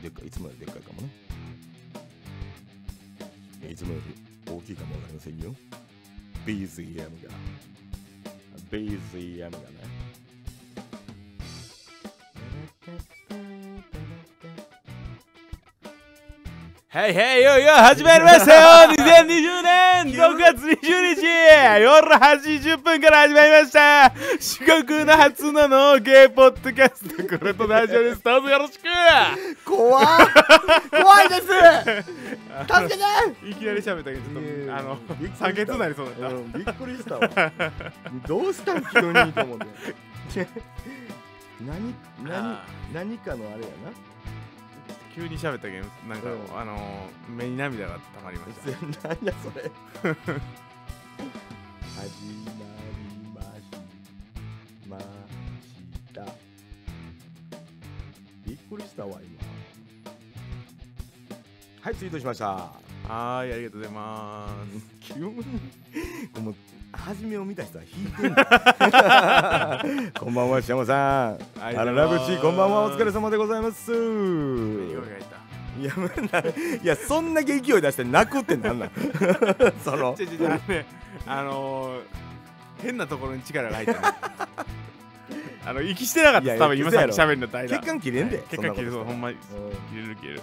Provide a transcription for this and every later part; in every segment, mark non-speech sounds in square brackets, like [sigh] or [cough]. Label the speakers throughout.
Speaker 1: 展開かもないつもより大きいかもわかりませんよ BZM が BZM がねはいはいよいよ始まりましたよ [laughs] 2020年6月20日夜8時10分から始まりました四国の初の農芸ポッドキャストこれとラジオですどうぞよろしく
Speaker 2: 怖っ怖いです助けて
Speaker 1: いきなり喋ったけどちょっと、
Speaker 2: ねえ
Speaker 1: あの
Speaker 2: びっくりした
Speaker 1: 酸欠になりそうだった、
Speaker 2: うんびっくりしたわどうしたん急にと思
Speaker 1: [laughs]
Speaker 2: って何何
Speaker 1: あ
Speaker 2: 何かのあれや
Speaker 1: 急に喋ったけどなんか、
Speaker 2: うん
Speaker 1: あの目に涙が溜まりました
Speaker 2: な何やそ [laughs] れ始まりましましたびっくりしたわ今はいツイートしました
Speaker 1: [laughs] はーいありがとうございま
Speaker 2: 急
Speaker 1: す
Speaker 2: にもう初めを見た人は引いてんだ [laughs] こんばんは山さん
Speaker 1: あ
Speaker 2: あ
Speaker 1: りがと
Speaker 2: ら
Speaker 1: うご
Speaker 2: ら
Speaker 1: ざいます
Speaker 2: ぶちこんばんはお疲れ様でございます
Speaker 1: 匂いがいた
Speaker 2: いやまあないやそんだけ勢い出して泣くってなんなん [laughs] その
Speaker 1: [laughs] ちょちょちょあのねあのー、変なところに力が入った
Speaker 2: [laughs]
Speaker 1: ねあの息してなかっ
Speaker 2: いや
Speaker 1: た
Speaker 2: い
Speaker 1: 多
Speaker 2: や
Speaker 1: 分今
Speaker 2: 嘘や
Speaker 1: さっ
Speaker 2: ろ
Speaker 1: き喋るの大
Speaker 2: 血
Speaker 1: 変
Speaker 2: 管切れんで
Speaker 1: 血管切れそうほん
Speaker 2: ま
Speaker 1: まに切れる切れる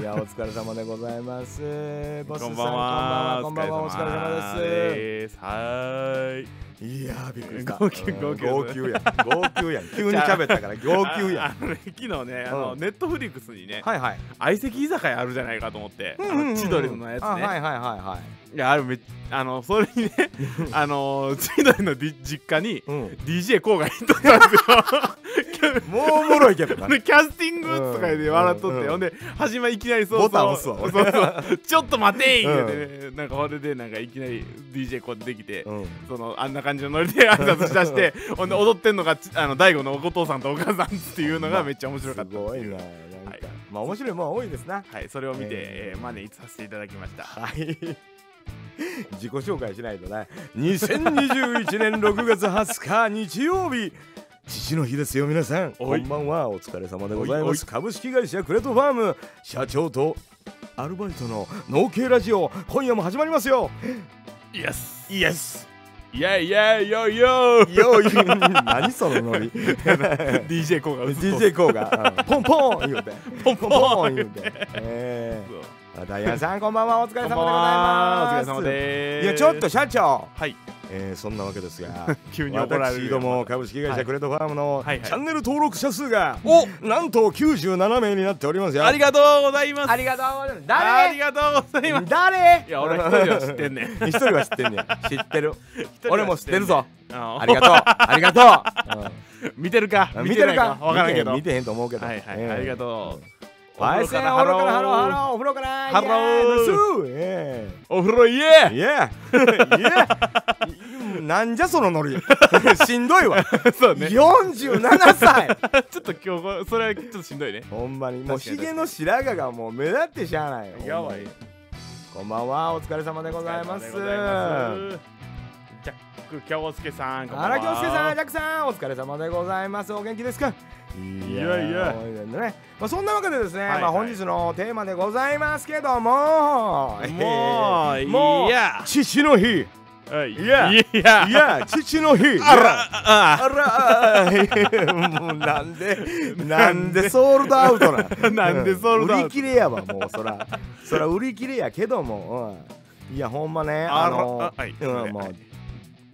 Speaker 2: いやお疲れ様でございます
Speaker 1: [laughs]
Speaker 2: ボスさ
Speaker 1: こんばんは
Speaker 2: こんばんはお疲れ様です
Speaker 1: ですはー
Speaker 2: い
Speaker 1: い
Speaker 2: やーびっくりした
Speaker 1: 号泣
Speaker 2: うん
Speaker 1: 号泣
Speaker 2: 号泣や号泣
Speaker 1: [laughs]
Speaker 2: やん急に喋ったから号泣やん
Speaker 1: あ [laughs] あのね昨日ねあの、
Speaker 2: うん
Speaker 1: ネットフリックスにね
Speaker 2: はいはい
Speaker 1: 相席居酒屋あるじゃないかと思って、あの千鳥のやつね、
Speaker 2: あはいはいはいはい
Speaker 1: いやあれめっあのそれにねあの千鳥のディ実家に
Speaker 2: うん
Speaker 1: DJ 郊外行っとったんですよ
Speaker 2: もうおもろい
Speaker 1: [laughs]
Speaker 2: けどな
Speaker 1: でキャスティングとかで笑っとって、
Speaker 2: うんうん
Speaker 1: ほんで始まりいきなりそう
Speaker 2: ボタン押すわ
Speaker 1: そう
Speaker 2: 俺
Speaker 1: そうそうちょっと待てーって、ねなんかそれでなんかいきなり DJ こうできて、
Speaker 2: うん
Speaker 1: そのあんな感じのノリで挨拶し
Speaker 2: [laughs]
Speaker 1: だしてほんで踊ってんのがちあの大悟のお父さんとお母さんっていうのがめっちゃ面白
Speaker 2: す
Speaker 1: かったって
Speaker 2: ご
Speaker 1: い
Speaker 2: いうななんか
Speaker 1: はい
Speaker 2: まあ面白いもんは多いですな
Speaker 1: はいそれを見て、え
Speaker 2: えー
Speaker 1: ー、マネさせていただきました
Speaker 2: はい自己紹介しないとね2021年6月20日日曜日父の日ですよ皆さん
Speaker 1: お
Speaker 2: こ
Speaker 1: い
Speaker 2: んばんはお疲れ様でござい
Speaker 1: おいお
Speaker 2: ま
Speaker 1: い
Speaker 2: す株式会社クレートファーム社長とアルバイトの農系ラジオ今夜も始まりますよ
Speaker 1: イエス
Speaker 2: イエス
Speaker 1: イエイイエイヨイヨー
Speaker 2: よい何そのノリ
Speaker 1: DJ コーが映っとった
Speaker 2: [laughs] DJ コーが、うんポンポン言うて
Speaker 1: ポンポ
Speaker 2: ポ
Speaker 1: ン
Speaker 2: ンポン言うてえ
Speaker 1: そう
Speaker 2: ー、あダイアンさんこんばんはお疲れ様でござい
Speaker 1: は
Speaker 2: ます
Speaker 1: お疲れ様でーす
Speaker 2: いやちょっと社長
Speaker 1: はい
Speaker 2: えー、そんなわけですが
Speaker 1: [laughs] 急に怒られる
Speaker 2: 私ども株式会
Speaker 1: はい
Speaker 2: 社クレートファームのチ
Speaker 1: はいはい
Speaker 2: ャンネル登録者数が
Speaker 1: お
Speaker 2: なんと97名になっておりますよ
Speaker 1: ありがとうございます
Speaker 2: ありがとうございます
Speaker 1: あり
Speaker 2: 誰
Speaker 1: がとうございます
Speaker 2: 誰
Speaker 1: いや俺一人は知ってんね [laughs] ん
Speaker 2: [laughs] 一人は知ってんねん知ってる
Speaker 1: 人は知ってんねん
Speaker 2: 俺も知ってるぞ
Speaker 1: あ
Speaker 2: ありがとうありがと
Speaker 1: とう [laughs] 見てるか
Speaker 2: う、うん、見てる
Speaker 1: ない
Speaker 2: か
Speaker 1: 分からんけど
Speaker 2: 見てへん見てへんと思うけど
Speaker 1: はいはいありが
Speaker 2: う
Speaker 1: とう
Speaker 2: パイセンお風呂からハローハローお風呂から
Speaker 1: ハロー
Speaker 2: イエ
Speaker 1: お風呂イ
Speaker 2: ー
Speaker 1: エ
Speaker 2: イ [laughs] エーイエーなんじゃそのノリ [laughs] しんどいわ
Speaker 1: ーそう [laughs] ねちょ
Speaker 2: 47歳
Speaker 1: [laughs] っと今日これそれはちょっとしんどいね
Speaker 2: ほんまにもう
Speaker 1: 確かに
Speaker 2: ひげの白髪がもう目立ってしゃあないよ
Speaker 1: や
Speaker 2: ほん
Speaker 1: ばい
Speaker 2: まにこんばんはお疲れ様でございます
Speaker 1: ありがとうございますジャック京介さんこんばんは
Speaker 2: 荒京介さんジャックさんお疲れ様でございますお元気ですかい
Speaker 1: やいや
Speaker 2: ねまあ、そんなわけでですね、
Speaker 1: はいはい
Speaker 2: まあ、本日のテーマでございますけども
Speaker 1: もう
Speaker 2: [laughs] もう
Speaker 1: いや
Speaker 2: 父の日い
Speaker 1: はいい
Speaker 2: や
Speaker 1: いや
Speaker 2: や父の日いや
Speaker 1: あらあ
Speaker 2: あらもうなんでなんでソールドアウトな
Speaker 1: [laughs] なんでソールドアウ
Speaker 2: うん売
Speaker 1: ト
Speaker 2: り切れやわもうそらそら売り切れやけども、うんいやほんまね
Speaker 1: あ
Speaker 2: あ
Speaker 1: ら
Speaker 2: の
Speaker 1: あはい
Speaker 2: うんもう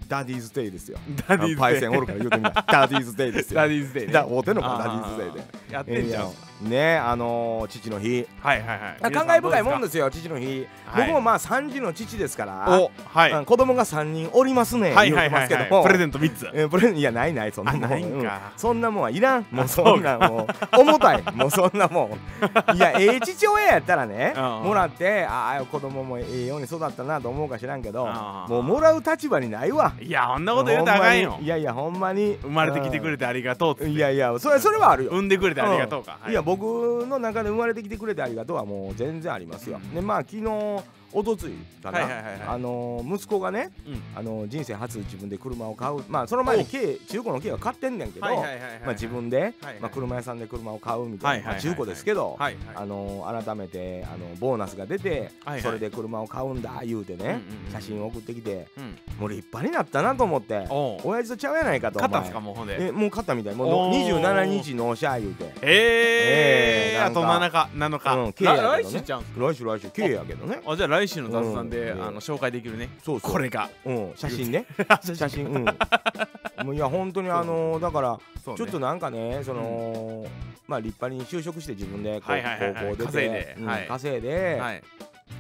Speaker 2: ダディーズデイですよ
Speaker 1: ダデ
Speaker 2: あ
Speaker 1: ィーズデイ
Speaker 2: のパイセンおるから言うて
Speaker 1: [laughs]
Speaker 2: みなダディーズデイですよ
Speaker 1: ダディーズデイね
Speaker 2: だ会うてんのかダディーズデイで
Speaker 1: でやってんじゃ
Speaker 2: い
Speaker 1: ん
Speaker 2: やねあの父の日
Speaker 1: はいはいはい
Speaker 2: 感慨深いもんですすよ父の日、
Speaker 1: はい
Speaker 2: 僕もまあ3児の父ですから
Speaker 1: おは
Speaker 2: う
Speaker 1: い
Speaker 2: ん子供が3人おりますね、
Speaker 1: はいはいは
Speaker 2: 言う
Speaker 1: い
Speaker 2: てますけども
Speaker 1: はいプレゼント3つ
Speaker 2: えープレゼントいやないないそんなもん
Speaker 1: あないんか
Speaker 2: うそんなもんはいらんも
Speaker 1: あ
Speaker 2: う
Speaker 1: そ
Speaker 2: そ
Speaker 1: うん
Speaker 2: なんもう重たいもうそんなもんい
Speaker 1: [laughs]
Speaker 2: やええ父親やったらね
Speaker 1: うんうん
Speaker 2: もらってああ子供もええように育ったなと思うか知らんけど
Speaker 1: うんうん
Speaker 2: もうもらう立場にないわ
Speaker 1: いやあんなこと言うたらあかん
Speaker 2: ほ
Speaker 1: よ
Speaker 2: まにいやいやほんまに
Speaker 1: 生まれてきてくれてありがとうっつ
Speaker 2: う
Speaker 1: っ
Speaker 2: んい
Speaker 1: て
Speaker 2: やいやそれそれはあるよ
Speaker 1: 産んでくれてありがとうか
Speaker 2: いや僕の中で生まれてきてくれてありがとうはもう全然ありますよ
Speaker 1: うん
Speaker 2: でまあ昨日おとついかな、
Speaker 1: はいはいはいはい
Speaker 2: あのー息子がね、
Speaker 1: うん
Speaker 2: あのー人生初自分で車を買うまあその前に
Speaker 1: お
Speaker 2: 軽中古の軽は買ってんねんけど、
Speaker 1: はいはいはいはい
Speaker 2: まあ、自分で、
Speaker 1: はい
Speaker 2: まあ、車屋さんで車を買うみたいな、
Speaker 1: はいはいはい
Speaker 2: まあ中古ですけど、
Speaker 1: はいはい
Speaker 2: あのー改めて、あのーボーナスが出て、
Speaker 1: はいはい
Speaker 2: それで車を買うんだ言うてね、
Speaker 1: うんうんうん
Speaker 2: 写真を送ってきて
Speaker 1: うん
Speaker 2: もう立派になったなと思って
Speaker 1: おう
Speaker 2: 親父とちゃうやないかと
Speaker 1: 勝ったん
Speaker 2: お
Speaker 1: す
Speaker 2: 前
Speaker 1: かもうほんで
Speaker 2: えもう勝ったみたいもう
Speaker 1: おー
Speaker 2: 27日納車言うて
Speaker 1: え
Speaker 2: え
Speaker 1: え
Speaker 2: ー
Speaker 1: ー、あと
Speaker 2: な
Speaker 1: 7日7日、
Speaker 2: うん経営やけど
Speaker 1: ら
Speaker 2: ね
Speaker 1: 来週ちゃうんす
Speaker 2: 来週来週綺麗やけどね
Speaker 1: あじゃあ来週の雑談で、
Speaker 2: うん
Speaker 1: あの紹介できるね
Speaker 2: そうそう
Speaker 1: これが
Speaker 2: うん、写真
Speaker 1: [laughs]
Speaker 2: ね写真うんもういや本当に
Speaker 1: そう
Speaker 2: あのーだから
Speaker 1: そうね
Speaker 2: ちょっとなんかねそのまあ立派に就職して自分でこう
Speaker 1: はいはいはいはい
Speaker 2: 高校出て
Speaker 1: 稼いで
Speaker 2: うん
Speaker 1: はい
Speaker 2: 稼いで
Speaker 1: はい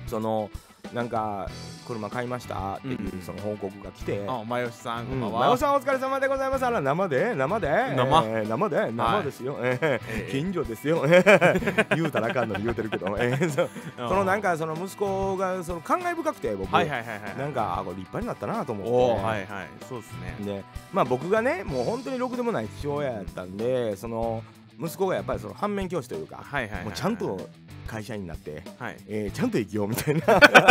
Speaker 2: そのなんか車買いましたってい
Speaker 1: うんうん
Speaker 2: うその報告が来て
Speaker 1: あ前吉さんこ
Speaker 2: うんん
Speaker 1: ばん
Speaker 2: 真
Speaker 1: は
Speaker 2: 央さんお疲れ様でございますあら生で生で
Speaker 1: 生
Speaker 2: えー生で生ですよえー
Speaker 1: ええ
Speaker 2: 近所ですよ言うたらあかんのに言うてるけどえー
Speaker 1: [laughs]
Speaker 2: そう
Speaker 1: うん
Speaker 2: そのなんかその息子がその感慨深くて僕
Speaker 1: はいはいはいはい
Speaker 2: なんかあこれ立派になったなと思って
Speaker 1: おおはいはいそうですね
Speaker 2: でまあ僕がねもう本当にろくでもない父親やったんでその息子がやっぱりその反面教師というか、
Speaker 1: はいはいはいはい
Speaker 2: もうちゃんと会社員になって、
Speaker 1: はい
Speaker 2: えーちゃんと生きようみたいな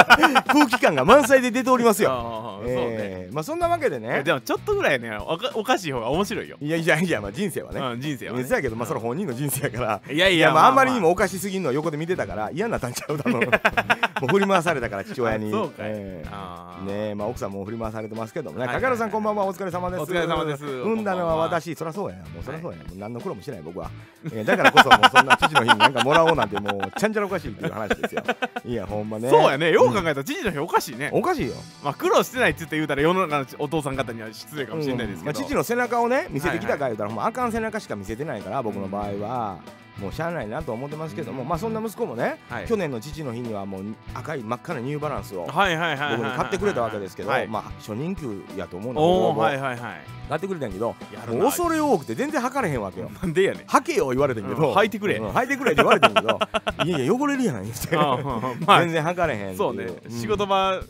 Speaker 2: [laughs] 空気感が満載で出ておりますよ。
Speaker 1: あーそうね
Speaker 2: えーまあそんなわけでね
Speaker 1: でもちょっとぐらいねおかおかしい方が面白いよ
Speaker 2: いやいやいや、まあ、人生はね。
Speaker 1: うん人生はね
Speaker 2: そうやけど、まあ、それ本人の人生やから。
Speaker 1: いやい
Speaker 2: い
Speaker 1: や
Speaker 2: やまあ、あんまりにもおかしすぎるのを横で見てたから嫌になったんちゃうだろ
Speaker 1: [laughs]
Speaker 2: うもう振り回されたから父親に
Speaker 1: あそうかい
Speaker 2: えー
Speaker 1: あー
Speaker 2: ねえまあ、奥さんも振り回されてますけどもね、
Speaker 1: はいはい
Speaker 2: かかるさんこんばんはお疲れ様です
Speaker 1: お疲れ様です
Speaker 2: 産んだのは
Speaker 1: こんばんは
Speaker 2: 私そりゃそうやもうそりゃそうや、もう何の苦労もしてない僕は、えーだからこそもうそんな父の日になんかもらおうなんてもうちゃんちゃらおかしいっていう話です
Speaker 1: [laughs]
Speaker 2: よいやほんまね
Speaker 1: そうやねよう考えたら知事の日おかしいね
Speaker 2: おかしいよ
Speaker 1: まあ苦労してないって言って言うたら世の中のお父さん方には失礼かもしれないです
Speaker 2: ま
Speaker 1: け
Speaker 2: あ、
Speaker 1: ど
Speaker 2: 父の背中をね見せてきたか言うたら、もうあかん背中しか見せてないから僕の場合は、もうしゃあないなと思ってますけども、まあそんな息子もね、
Speaker 1: はい
Speaker 2: 去年の父の日にはもう赤い真っ赤なニューバランスを
Speaker 1: はいはいはいはいはい
Speaker 2: 僕に買ってくれたわけですけど、
Speaker 1: はい
Speaker 2: まあ初任給やと思うんだけ
Speaker 1: お
Speaker 2: ど、
Speaker 1: おはいはい [laughs] はい
Speaker 2: 買ってくれたんやけど
Speaker 1: やるな
Speaker 2: もう恐れ多くて全然履かれへんわけよ。
Speaker 1: なんでやねん
Speaker 2: [laughs] 履けよ言われてんけど、
Speaker 1: うん履いてくれ
Speaker 2: うん履いてくれって言われてんけ
Speaker 1: [laughs]
Speaker 2: どいやいや汚れるやん言って
Speaker 1: あーまあ
Speaker 2: [laughs] 全然履かれへんってい
Speaker 1: そうね
Speaker 2: ん
Speaker 1: 仕事場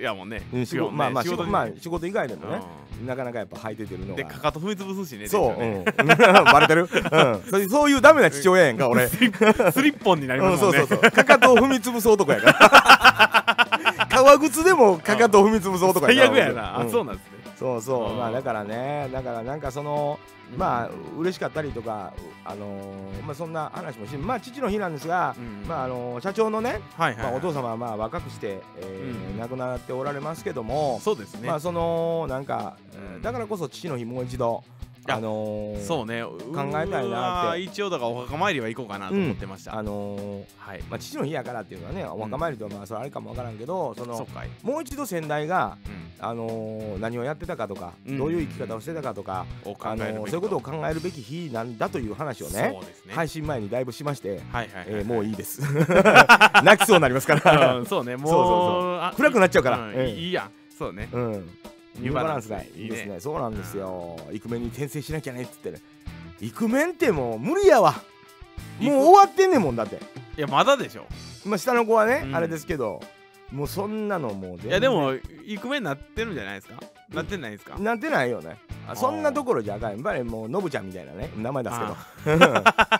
Speaker 1: やもんね
Speaker 2: うん仕事
Speaker 1: 要はね
Speaker 2: まあまあ仕
Speaker 1: 仕
Speaker 2: 事
Speaker 1: 事
Speaker 2: まあ仕事以外でもね、
Speaker 1: う
Speaker 2: なかなかやっぱ履いててるの
Speaker 1: んで
Speaker 2: が
Speaker 1: かかと踏み潰すしね
Speaker 2: そう、
Speaker 1: 電
Speaker 2: うん、 [laughs] バレてる、うん、それそういうダメな父親やんか俺、
Speaker 1: 車ねスリッポンになり
Speaker 2: う
Speaker 1: ま
Speaker 2: ん、
Speaker 1: す
Speaker 2: そ
Speaker 1: もん
Speaker 2: う
Speaker 1: ね
Speaker 2: そうそうかかとを踏み潰す男やから
Speaker 1: [laughs]
Speaker 2: 革靴でもかかとを踏み潰す男
Speaker 1: 最
Speaker 2: やか
Speaker 1: 悪
Speaker 2: ら
Speaker 1: やな
Speaker 2: う
Speaker 1: あ
Speaker 2: ん
Speaker 1: そうなんですね
Speaker 2: そうそう
Speaker 1: うん
Speaker 2: まあだからねだからなんかそのまあ嬉しかったりとかあのーまあそんな話もしてまあ父の日なんですが、
Speaker 1: うん
Speaker 2: まああのー社長のね、
Speaker 1: はいはい
Speaker 2: まあ、
Speaker 1: はい
Speaker 2: お父様はまあ若くして、えー
Speaker 1: うん
Speaker 2: 亡くなっておられますけども
Speaker 1: そうですね
Speaker 2: まあそのなんか、
Speaker 1: うん
Speaker 2: だからこそ父の日もう一度
Speaker 1: いや
Speaker 2: あのー
Speaker 1: そうね考
Speaker 2: えたいなって
Speaker 1: 一応だからお墓参りは行こうかなと思ってました、
Speaker 2: あのー
Speaker 1: はい
Speaker 2: まあ、父の日やからっていうのはねお墓参りとはまあそれあれかもわからんけどその
Speaker 1: そうかい、
Speaker 2: もう一度先代が、
Speaker 1: うん、
Speaker 2: あのー何をやってたかとか、
Speaker 1: うん
Speaker 2: どういう生き方をしてたかとか、
Speaker 1: お考
Speaker 2: あ
Speaker 1: えるべき
Speaker 2: のーそういうことを考えるべき日なんだという話をね
Speaker 1: そうですね、
Speaker 2: 配信前にだいぶしまして、
Speaker 1: はいはいはい、
Speaker 2: えーもういいです [laughs] 泣きそうになりますから
Speaker 1: うん、 [laughs] そうねもう
Speaker 2: [laughs] そうそう
Speaker 1: あ
Speaker 2: 暗くなっちゃうから
Speaker 1: うん
Speaker 2: ええ
Speaker 1: いいいやんそうね
Speaker 2: うんニューバランスがいいですね
Speaker 1: ニューバランスがいいね
Speaker 2: そうなんですよ、イクメンに転生しなきゃねっつってねイクメンってもう無理やわもう終わってんねんもんだって
Speaker 1: いやまだでしょ
Speaker 2: まあ下の子はね、
Speaker 1: うん
Speaker 2: あれですけどもうそんなのもう全然
Speaker 1: いやでもイクメンなってるんじゃないですかなってないですか
Speaker 2: なんてないよね
Speaker 1: あー
Speaker 2: そんなところじゃあかんやっぱりもうノブちゃんみたいなね名前出すけ
Speaker 1: [laughs]
Speaker 2: ど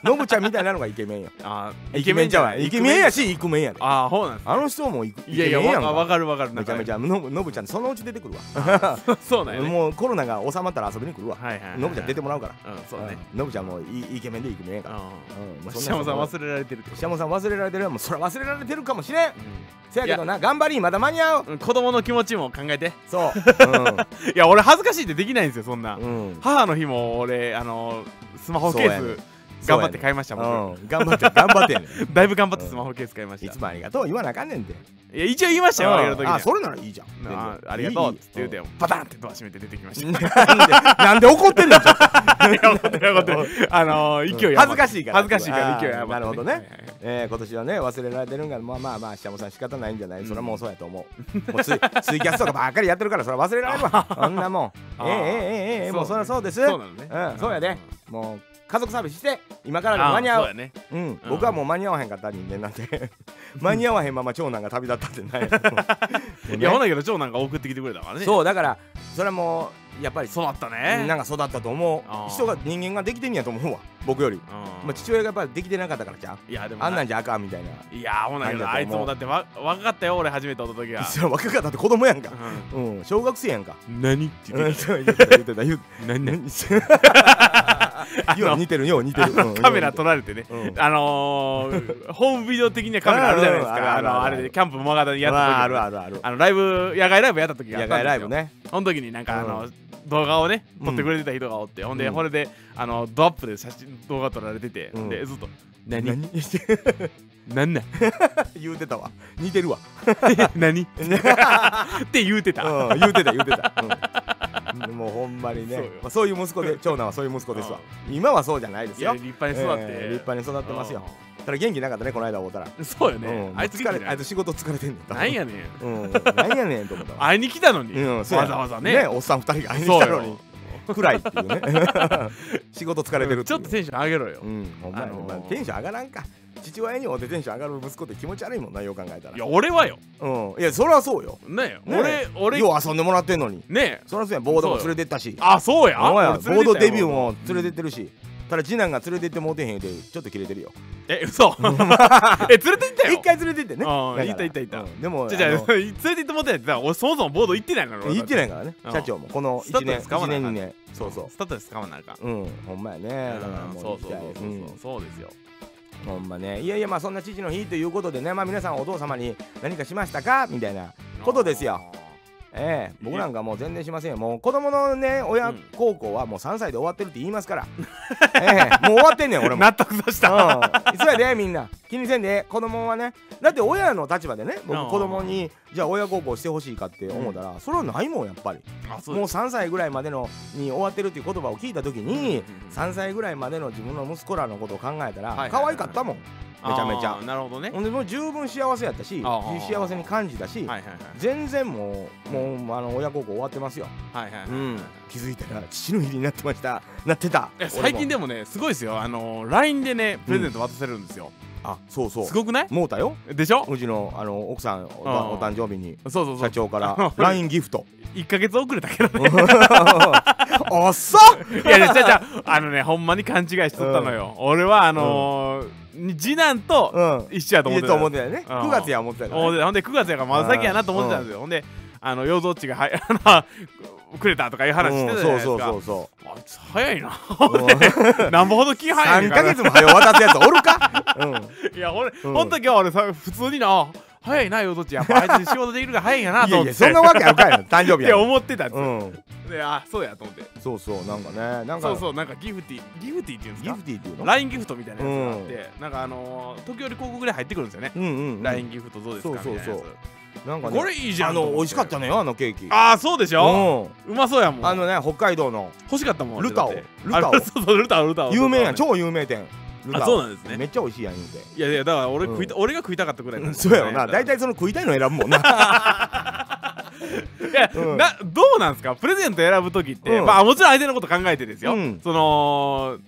Speaker 2: [laughs] ノブちゃんみたいなのがイケメンよ
Speaker 1: あー
Speaker 2: イケメンじゃわイケメンやしイクメンやで
Speaker 1: ああそうなんです
Speaker 2: あの人もイクイ
Speaker 1: いや
Speaker 2: ケ
Speaker 1: いや
Speaker 2: メンや
Speaker 1: わ
Speaker 2: ん
Speaker 1: か
Speaker 2: か
Speaker 1: わかるわかる
Speaker 2: めちゃめち
Speaker 1: ゃ
Speaker 2: ゃノブノブちゃんそのうち出てくるわ [laughs]
Speaker 1: そうなんやね
Speaker 2: もうコロナが収まったら遊びに来るわ
Speaker 1: はいはいはい
Speaker 2: ノブちゃん出てもらうから
Speaker 1: うんそうね
Speaker 2: うんノブちゃんもイイケメンでイクメンやから
Speaker 1: う
Speaker 2: うんん
Speaker 1: 下山さん忘れられてるってこと
Speaker 2: 下山さん忘れられてるもうそれ忘れられてるかもしれんせやけどな頑張りまだ間に合う
Speaker 1: うん子供の気持ちも考えて [laughs]
Speaker 2: そう
Speaker 1: いや俺恥ずかしいってできないんですよそんな
Speaker 2: うん、うん
Speaker 1: 母の日も俺あのスマホケ
Speaker 2: そうや
Speaker 1: ー
Speaker 2: ね
Speaker 1: ス頑張って買いました
Speaker 2: う
Speaker 1: もん、
Speaker 2: ん、頑張って頑張ってやねん
Speaker 1: だいぶ頑張ってスマホケース買いまし
Speaker 2: い
Speaker 1: た、
Speaker 2: つもありがとう言わなあかんねんて
Speaker 1: いや一応言いましたよあげる時に
Speaker 2: あそれならいいじゃん全然
Speaker 1: あありがとうっつって言うて
Speaker 2: よ
Speaker 1: よバタンってドア閉めて出てき
Speaker 2: [laughs]
Speaker 1: まし
Speaker 2: なんで怒ってんのちょっと
Speaker 1: たいや本当に本当にあの勢い余って
Speaker 2: 恥ずかしいから
Speaker 1: 恥ずかしいから勢い
Speaker 2: あー
Speaker 1: 余って
Speaker 2: なるほどね
Speaker 1: はいはいはい
Speaker 2: えー今年はね忘れられてるんがまあまあまあ下もさん仕方ないんじゃないそれはもうそうやと思うもうツイツイキャスとかばっかりやってるからそれは忘れ
Speaker 1: [laughs]
Speaker 2: られるわそんなもんえ
Speaker 1: あ
Speaker 2: え
Speaker 1: ー
Speaker 2: ええええええもうそりゃそうです
Speaker 1: そうなのね
Speaker 2: うんそうやでもう家族サービスして今からでも
Speaker 1: あ
Speaker 2: 間に合
Speaker 1: そう
Speaker 2: う
Speaker 1: やね
Speaker 2: うん、僕はもう間に合わへんかった人間なんで間に合わへんまま長男が旅立ったってないやろ
Speaker 1: [laughs] いやほんだけど長男が送ってきてくれたからね
Speaker 2: そうだからそれはもうやっぱり
Speaker 1: そうだったね
Speaker 2: なんか育ったと思
Speaker 1: あー
Speaker 2: う人が人間ができてんやと思うわ僕より、
Speaker 1: うん
Speaker 2: まあ、父親がやっぱりできてなかったからじゃん
Speaker 1: いやでも
Speaker 2: あんなん
Speaker 1: な
Speaker 2: じゃあかんみたいない
Speaker 1: やほんだけど
Speaker 2: なんだ
Speaker 1: あ
Speaker 2: と
Speaker 1: いつ
Speaker 2: 思う
Speaker 1: もだってわ若かったよ俺初めて会った時は
Speaker 2: それは [laughs] 若かったって子供やんか、うん、小学生やんか
Speaker 1: うん何って
Speaker 2: う
Speaker 1: 言
Speaker 2: ん
Speaker 1: っ
Speaker 2: [laughs]
Speaker 1: て
Speaker 2: そう
Speaker 1: [laughs]
Speaker 2: 言ってた言ってた言う
Speaker 1: た何何 [laughs]
Speaker 2: よう似てるよう似てる、うん
Speaker 1: カメラ取られてね、
Speaker 2: うん
Speaker 1: あのー、ホームビデオ的にはカメラあるじゃないですか、あ
Speaker 2: うんうんうんあるある
Speaker 1: のあ
Speaker 2: ある
Speaker 1: れでキャンプもまだにや
Speaker 2: やっ
Speaker 1: っ
Speaker 2: た
Speaker 1: 時
Speaker 2: た
Speaker 1: に
Speaker 2: あるあるある
Speaker 1: あのライブ野外ライブやった時があ
Speaker 2: 野
Speaker 1: った
Speaker 2: 外
Speaker 1: んですよ
Speaker 2: ライブね
Speaker 1: その時になんかあの、
Speaker 2: う
Speaker 1: 動画をね
Speaker 2: うん
Speaker 1: 撮ってくれてた人がおって、ほんで、
Speaker 2: うん
Speaker 1: これであのドアップで写真動画撮られてて、
Speaker 2: うん
Speaker 1: でずっと「何
Speaker 2: 何
Speaker 1: 何なん [laughs]
Speaker 2: 言うてたわ似てるわ
Speaker 1: 何?」って言うてた、
Speaker 2: うん、言うてた言うてた、うん、もうほんまにね
Speaker 1: そ
Speaker 2: そうう
Speaker 1: よ,、
Speaker 2: まあ、そういう息子で長男はそういう息子ですわ、今はそうじゃないです
Speaker 1: いや
Speaker 2: よ
Speaker 1: 立派に育って、
Speaker 2: えー立派に育ってますよただ元気なかったねこの間会うたら、
Speaker 1: うんそうよね、
Speaker 2: うん、
Speaker 1: あいつ
Speaker 2: 疲
Speaker 1: 元気
Speaker 2: れ
Speaker 1: な
Speaker 2: あ
Speaker 1: い
Speaker 2: いつ仕事疲れてんねん多分
Speaker 1: なんやねん
Speaker 2: うん、なんやねんと思ったわ
Speaker 1: 会いに来たのに、
Speaker 2: うん
Speaker 1: わ
Speaker 2: そ
Speaker 1: ざ
Speaker 2: うや
Speaker 1: わざね
Speaker 2: おっさん二人が会いに来
Speaker 1: そう
Speaker 2: たのに
Speaker 1: よ
Speaker 2: 暗いっていう
Speaker 1: [laughs]
Speaker 2: ね仕事疲れてる
Speaker 1: うん
Speaker 2: て
Speaker 1: ち
Speaker 2: い
Speaker 1: ょ
Speaker 2: う
Speaker 1: っとテンション上げろよ、
Speaker 2: うんほんまやね、
Speaker 1: あのー
Speaker 2: まあ、テンション上がらんか父親に会うてテンション上がる息子って気持ち悪いもんなよう考えたら
Speaker 1: いや俺はよ
Speaker 2: うん、いやそれはそうよ
Speaker 1: ね
Speaker 2: ね
Speaker 1: 俺俺
Speaker 2: よう遊んでもらってんのに
Speaker 1: ね
Speaker 2: そりゃそうやボードも連れてったし
Speaker 1: あそうや
Speaker 2: お前は
Speaker 1: 俺連れ
Speaker 2: ボー
Speaker 1: て
Speaker 2: ド
Speaker 1: ったよ
Speaker 2: デビューも連れてってるし、ただ次男が連れてってもうてへんでちょっとキレてるよ
Speaker 1: え
Speaker 2: [laughs]
Speaker 1: 嘘え連れて行ったよ
Speaker 2: 一回連れてってね
Speaker 1: ああ
Speaker 2: だから
Speaker 1: いたいたいた
Speaker 2: うんでも
Speaker 1: じゃ [laughs]
Speaker 2: あ
Speaker 1: あ
Speaker 2: の
Speaker 1: じゃあ連れて行ってもらったやつだ俺そもそもボード行ってないの
Speaker 2: 言って
Speaker 1: ない
Speaker 2: ないからね
Speaker 1: うん
Speaker 2: 社長もこの
Speaker 1: スタ
Speaker 2: 1
Speaker 1: ッ
Speaker 2: 年
Speaker 1: フ使
Speaker 2: 1
Speaker 1: わなあ
Speaker 2: 年
Speaker 1: か
Speaker 2: 2
Speaker 1: んね
Speaker 2: 年そうそ
Speaker 1: スタッドで使わなあかん
Speaker 2: ううんほんまやねだから
Speaker 1: うん
Speaker 2: も
Speaker 1: そ
Speaker 2: 行
Speaker 1: うう
Speaker 2: き
Speaker 1: そ
Speaker 2: た
Speaker 1: う
Speaker 2: い
Speaker 1: そうそうそうですよ
Speaker 2: うんほんまねいやいやまあそんな父の日ということでねまあ皆さんお父様に何かしましたかみたいなことですよええ僕なんかもう全然しませんよもう子供のね
Speaker 1: う
Speaker 2: 親
Speaker 1: ん
Speaker 2: 孝行はもう3歳で終わってるって言いますから
Speaker 1: [laughs]
Speaker 2: ええもう終わってんねん俺も
Speaker 1: 納得させた
Speaker 2: うん、そうやでみんな気にせんで子供はねだって親の立場でね
Speaker 1: うん
Speaker 2: 僕子供にじゃあ親孝行してほしいかって思うたら、それはないもんやっぱり
Speaker 1: あそ
Speaker 2: もう3歳ぐらいまでのに終わってるっていう言葉を聞いた時に、3歳ぐらいまでの自分の息子らのことを考えたら、
Speaker 1: はいはいはい
Speaker 2: 可愛かったもんめちゃめちゃ
Speaker 1: あーなるほどね
Speaker 2: ほんでもう十分幸せやったし
Speaker 1: あー
Speaker 2: 幸せに感じたし、
Speaker 1: はいはいはい
Speaker 2: 全然もうもうあの親孝行終わってますよ、
Speaker 1: はいはいはい
Speaker 2: うん気づいたら父の日になってましたなってた
Speaker 1: え最近
Speaker 2: で
Speaker 1: でもねすごいですよあのー LINE でねプレゼント渡せるんですよ
Speaker 2: あそうそう
Speaker 1: すごくない
Speaker 2: もうたよ
Speaker 1: でしょ
Speaker 2: うちのあの奥さんお
Speaker 1: あー
Speaker 2: お誕生日に
Speaker 1: そうそうそ
Speaker 2: 社長
Speaker 1: う
Speaker 2: か
Speaker 1: あ
Speaker 2: ら
Speaker 1: の
Speaker 2: LINE ギフ
Speaker 1: [laughs]
Speaker 2: ト
Speaker 1: 1ヶ月遅れたけどね
Speaker 2: おっそ
Speaker 1: いやいやじゃあじゃああのねほんまに勘違いしとったのよ、俺はあのー次男と
Speaker 2: うん
Speaker 1: 一緒やと
Speaker 2: い
Speaker 1: 思っ
Speaker 2: い
Speaker 1: て
Speaker 2: と
Speaker 1: た
Speaker 2: 思ってたよね
Speaker 1: うん
Speaker 2: 9月や思ってたから
Speaker 1: 思っ
Speaker 2: ね
Speaker 1: てたほんで9月やからまだ先やなと思ってたんですよ、ほんであの養蔵地がはいあのくれたとかいう話して
Speaker 2: う
Speaker 1: た
Speaker 2: ん
Speaker 1: じゃない
Speaker 2: そ
Speaker 1: で
Speaker 2: う
Speaker 1: すか、
Speaker 2: そうそうそ
Speaker 1: あいつ早いな [laughs]
Speaker 2: ううん
Speaker 1: なんぼほど気早いね
Speaker 2: 3
Speaker 1: んか
Speaker 2: ヶ
Speaker 1: な
Speaker 2: 月も早う渡すやつおるかうん
Speaker 1: いや俺、
Speaker 2: うん
Speaker 1: ほんと今日俺さ普通になあ早いな養蔵地やっぱあいつ仕事できるから早いんやなと
Speaker 2: いやい
Speaker 1: 思って
Speaker 2: やそんなわけあるかいな誕生
Speaker 1: い
Speaker 2: 日
Speaker 1: や
Speaker 2: や
Speaker 1: 思ってたんです
Speaker 2: う
Speaker 1: よ、
Speaker 2: ん
Speaker 1: であそうやと思って
Speaker 2: そうそうなんかねなん
Speaker 1: そう
Speaker 2: か
Speaker 1: そうなんかギフティギフティっていうんです
Speaker 2: ギ
Speaker 1: か
Speaker 2: フティーっていうの
Speaker 1: LINE ギフトみたいなやつがあって、なんかあのー、時折広告ぐらい入ってくるんですよね、
Speaker 2: うんうんうん
Speaker 1: LINE ギフトどうですか
Speaker 2: そうそうそう
Speaker 1: みたいなや
Speaker 2: なんか
Speaker 1: つ
Speaker 2: ね
Speaker 1: これいいじゃん
Speaker 2: あの美味しかった
Speaker 1: ね
Speaker 2: のよあのケーキ
Speaker 1: ああそうでしょ、
Speaker 2: う
Speaker 1: うまそうや
Speaker 2: ん
Speaker 1: もん
Speaker 2: あのね北海道の
Speaker 1: 欲しかったもん
Speaker 2: ルタオ
Speaker 1: 俺だって
Speaker 2: ルタオ
Speaker 1: あそうそうルタオルタオ
Speaker 2: 有名やん
Speaker 1: ルタオね
Speaker 2: 超有名店ルタオ
Speaker 1: あそうなんですね
Speaker 2: めっちゃ美味しいやん言うて
Speaker 1: いやいやだから俺
Speaker 2: うん
Speaker 1: 食いた、俺が食いたかったぐらいだ
Speaker 2: う
Speaker 1: もん
Speaker 2: んそうやろな大体その食いたいの選ぶもん
Speaker 1: [laughs]
Speaker 2: な
Speaker 1: いや、
Speaker 2: うん
Speaker 1: などうなんですかプレゼント選ぶ時って、
Speaker 2: うん
Speaker 1: まあもちろん相手のこと考えてですよ、
Speaker 2: うん
Speaker 1: その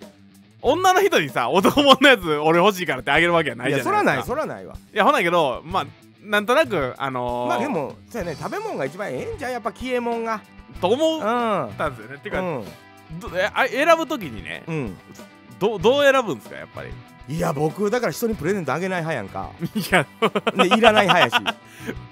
Speaker 1: 女の人にさ男物のやつ俺欲しいからってあげるわけはない
Speaker 2: い
Speaker 1: じゃ
Speaker 2: や
Speaker 1: ないです
Speaker 2: そ
Speaker 1: から
Speaker 2: ないそらないわ
Speaker 1: いやほなけどまあなんとなくあのー、
Speaker 2: まあでもそうやね食べ物が一番ええんじゃんやっぱ消えもんが
Speaker 1: と思
Speaker 2: う
Speaker 1: うんったんですよね。てか、
Speaker 2: うん
Speaker 1: どえあ選ぶときにね、
Speaker 2: うん
Speaker 1: どどう選ぶんですかやっぱり。
Speaker 2: いや僕だから人にプレゼントあげ [laughs] ない派やんか
Speaker 1: いや、
Speaker 2: でいらない
Speaker 1: [laughs]
Speaker 2: 派やし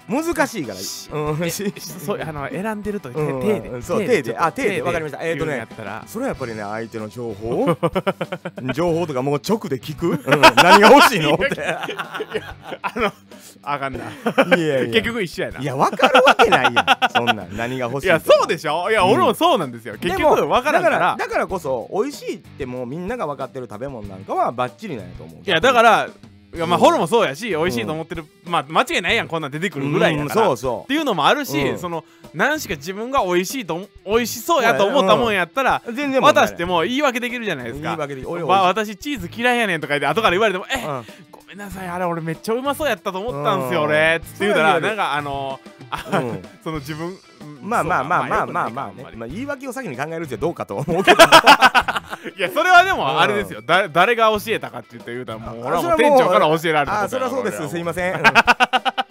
Speaker 2: 難しいからうんし
Speaker 1: そうあの選んでると手
Speaker 2: うん
Speaker 1: 手で、
Speaker 2: うんそう手で
Speaker 1: ちょっと
Speaker 2: あ手でわかりましたえーとね
Speaker 1: 言うんやった
Speaker 2: [laughs]
Speaker 1: ら。
Speaker 2: それはやっぱりね相手の情報 [laughs] 情報とかもう直で聞く、うん何が欲しい
Speaker 1: [laughs]
Speaker 2: のって
Speaker 1: あのあかんな。
Speaker 2: いやいや
Speaker 1: [laughs] 結局一緒やな。
Speaker 2: い
Speaker 1: いや
Speaker 2: や分かるわけないやんそんなん何が欲しいとか
Speaker 1: そうでしょ。いや、
Speaker 2: うん
Speaker 1: 俺もそうなんですよ。結局
Speaker 2: でも
Speaker 1: わからんから。
Speaker 2: だからだからこそ美味しいってもうみんなが分かってる食べ物なんかはバッチリなんやと思う
Speaker 1: いやだからいやまあ
Speaker 2: うん
Speaker 1: ホルもそうやし、美味しいと思ってる。まあ間違いないやんこんなん出てくるぐらいやから。
Speaker 2: うんそう
Speaker 1: っ
Speaker 2: そ
Speaker 1: ていうのもあるし、
Speaker 2: うん
Speaker 1: その何しか自分が美味しいと思美味しそうやと思ったもんやったら、
Speaker 2: う全然問題ない
Speaker 1: 渡しても言い訳できるじゃないですか
Speaker 2: いいわけで俺
Speaker 1: わ
Speaker 2: は、
Speaker 1: 私チーズ嫌いやねんとか言って後から言われても「え、
Speaker 2: うん
Speaker 1: ごめんなさいあれ俺めっちゃうまそうやったと思ったんすよ
Speaker 2: うん
Speaker 1: 俺」っつって言うたら
Speaker 2: そう
Speaker 1: な
Speaker 2: や
Speaker 1: んかあのーあ
Speaker 2: うん
Speaker 1: [laughs] その自分
Speaker 2: まあまあまあまあまあまあ
Speaker 1: ね
Speaker 2: ね、まあ、言い訳を先に考えるってどうかと思うけど
Speaker 1: いやそれはでもあれですよ、だ誰が教えたかって言って言うたらもう俺はもう
Speaker 2: それ
Speaker 1: 店
Speaker 2: はもう
Speaker 1: 長から教えられた
Speaker 2: あそれはそうですすいま
Speaker 1: せん
Speaker 2: せん、うん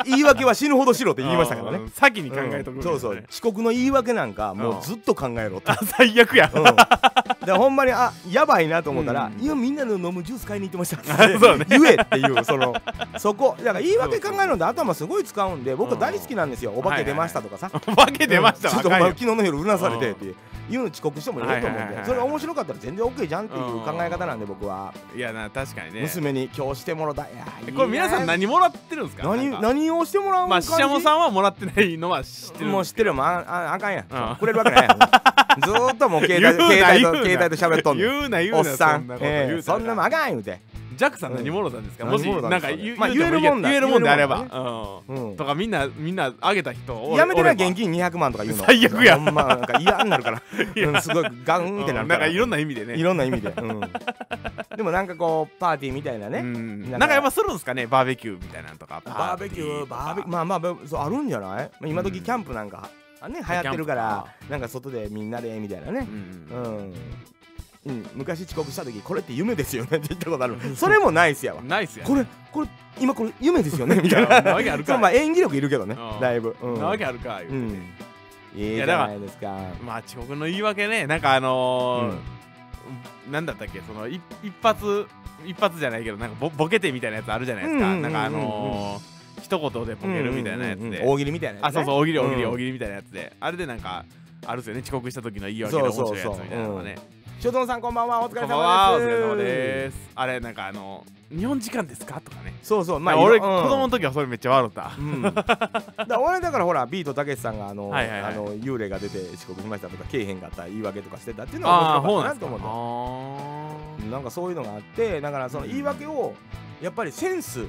Speaker 2: 言い訳は死ぬほどしろって言いましたからね
Speaker 1: 先に考えとく、
Speaker 2: うんそうそう遅刻の言い訳なんかもうずっと考えろって、
Speaker 1: 最悪や、
Speaker 2: うん、でほんまにあやばいなと思ったら、
Speaker 1: うん
Speaker 2: いやみんなの飲むジュース買いに行ってました
Speaker 1: あそうね
Speaker 2: 言えっていうそ
Speaker 1: [laughs]
Speaker 2: のそこだから言い訳考えるので頭すごい使うんで僕は大好きなんですよ、お化け出ましたとかさ、
Speaker 1: 化け出ました
Speaker 2: ちょっとお
Speaker 1: 若い
Speaker 2: 前
Speaker 1: よ
Speaker 2: 昨日の夜うなされてっていう言うの遅刻してもいいと思うんで、
Speaker 1: はいはいはいはい
Speaker 2: それ面白かったら全然 OK じゃんっていう考え方なんで僕はい
Speaker 1: やな確かにね
Speaker 2: 娘に今日してもらったいやいいね
Speaker 1: これ皆さん何もらってるんですか
Speaker 2: 何
Speaker 1: なんか
Speaker 2: 何をしてもらう
Speaker 1: まあ
Speaker 2: 感
Speaker 1: し
Speaker 2: じ
Speaker 1: しゃもさんはもらってないのは知ってる
Speaker 2: もう知ってるよもうあああかんやん、
Speaker 1: うん
Speaker 2: くれるわけない
Speaker 1: [laughs]
Speaker 2: やんずーっともう携帯
Speaker 1: 言うな
Speaker 2: 携帯
Speaker 1: 言
Speaker 2: と
Speaker 1: うな
Speaker 2: 携帯と喋っとんの
Speaker 1: 言うな言うな
Speaker 2: おっさ
Speaker 1: そん
Speaker 2: ん
Speaker 1: なこと
Speaker 2: え
Speaker 1: 言
Speaker 2: え
Speaker 1: うた
Speaker 2: そ
Speaker 1: ら
Speaker 2: んなもんあかん言うて
Speaker 1: ジャックさん何者なんですか、
Speaker 2: うん
Speaker 1: もし
Speaker 2: 何者な
Speaker 1: なん
Speaker 2: んですか
Speaker 1: か言う,、
Speaker 2: まあ
Speaker 1: てもいい
Speaker 2: 言えるもんだ
Speaker 1: 言えるもんであれば、
Speaker 2: 言える
Speaker 1: うん
Speaker 2: うん
Speaker 1: とかみんなみんなあげた人お
Speaker 2: やめてな
Speaker 1: おれば
Speaker 2: 現金200万とか言うの
Speaker 1: 最悪や
Speaker 2: ほんまなんか嫌になる
Speaker 1: [laughs]
Speaker 2: からうんすごいガンってなる
Speaker 1: うんな
Speaker 2: か
Speaker 1: んからいろんな意味でね
Speaker 2: いろんな意味で
Speaker 1: [laughs]
Speaker 2: うんでもなんかこうパーティーみたいな
Speaker 1: う
Speaker 2: ね
Speaker 1: ん
Speaker 2: なん
Speaker 1: な
Speaker 2: んか
Speaker 1: かやっぱするんですかねバーベキューみたいなのとか
Speaker 2: バーベキューバーベキュー
Speaker 1: ー
Speaker 2: まあまあまあそうあるんじゃないまあ今
Speaker 1: う
Speaker 2: 時
Speaker 1: ん
Speaker 2: キャンプなんかあね流行ってるからなんか外でみんなでみたいなね
Speaker 1: うん
Speaker 2: うんうん昔遅刻した時これって夢ですよね [laughs] って言ったことあるそれもないっすやわ
Speaker 1: ないっすよ
Speaker 2: これこれ今これ夢ですよねみた
Speaker 1: [laughs] いや
Speaker 2: い
Speaker 1: な
Speaker 2: な
Speaker 1: わけあるかい
Speaker 2: そうまあ演技力いるけどね
Speaker 1: うん
Speaker 2: だいぶうん
Speaker 1: なわけあるか言うて
Speaker 2: うん
Speaker 1: ね
Speaker 2: いい
Speaker 1: い
Speaker 2: じ
Speaker 1: や
Speaker 2: ゃ
Speaker 1: だから
Speaker 2: ないですか
Speaker 1: まあ遅刻の言い訳ねなんかあのーなんだったっけそのい一発一発じゃないけどなんかボボケてみたいなやつあるじゃないです
Speaker 2: うん
Speaker 1: か
Speaker 2: うんうん
Speaker 1: な
Speaker 2: うんん
Speaker 1: かあのー一言でボケるみたいなやつ
Speaker 2: うんうん
Speaker 1: で
Speaker 2: うん大喜利みたいなやつね
Speaker 1: あそうそう大喜利大喜利
Speaker 2: うん
Speaker 1: 大喜利みたいなやつであれでなんかあるっすよね遅刻した時の言い訳の面白いやつみたいなのがね
Speaker 2: ショトンさんこんばんはお疲れ様で
Speaker 1: こん
Speaker 2: す
Speaker 1: ばんはお疲れ様ですあれなんかあの日本時間ですかとかね
Speaker 2: そうそうま
Speaker 1: ま
Speaker 2: あ
Speaker 1: あ俺
Speaker 2: い
Speaker 1: 子
Speaker 2: ろうん
Speaker 1: 供の時はそれめっちゃ笑った
Speaker 2: うん、だから俺だからほらビートたけしさんがあの、
Speaker 1: はいはいはい
Speaker 2: あの幽霊が出て遅刻しましたとかけえへんかった言い訳とかしてたっていうの
Speaker 1: あ
Speaker 2: は
Speaker 1: あ
Speaker 2: 面白
Speaker 1: ほ
Speaker 2: か
Speaker 1: う
Speaker 2: った
Speaker 1: なん
Speaker 2: な
Speaker 1: す
Speaker 2: と
Speaker 1: か
Speaker 2: 思って
Speaker 1: あ
Speaker 2: なんかそういうのがあってだからその言い訳をやっぱりセンス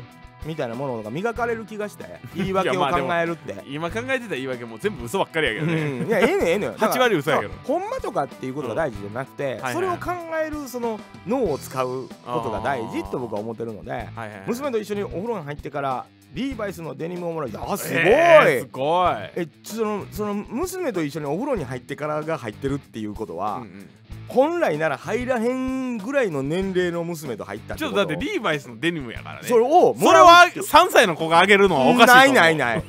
Speaker 2: みたいなものが磨かれる気がして言い訳を
Speaker 1: [laughs] いやまあ
Speaker 2: 考
Speaker 1: でも
Speaker 2: えるって。
Speaker 1: ー今考えてた言い訳も全部嘘ばっかりやけ
Speaker 2: う
Speaker 1: どね
Speaker 2: ん、いやええねんええねんだから
Speaker 1: 8割嘘やけど
Speaker 2: そうほんまとかっていうことが大事じゃなくて、
Speaker 1: はい
Speaker 2: それを考えるその脳を使うことが大事と僕は思ってるので
Speaker 1: はいはいはい
Speaker 2: 娘と一緒にお風呂に入ってからリーバイスのデニムをもらいあすごい、
Speaker 1: えーすご
Speaker 2: え
Speaker 1: い
Speaker 2: そのその娘と一緒にお風呂に入ってからが入ってるっていうことは、
Speaker 1: うんうん
Speaker 2: 本来なら入らへんぐらいの年齢の娘と入った
Speaker 1: ち
Speaker 2: こ
Speaker 1: ょっ
Speaker 2: と
Speaker 1: とだってリーバイスのデニムやからね
Speaker 2: それを
Speaker 1: それは3歳の子があげるのはおかしいと思
Speaker 2: な
Speaker 1: う
Speaker 2: いない
Speaker 1: [laughs]
Speaker 2: ない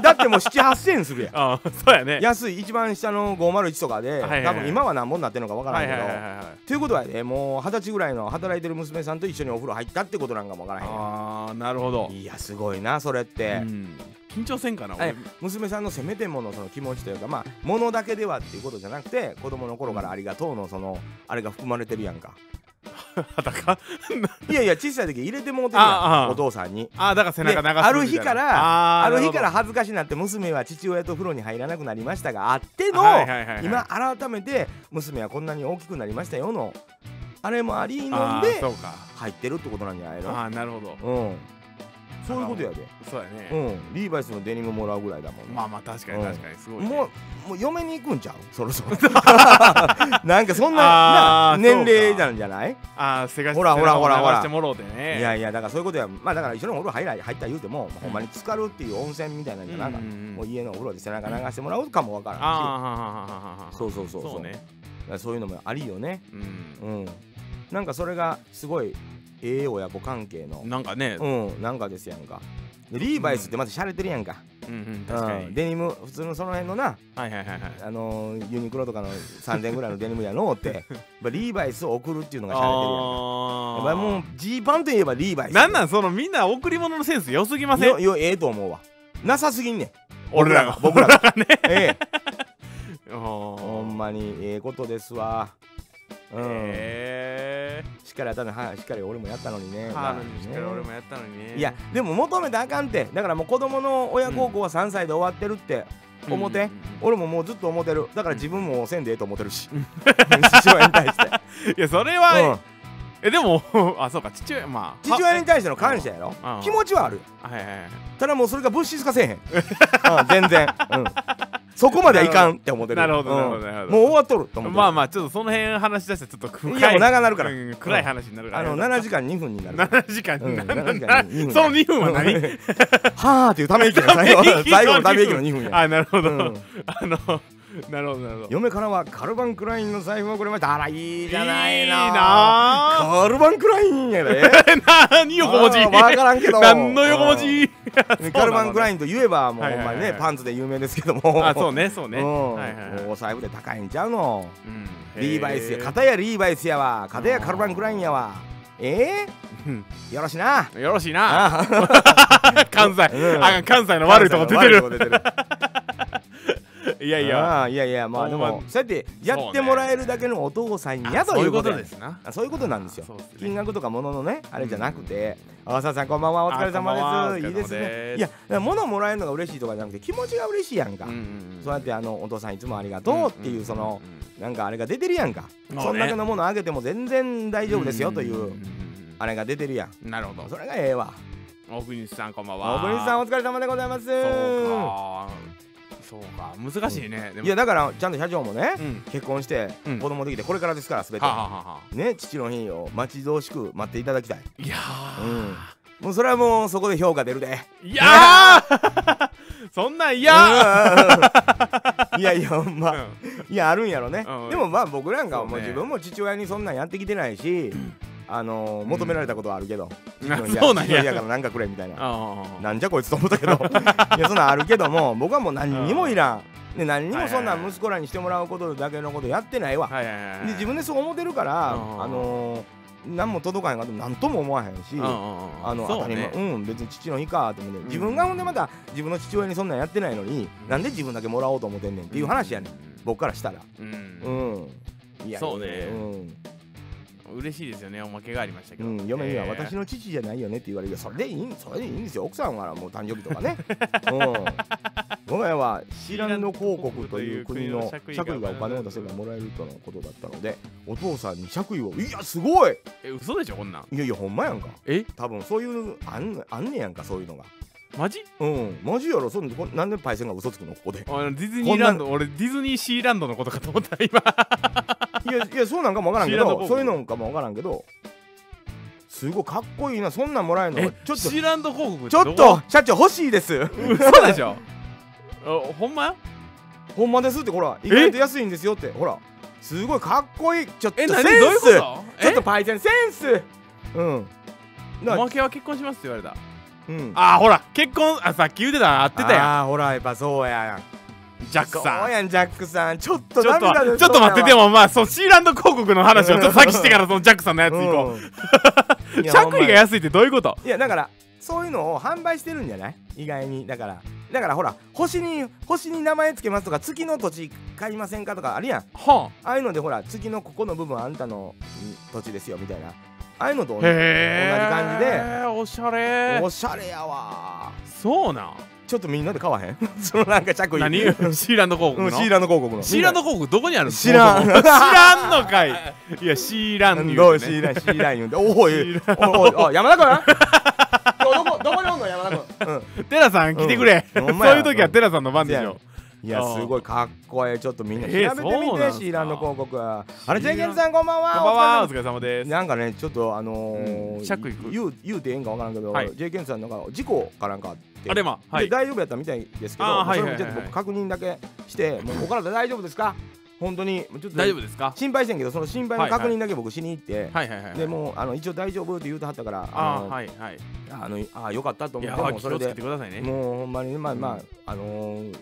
Speaker 2: だってもう78000円するやん
Speaker 1: あーそうやね
Speaker 2: 安い一番下の501とかで、
Speaker 1: はいはい
Speaker 2: 多分今は何本なってんのかわから
Speaker 1: は
Speaker 2: ん
Speaker 1: い
Speaker 2: け
Speaker 1: は
Speaker 2: ど、
Speaker 1: い
Speaker 2: と
Speaker 1: はいいはいう
Speaker 2: ことはねもう二十歳ぐらいの働いてる娘さんと一緒にお風呂入ったってことなんかもわからへんや
Speaker 1: ああなるほど
Speaker 2: んいやすごいなそれって、
Speaker 1: うん緊張せんかな
Speaker 2: は
Speaker 1: 俺
Speaker 2: い、娘さんのせめてものその気持ちというかまあ物だけではっていうことじゃなくて子供の頃から「ありがとう」のそのあれが含まれてるやんか
Speaker 1: 裸
Speaker 2: いやいや小さい時入れてもうてる
Speaker 1: あ
Speaker 2: や
Speaker 1: あ
Speaker 2: んお父さんに。
Speaker 1: ああだから背中流す
Speaker 2: で
Speaker 1: みたいな
Speaker 2: ある日から
Speaker 1: あー
Speaker 2: ある日か
Speaker 1: な
Speaker 2: ら恥ずかしになって娘は父親と風呂に入らなくなりましたがあっての、
Speaker 1: はいはいはいはい
Speaker 2: 今改めて娘はこんなに大きくなりましたよのあれもあり
Speaker 1: る
Speaker 2: の
Speaker 1: ほ
Speaker 2: ん
Speaker 1: どあー
Speaker 2: で
Speaker 1: そうか
Speaker 2: 入ってるってことなんじゃないの
Speaker 1: ああなるほど
Speaker 2: うんそういうことやで
Speaker 1: そうやね
Speaker 2: うんリーバイスのデニムもらうぐらいだもんね
Speaker 1: まあまあ確かに
Speaker 2: うん
Speaker 1: 確かにすごいね
Speaker 2: もうもう嫁に行くんちゃうそろそ
Speaker 1: [laughs]
Speaker 2: ろなんかそんなな
Speaker 1: あー
Speaker 2: 年齢なんじゃない、
Speaker 1: ああせが
Speaker 2: ほらほらほらほら
Speaker 1: してもろうてね
Speaker 2: いやいやだからそういうことやまあだから一緒にお風呂入ら入った言うても、ほんまに浸かるっていう温泉みたいなんじゃなく、
Speaker 1: うんうんうん
Speaker 2: もう家のお風呂で背中流してもらうかもわからんし
Speaker 1: ああ
Speaker 2: そうそうそうそう
Speaker 1: そうね
Speaker 2: だからそういうのもありよね
Speaker 1: うん
Speaker 2: うんなんかそれがすごいええ親子関係の
Speaker 1: なんかね
Speaker 2: うんなんかですやんかでリーバイスってまず洒落てるやんか,、
Speaker 1: うんうん
Speaker 2: うん
Speaker 1: 確かに
Speaker 2: デニム普通のその辺のな
Speaker 1: はいはいはいはい
Speaker 2: あのーユニクロとかの3000ぐらいのデニムやのう
Speaker 1: [laughs]
Speaker 2: ってやっぱリーバイスを送るっていうのがしゃれてるやんやっぱりも
Speaker 1: あ
Speaker 2: うジーパンといえばリーバイ
Speaker 1: あ
Speaker 2: ス
Speaker 1: なんなんそのみんな贈り物のセンス良すぎません
Speaker 2: よよええと思うわなさすぎんねん
Speaker 1: 俺らが
Speaker 2: 僕らが [laughs] ええほ
Speaker 1: ほ
Speaker 2: んまにええことですわうん、
Speaker 1: へえ
Speaker 2: しっかりやったのはしっかり俺もやったのにね
Speaker 1: ハード
Speaker 2: まあ
Speaker 1: に
Speaker 2: ね
Speaker 1: しっかり俺もやったのにね
Speaker 2: いやでも求めたらあかんってだからもう子供の親孝行は3歳で終わってるって思って、
Speaker 1: うん
Speaker 2: 俺ももうずっと思ってるだから自分もせんでええと思ってる
Speaker 1: [laughs]
Speaker 2: し父親に対して、
Speaker 1: いやそれ
Speaker 2: うん
Speaker 1: [laughs] はえでも [laughs] あそうか父親まあ
Speaker 2: 父親に対しての感謝やろ
Speaker 1: うん
Speaker 2: 気持ちはあるよ
Speaker 1: ははいはいはい
Speaker 2: ただもうそれが物質化せえへん、うん、全然、うん、そこまではいかんって思ってる
Speaker 1: なるほど
Speaker 2: うん
Speaker 1: なるほどなるほど
Speaker 2: もう終わっとると思ってる
Speaker 1: まあまあちょっとその辺話し出したらちょっと深い
Speaker 2: いやもう長なるから
Speaker 1: うん暗い話になるか
Speaker 2: あ
Speaker 1: ら
Speaker 2: の7時間2分になるから
Speaker 1: 7時間
Speaker 2: うん
Speaker 1: 7
Speaker 2: 7
Speaker 1: 時
Speaker 2: 時
Speaker 1: 間
Speaker 2: 間
Speaker 1: に
Speaker 2: に
Speaker 1: その2分は何
Speaker 2: はあっていうため息が最後最後のため息の2分や
Speaker 1: [laughs] あなるほど、
Speaker 2: うん
Speaker 1: あのなるほどなるほど
Speaker 2: 嫁からはカルバンクラインの財布をくれましたあらいいじゃないの
Speaker 1: いいな
Speaker 2: カルバンクラインやで
Speaker 1: 何 [laughs] 横文字
Speaker 2: あーわからんけど
Speaker 1: 何の横文字
Speaker 2: カルバンクラインといえばもう
Speaker 1: は
Speaker 2: ほ
Speaker 1: い
Speaker 2: ん
Speaker 1: は
Speaker 2: ま
Speaker 1: いはい
Speaker 2: にねパンツで有名ですけども
Speaker 1: あそうねそうね、
Speaker 2: うん
Speaker 1: はいはいはい
Speaker 2: お財布で高いんちゃうの
Speaker 1: うん
Speaker 2: リーバイスや
Speaker 1: へー
Speaker 2: 片やリーバイスやわ片やカルバンクラインやわえ
Speaker 1: うん
Speaker 2: えよろしな
Speaker 1: よろしいな
Speaker 2: ああ
Speaker 1: [laughs] 関西、
Speaker 2: うん
Speaker 1: あ関西 [laughs] の悪いとこ出て
Speaker 2: 悪い
Speaker 1: る
Speaker 2: とこ出てる
Speaker 1: [laughs] いやいや
Speaker 2: ああいやいやまあで
Speaker 1: ほん
Speaker 2: も
Speaker 1: ま
Speaker 2: そうやってやってもらえるだけのお父さんやと
Speaker 1: そう
Speaker 2: い
Speaker 1: いうう
Speaker 2: こ
Speaker 1: ことと
Speaker 2: や
Speaker 1: ですな
Speaker 2: あそういうことなんですよ
Speaker 1: そうですね
Speaker 2: 金額とか物のねあれじゃなくて大沢さんこんばんはお疲れ
Speaker 1: あこんばんは
Speaker 2: 様
Speaker 1: お
Speaker 2: ですい
Speaker 1: 疲れ様
Speaker 2: いです
Speaker 1: で
Speaker 2: ね
Speaker 1: す
Speaker 2: いやだから物もらえるのが嬉しいとかじゃなくて気持ちが嬉しいやんか
Speaker 1: うんうんうん
Speaker 2: そうやってあのお父さんいつもありがとうっていうそのなんかあれが出てるやんか
Speaker 1: そうね
Speaker 2: そんだけのものあげても全然大丈夫ですよとい
Speaker 1: んん
Speaker 2: うん
Speaker 1: ん
Speaker 2: あれが出てるやん
Speaker 1: なるほど
Speaker 2: それがええわ
Speaker 1: 大国さんこんばんは
Speaker 2: 小栗さんお疲れ様でございます
Speaker 1: そうかそうか難しいねでも
Speaker 2: いやだからちゃんと社長もね
Speaker 1: うん
Speaker 2: 結婚して
Speaker 1: うん
Speaker 2: 子供できてこれからですから全て
Speaker 1: はあはあはあはあ
Speaker 2: ね父の日を待ち遠しく待っていただきたい
Speaker 1: いやー
Speaker 2: うんもうそれはもうそこで評価出るで
Speaker 1: いやーそんなんいや
Speaker 2: うんいやいやほん
Speaker 1: ー
Speaker 2: まいやあるんやろね
Speaker 1: うん
Speaker 2: でもまあ僕なんかはも
Speaker 1: そう
Speaker 2: う
Speaker 1: ね
Speaker 2: 自分も父親にそんなんやってきてないしあのー求められたことはあるけど
Speaker 1: う
Speaker 2: 父
Speaker 1: ん
Speaker 2: の日
Speaker 1: そうなんや
Speaker 2: 父の日からなんかくれみたいな
Speaker 1: あ
Speaker 2: なんじゃこいつと思ったけどいやそんなんあるけども僕はもう何にもいらんね何にもそんなん息子らにしてもらうことだけのことやってないわ
Speaker 1: ーはいはいはいはい
Speaker 2: で自分でそう思ってるからあ
Speaker 1: うん
Speaker 2: のー何も届かへんかって何とも思わへんし
Speaker 1: うんうんうん
Speaker 2: あの
Speaker 1: そ
Speaker 2: 当
Speaker 1: う
Speaker 2: たり前
Speaker 1: ね
Speaker 2: うん別に父の日かって思って
Speaker 1: ん
Speaker 2: 自分がほんでまた自分の父親にそんなんやってないのに
Speaker 1: うん
Speaker 2: なんで自分だけもらおうと思ってんねんっていう話やねん僕からしたら
Speaker 1: うん
Speaker 2: う
Speaker 1: うん
Speaker 2: んいや
Speaker 1: そうね
Speaker 2: うん
Speaker 1: 嬉しいですよねおまけがありましたけ
Speaker 2: う
Speaker 1: ど
Speaker 2: ん、嫁には
Speaker 1: えー
Speaker 2: 私の父じゃないよねって言われるけどそれでいいんそれでいいんですよ奥さんはもう誕生日とかね、
Speaker 1: [laughs]
Speaker 2: うん、我が家はシランド公国という国の
Speaker 1: シ
Speaker 2: 借
Speaker 1: ャクイ
Speaker 2: 位
Speaker 1: が
Speaker 2: がお金を出せばもらえるとのことだったのでお父さんに借位をいやすごい
Speaker 1: え嘘でしょこんなん
Speaker 2: いやいやほんまやんか
Speaker 1: え
Speaker 2: 多分そういうあんあんねやんかそういうのが
Speaker 1: マジ
Speaker 2: うんマジやろそんでこなんでパイセンが嘘つくのここ
Speaker 1: [laughs]
Speaker 2: で
Speaker 1: あのディズニーランド俺ディズニーシーランドのことかと思った今
Speaker 2: いやいやそうなんかもわからんけ
Speaker 1: シーランド公
Speaker 2: ど
Speaker 1: 国
Speaker 2: そういうのかもわからんけどすごいかっこいいなそんなんもらえる
Speaker 1: [laughs]
Speaker 2: のが
Speaker 1: え
Speaker 2: ちょっと
Speaker 1: シーランド広告
Speaker 2: ちょっと社長欲しいです
Speaker 1: 嘘でしょあほんま
Speaker 2: ほんまですってほら意外と安いんですよってほらすごいかっこいいちょっとセ
Speaker 1: え
Speaker 2: ンス
Speaker 1: 何どういうこと
Speaker 2: ちょっ
Speaker 1: え
Speaker 2: とパイセンセンスうんだ
Speaker 1: おまけは結婚しますって言われた
Speaker 2: うん
Speaker 1: あーほら結婚あさっき言うてた合ってたや
Speaker 2: あーほらやっぱそうや
Speaker 1: んジャック
Speaker 2: そう
Speaker 1: さん
Speaker 2: やんジャックさんちょっと
Speaker 1: ちょっ
Speaker 2: 涙
Speaker 1: と
Speaker 2: 出
Speaker 1: ちょっと待って
Speaker 2: そう
Speaker 1: で
Speaker 2: やわ
Speaker 1: もまあそうシーランド広告の話をちょっと先してからそのジャックさんのやつ行こ
Speaker 2: うん
Speaker 1: う
Speaker 2: い
Speaker 1: [laughs] 着
Speaker 2: や
Speaker 1: 衣が
Speaker 2: ほんま
Speaker 1: 安いってどういうこと
Speaker 2: にいやだからそういうのを販売してるんじゃない意外にだからだからほら星に星に名前つけますとか月の土地買いませんかとかあるやん
Speaker 1: は
Speaker 2: ああいうのでほら月のここの部分あんたのん土地ですよみたいなああいうのと
Speaker 1: あ
Speaker 2: 同じ
Speaker 1: へ
Speaker 2: 同じ
Speaker 1: えおしゃれ
Speaker 2: おしゃれやわ
Speaker 1: そうなん
Speaker 2: ちょっとみんなで買わへん [laughs] そのなんか着衣
Speaker 1: 何
Speaker 2: うん
Speaker 1: シーランド広告の
Speaker 2: シーランド広告の
Speaker 1: シーランド
Speaker 2: み
Speaker 1: 広告どこにあるの
Speaker 2: 知らん
Speaker 1: そもそも知らんのかい [laughs] いやシーラン
Speaker 2: んな
Speaker 1: ド
Speaker 2: どうシ
Speaker 1: ね
Speaker 2: ーランシーラン言うんでおおい
Speaker 1: シ
Speaker 2: おいおい山田 [laughs] 君今日どこどこにおんの山田君、うん
Speaker 1: テラさん来てくれ、
Speaker 2: うんほんまや
Speaker 1: そういう時はテラさんの番でしょ、
Speaker 2: いやすごいかっこええちょっとみんな調べてみて、
Speaker 1: えーそうなんすか
Speaker 2: シーランド広告あれ
Speaker 1: シーラン
Speaker 2: ジェイケンさんこんばんは
Speaker 1: こんばんは
Speaker 2: お疲れ様
Speaker 1: お疲れ様です
Speaker 2: なんかねちょっとあのー
Speaker 1: うん尺いく
Speaker 2: 言う言うてええんかわからんけど、
Speaker 1: はい
Speaker 2: J ケンさんなんか事故かなんかあって
Speaker 1: あれまあは
Speaker 2: で
Speaker 1: い
Speaker 2: 大丈夫やったみたいですけど、
Speaker 1: あー
Speaker 2: まあ
Speaker 1: はい
Speaker 2: そ
Speaker 1: はい
Speaker 2: れ
Speaker 1: は
Speaker 2: も
Speaker 1: い
Speaker 2: ちょっと僕確認だけして「もうお体大丈夫ですか?」本当にちょっと
Speaker 1: 大丈夫ですか
Speaker 2: 心配してんけどその心配の確認だけ僕しに行って、
Speaker 1: はいはいはい
Speaker 2: でもうあの一応大丈夫って言うてはったから
Speaker 1: あ
Speaker 2: の
Speaker 1: ーはいはいい
Speaker 2: あのあーよかったと思っ
Speaker 1: や
Speaker 2: てもう
Speaker 1: ー気
Speaker 2: そ
Speaker 1: を
Speaker 2: れ
Speaker 1: つけ
Speaker 2: で
Speaker 1: てくださいね
Speaker 2: もうほんまにねまあまああのー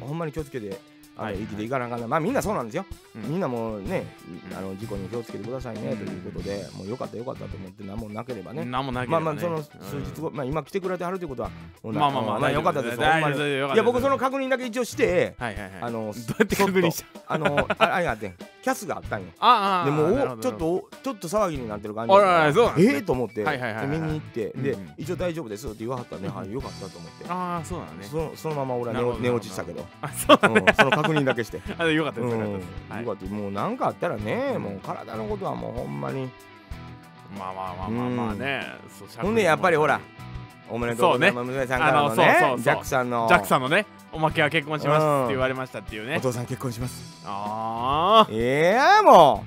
Speaker 2: ほんまに気をつけて。あの
Speaker 1: はい
Speaker 2: 生きていかなあかんな、まあみんなそうなんですよ、
Speaker 1: うん
Speaker 2: みんなもうね
Speaker 1: うん
Speaker 2: あの事故に気をつけてくださいね、
Speaker 1: うん
Speaker 2: ということでもうよかったよかったと思って何もなければね
Speaker 1: 何もなけれ
Speaker 2: まあ
Speaker 1: ば、ね、
Speaker 2: まあその数日後、まあ今来てくれてはるということはもうな
Speaker 1: まあまあまあ大丈夫
Speaker 2: よかったですほ
Speaker 1: 大
Speaker 2: んま
Speaker 1: 丈夫
Speaker 2: に
Speaker 1: ですよかったです
Speaker 2: いや僕その確認だけ一応して
Speaker 1: うんはいはいはい
Speaker 2: あ
Speaker 1: [laughs]
Speaker 2: の
Speaker 1: どうやって確認した
Speaker 2: あのああれがあってんキャスがあったんよ
Speaker 1: あーあ
Speaker 2: で
Speaker 1: ー
Speaker 2: も
Speaker 1: なる
Speaker 2: お
Speaker 1: ほど
Speaker 2: ちょっとおちょっと騒ぎになってる感じ
Speaker 1: あらららそうなんですね
Speaker 2: ええと思ってで
Speaker 1: はいはいはいはい
Speaker 2: 見に行ってで
Speaker 1: うんうん
Speaker 2: 一応大丈夫ですって言わはったんではいよかったと思って
Speaker 1: ああそうなのね
Speaker 2: そのそのまま俺は
Speaker 1: な
Speaker 2: 寝
Speaker 1: るほ
Speaker 2: 落
Speaker 1: ど
Speaker 2: 寝落ちしたけど
Speaker 1: あそう
Speaker 2: うんその確認だけして
Speaker 1: [laughs] あよかった
Speaker 2: う
Speaker 1: で
Speaker 2: ん
Speaker 1: す
Speaker 2: よ
Speaker 1: よか
Speaker 2: か
Speaker 1: ったです、はい、
Speaker 2: ったもうなんかあったらねもう体のことはもうほんまに
Speaker 1: まあまあまあまあまあね、そう
Speaker 2: ほんでやっぱりほらおめでとうございます、娘さんからの
Speaker 1: あのそうそう
Speaker 2: ね
Speaker 1: そう
Speaker 2: ジャックさんの
Speaker 1: ジャックさんのねおまけは結婚しますって言われましたっていう
Speaker 2: お
Speaker 1: ね
Speaker 2: 父さん結婚し
Speaker 1: [laughs]
Speaker 2: ます
Speaker 1: あ
Speaker 2: いやーも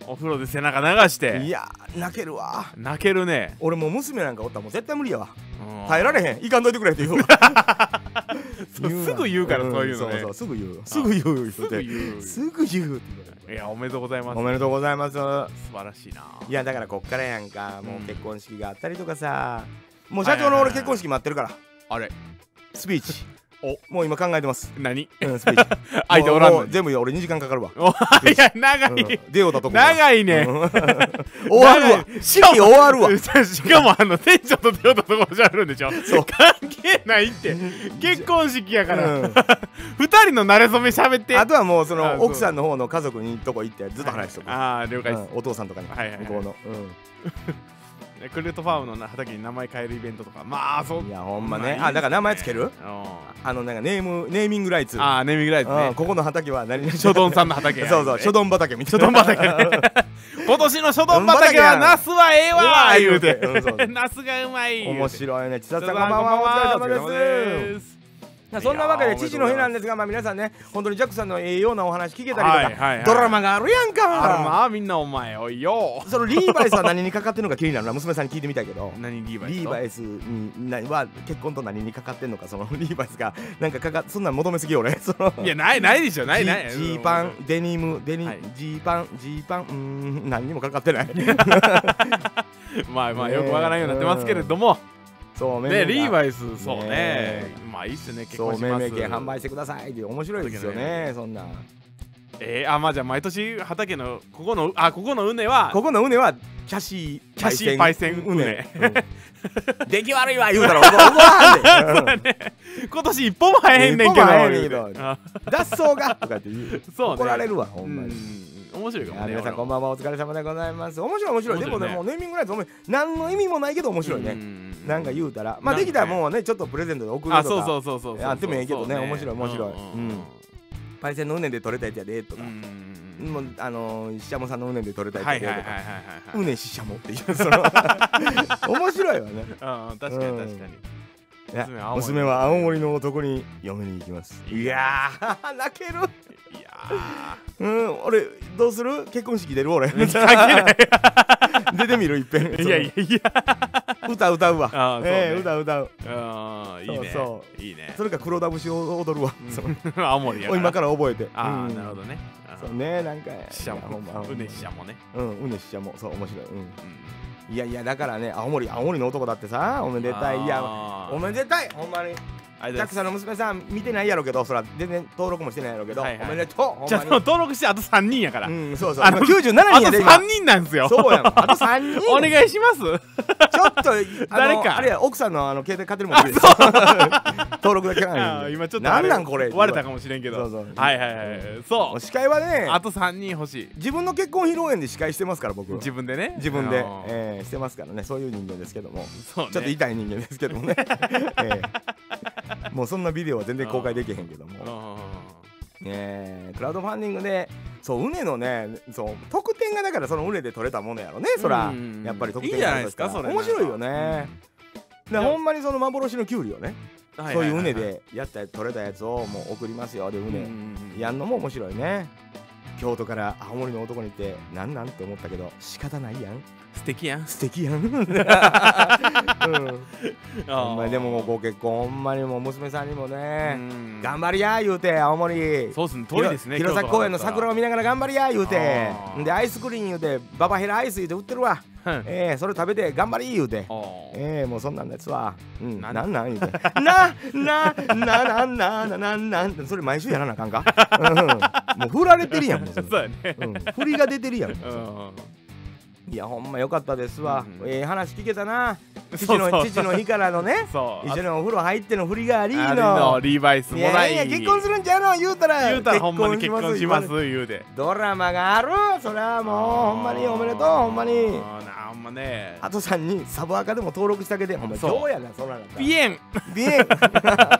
Speaker 1: ーお風呂で背中流し
Speaker 2: うい
Speaker 1: て
Speaker 2: やー泣けるわ
Speaker 1: 泣けるね
Speaker 2: 俺もう娘なんかおったらもう絶対無理やわ
Speaker 1: うん
Speaker 2: 耐えられへんいかんといてくれって言うわ
Speaker 1: [laughs] そう
Speaker 2: わ
Speaker 1: すぐ言うからそういうの
Speaker 2: そ
Speaker 1: ね
Speaker 2: うそうすぐ言うすぐ言う言う
Speaker 1: すぐ
Speaker 2: て
Speaker 1: 言う
Speaker 2: すぐ言うって言われ
Speaker 1: いやおめでとうございます
Speaker 2: たおめでとうございます
Speaker 1: 素晴らしいない
Speaker 2: やだからこっからやんかもう
Speaker 1: うん
Speaker 2: 結婚式があったりとかさもう社長の
Speaker 1: はいは
Speaker 2: 俺
Speaker 1: いはいはい
Speaker 2: 結婚式待ってるから
Speaker 1: あれ
Speaker 2: スピーチもう今考えて
Speaker 1: [laughs]
Speaker 2: ます
Speaker 1: 何
Speaker 2: うんスピーチ
Speaker 1: 相手おらん
Speaker 2: もうもう
Speaker 1: のに
Speaker 2: 全部で俺2時間かかるわ
Speaker 1: おいや長
Speaker 2: うん
Speaker 1: い
Speaker 2: 出ようだとこい
Speaker 1: 長いね [laughs]
Speaker 2: 終わるわ
Speaker 1: しか
Speaker 2: いや終わるわ
Speaker 1: わしかもあの店長と手を取ったところじゃあるんでしょ
Speaker 2: そう
Speaker 1: 関係ないって結婚式やから、
Speaker 2: うん
Speaker 1: 二人の馴れ初め喋って
Speaker 2: あとはもうそ
Speaker 1: あ
Speaker 2: の
Speaker 1: そう
Speaker 2: 奥さんの方の家族にとこ行ってずっと話しとく
Speaker 1: ああ了解
Speaker 2: う
Speaker 1: です
Speaker 2: ん、お父さんとかに
Speaker 1: はいはいはい
Speaker 2: 向こうのうん
Speaker 1: クルートファームの畑に名前変えるイベントとかまあそう
Speaker 2: いやほんま
Speaker 1: まあ
Speaker 2: ね
Speaker 1: いいですね
Speaker 2: あだから名前つける
Speaker 1: うんあ
Speaker 2: あのなんかネームネーミングライツう
Speaker 1: あネーミングライズ
Speaker 2: ん
Speaker 1: ね
Speaker 2: ここの畑は何々
Speaker 1: 初丼さんの畑や
Speaker 2: [laughs] そうそう初丼畑みたいな
Speaker 1: 初丼
Speaker 2: 畑
Speaker 1: 今年の初丼畑はナスはええわー言うて
Speaker 2: うんそうそう
Speaker 1: ナスがうまい言うて
Speaker 2: 面白いね千
Speaker 1: ちょっ
Speaker 2: 里
Speaker 1: と
Speaker 2: さん
Speaker 1: こ
Speaker 2: こんばんはお疲れ様です
Speaker 1: す
Speaker 2: まあそんなわけで父の日なんですが、まあ、皆さんね本当にジャックさんのええようなお話聞けたりとか、
Speaker 1: はいはいはい
Speaker 2: ドラマがあるやん
Speaker 1: あら
Speaker 2: か
Speaker 1: まあみんなお前おいよ
Speaker 2: そのリーバイスは何にかかってるのか気になるな娘さんに聞いてみたいけど
Speaker 1: 何リーバイス
Speaker 2: [laughs] リーバイスになは結婚と何にかかってんのかそのリーバイスがなんかかかそんなん求めすぎよ [laughs] 俺その
Speaker 1: いやないないでしょない
Speaker 2: ジ
Speaker 1: ない
Speaker 2: ジーパンデニムデニ
Speaker 1: はい
Speaker 2: ジーパンジーパンうーん何にもかか [laughs] ってない
Speaker 1: まあまあよくわからんようになってますけれども
Speaker 2: そうめんめ
Speaker 1: ね
Speaker 2: んが
Speaker 1: リーバイスそう
Speaker 2: ね
Speaker 1: ねまあいいっすね結
Speaker 2: そ
Speaker 1: 婚
Speaker 2: う
Speaker 1: し
Speaker 2: めん
Speaker 1: ま
Speaker 2: め
Speaker 1: す
Speaker 2: ん券販売してくださいっていう面白いですよねそんなん
Speaker 1: えー、あまあじゃあ毎年畑のここのあここの畝は
Speaker 2: ここのうねはキャシー
Speaker 1: キャシーパイセン
Speaker 2: うね
Speaker 1: う
Speaker 2: うん出来悪いわ言う
Speaker 1: [laughs]
Speaker 2: たら怒らんで
Speaker 1: 今年一本も生えへんねんけど
Speaker 2: 一本も生えへんけど
Speaker 1: 言うてあ
Speaker 2: 脱走がとかって言う
Speaker 1: そうね
Speaker 2: 怒られるわほ
Speaker 1: うん
Speaker 2: まに
Speaker 1: ん面白いか
Speaker 2: い
Speaker 1: も
Speaker 2: や
Speaker 1: ね
Speaker 2: 皆さんこん
Speaker 1: ばん
Speaker 2: ばんはお疲れ様でございます面白い面白い
Speaker 1: 面
Speaker 2: で
Speaker 1: 白
Speaker 2: も
Speaker 1: い
Speaker 2: ね
Speaker 1: ね
Speaker 2: もうネーミングライズお前何の意味もないけど面白いねなんか言
Speaker 1: う
Speaker 2: うたらまあ
Speaker 1: なんかね
Speaker 2: できたらもうねちょっとプレゼントで送る
Speaker 1: あ
Speaker 2: と
Speaker 1: そうそ
Speaker 2: か
Speaker 1: うそうそうそう
Speaker 2: あってもええけどね
Speaker 1: そう
Speaker 2: 面白い面白い
Speaker 1: うんうん
Speaker 2: パイセンのうねで取れたやつやでと
Speaker 1: う
Speaker 2: か
Speaker 1: んうん
Speaker 2: もうあのーししゃもさんのうねで取れた
Speaker 1: は
Speaker 2: や
Speaker 1: い
Speaker 2: つ
Speaker 1: は
Speaker 2: や
Speaker 1: いはい
Speaker 2: で
Speaker 1: はい
Speaker 2: とか
Speaker 1: は
Speaker 2: うねししゃもっていう
Speaker 1: [laughs]
Speaker 2: その面白いわね
Speaker 1: いはいうん確かに確かに
Speaker 2: いや
Speaker 1: 娘は青森
Speaker 2: 娘は青森の男に嫁に行きます
Speaker 1: い
Speaker 2: い
Speaker 1: や
Speaker 2: や
Speaker 1: [laughs]
Speaker 2: ー泣ける
Speaker 1: いやー
Speaker 2: うん俺どうする結婚式出る俺 [laughs] 出てみるいっぺん
Speaker 1: [laughs] いやいやいや
Speaker 2: 歌歌うわ
Speaker 1: あーそうね
Speaker 2: ええ歌歌う
Speaker 1: うんいいね
Speaker 2: そう
Speaker 1: いいね
Speaker 2: それか黒ダブシを踊るわ、
Speaker 1: うん [laughs]
Speaker 2: そ
Speaker 1: 青森や
Speaker 2: の今からら覚えて
Speaker 1: あ
Speaker 2: う
Speaker 1: あ
Speaker 2: ん
Speaker 1: なるほどね
Speaker 2: そうねなんか
Speaker 1: ししゃも
Speaker 2: いやほんま
Speaker 1: うねししゃもね
Speaker 2: うんうねししゃもそう面白い、う
Speaker 1: うん
Speaker 2: ん、いやいやだからね青森青森の男だってさおめでたいいや
Speaker 1: あー
Speaker 2: おめでたいほんまに
Speaker 1: あり
Speaker 2: ジャ
Speaker 1: が
Speaker 2: ック
Speaker 1: とうございます
Speaker 2: さんの娘さん見てないやろうけどそら全然登録もしてないやろうけど、
Speaker 1: はいは
Speaker 2: お
Speaker 1: い
Speaker 2: めでとうほん
Speaker 1: じゃあ
Speaker 2: まに
Speaker 1: 登録してあと3人やから、
Speaker 2: うんそうそう
Speaker 1: あ
Speaker 2: あ
Speaker 1: の
Speaker 2: の97人
Speaker 1: あと
Speaker 2: やで今
Speaker 1: 3人なんですよ
Speaker 2: そうやんあと3人
Speaker 1: [laughs] お願いします
Speaker 2: ちょっとあの
Speaker 1: 誰か
Speaker 2: あれや奥さんのあの携帯買ってるもんね [laughs] 登録だけか
Speaker 1: あ
Speaker 2: な
Speaker 1: ー
Speaker 2: い
Speaker 1: 今ちょっとあ
Speaker 2: なんなんこれ
Speaker 1: 割れたかもしれんけど
Speaker 2: そうそう
Speaker 1: はいはいはいそ
Speaker 2: もう
Speaker 1: う
Speaker 2: 司会はね
Speaker 1: あと3人欲しい
Speaker 2: 自分の結婚披露宴で司会してますから僕
Speaker 1: 自分でね
Speaker 2: 自分で
Speaker 1: あ、のー
Speaker 2: えーしてますからねそういう人間ですけども、
Speaker 1: そうね
Speaker 2: ちょっと痛い人間ですけども
Speaker 1: [laughs]
Speaker 2: ね、えーもうそんなビデオは全然公開できへんけども、えークラウドファンディングでそううねのねそう特典がだからそのうねで取れたものやろねそら
Speaker 1: うん
Speaker 2: やっぱり特
Speaker 1: いい
Speaker 2: 典
Speaker 1: じゃ
Speaker 2: が
Speaker 1: な
Speaker 2: あ
Speaker 1: い
Speaker 2: るです
Speaker 1: で
Speaker 2: す
Speaker 1: か
Speaker 2: か
Speaker 1: そ
Speaker 2: ら
Speaker 1: れ
Speaker 2: 面白いよね、でほんまにその幻のキュウリをね
Speaker 1: うん
Speaker 2: そういううね
Speaker 1: は
Speaker 2: でやった取れたやつをもう送りますよでう
Speaker 1: いはいはい
Speaker 2: ね、
Speaker 1: うん
Speaker 2: やんのも面白いね京都から青森の男に行ってなんなんって思ったけど仕方ないやん
Speaker 1: 素敵やん
Speaker 2: 素敵や
Speaker 1: [laughs]
Speaker 2: ん、うん、ほんまにでももうご結婚ほんまにもう娘さんにもね、頑
Speaker 1: 張
Speaker 2: 張りや言うて青森
Speaker 1: そうですね遠いですね
Speaker 2: 弘前公園の桜を見ながら頑張りや言うて
Speaker 1: あー
Speaker 2: でアイスクリーン言うてババヘラアイス言うて売ってるわ、
Speaker 1: うん
Speaker 2: ええそれ食べて頑張り言うて
Speaker 1: おー
Speaker 2: ええもうそんなんですわ。うん、
Speaker 1: な
Speaker 2: なんんなん言うて。 [laughs] な、な、な、な、な、な、な、なんそれ毎週やらなあかんか。うん、もう振られてるやん。も [laughs] うそれ
Speaker 1: そうやね
Speaker 2: うん、振りが出てるやん。
Speaker 1: うん
Speaker 2: いや、ほんま良かったですわ
Speaker 1: う。ん
Speaker 2: ええ話聞けたな。父
Speaker 1: そうそう
Speaker 2: の、父の日からのね。
Speaker 1: そう
Speaker 2: 一緒にお風呂入っての振りがあり
Speaker 1: あの
Speaker 2: の。
Speaker 1: リーバイス
Speaker 2: い
Speaker 1: もら
Speaker 2: や
Speaker 1: い
Speaker 2: いや、結婚するんちゃうの、言うたら。
Speaker 1: 言うたらほんまに結婚します
Speaker 2: 言われ
Speaker 1: 言うて
Speaker 2: ドラマがある。それはもう、ほんまにおめでとう、ほんまに。
Speaker 1: あーなあほんまね
Speaker 2: あとさんにサブアカでも登録してあげて、ほんま
Speaker 1: そう
Speaker 2: 今日やな、そんなの。
Speaker 1: ピエン
Speaker 2: ピエン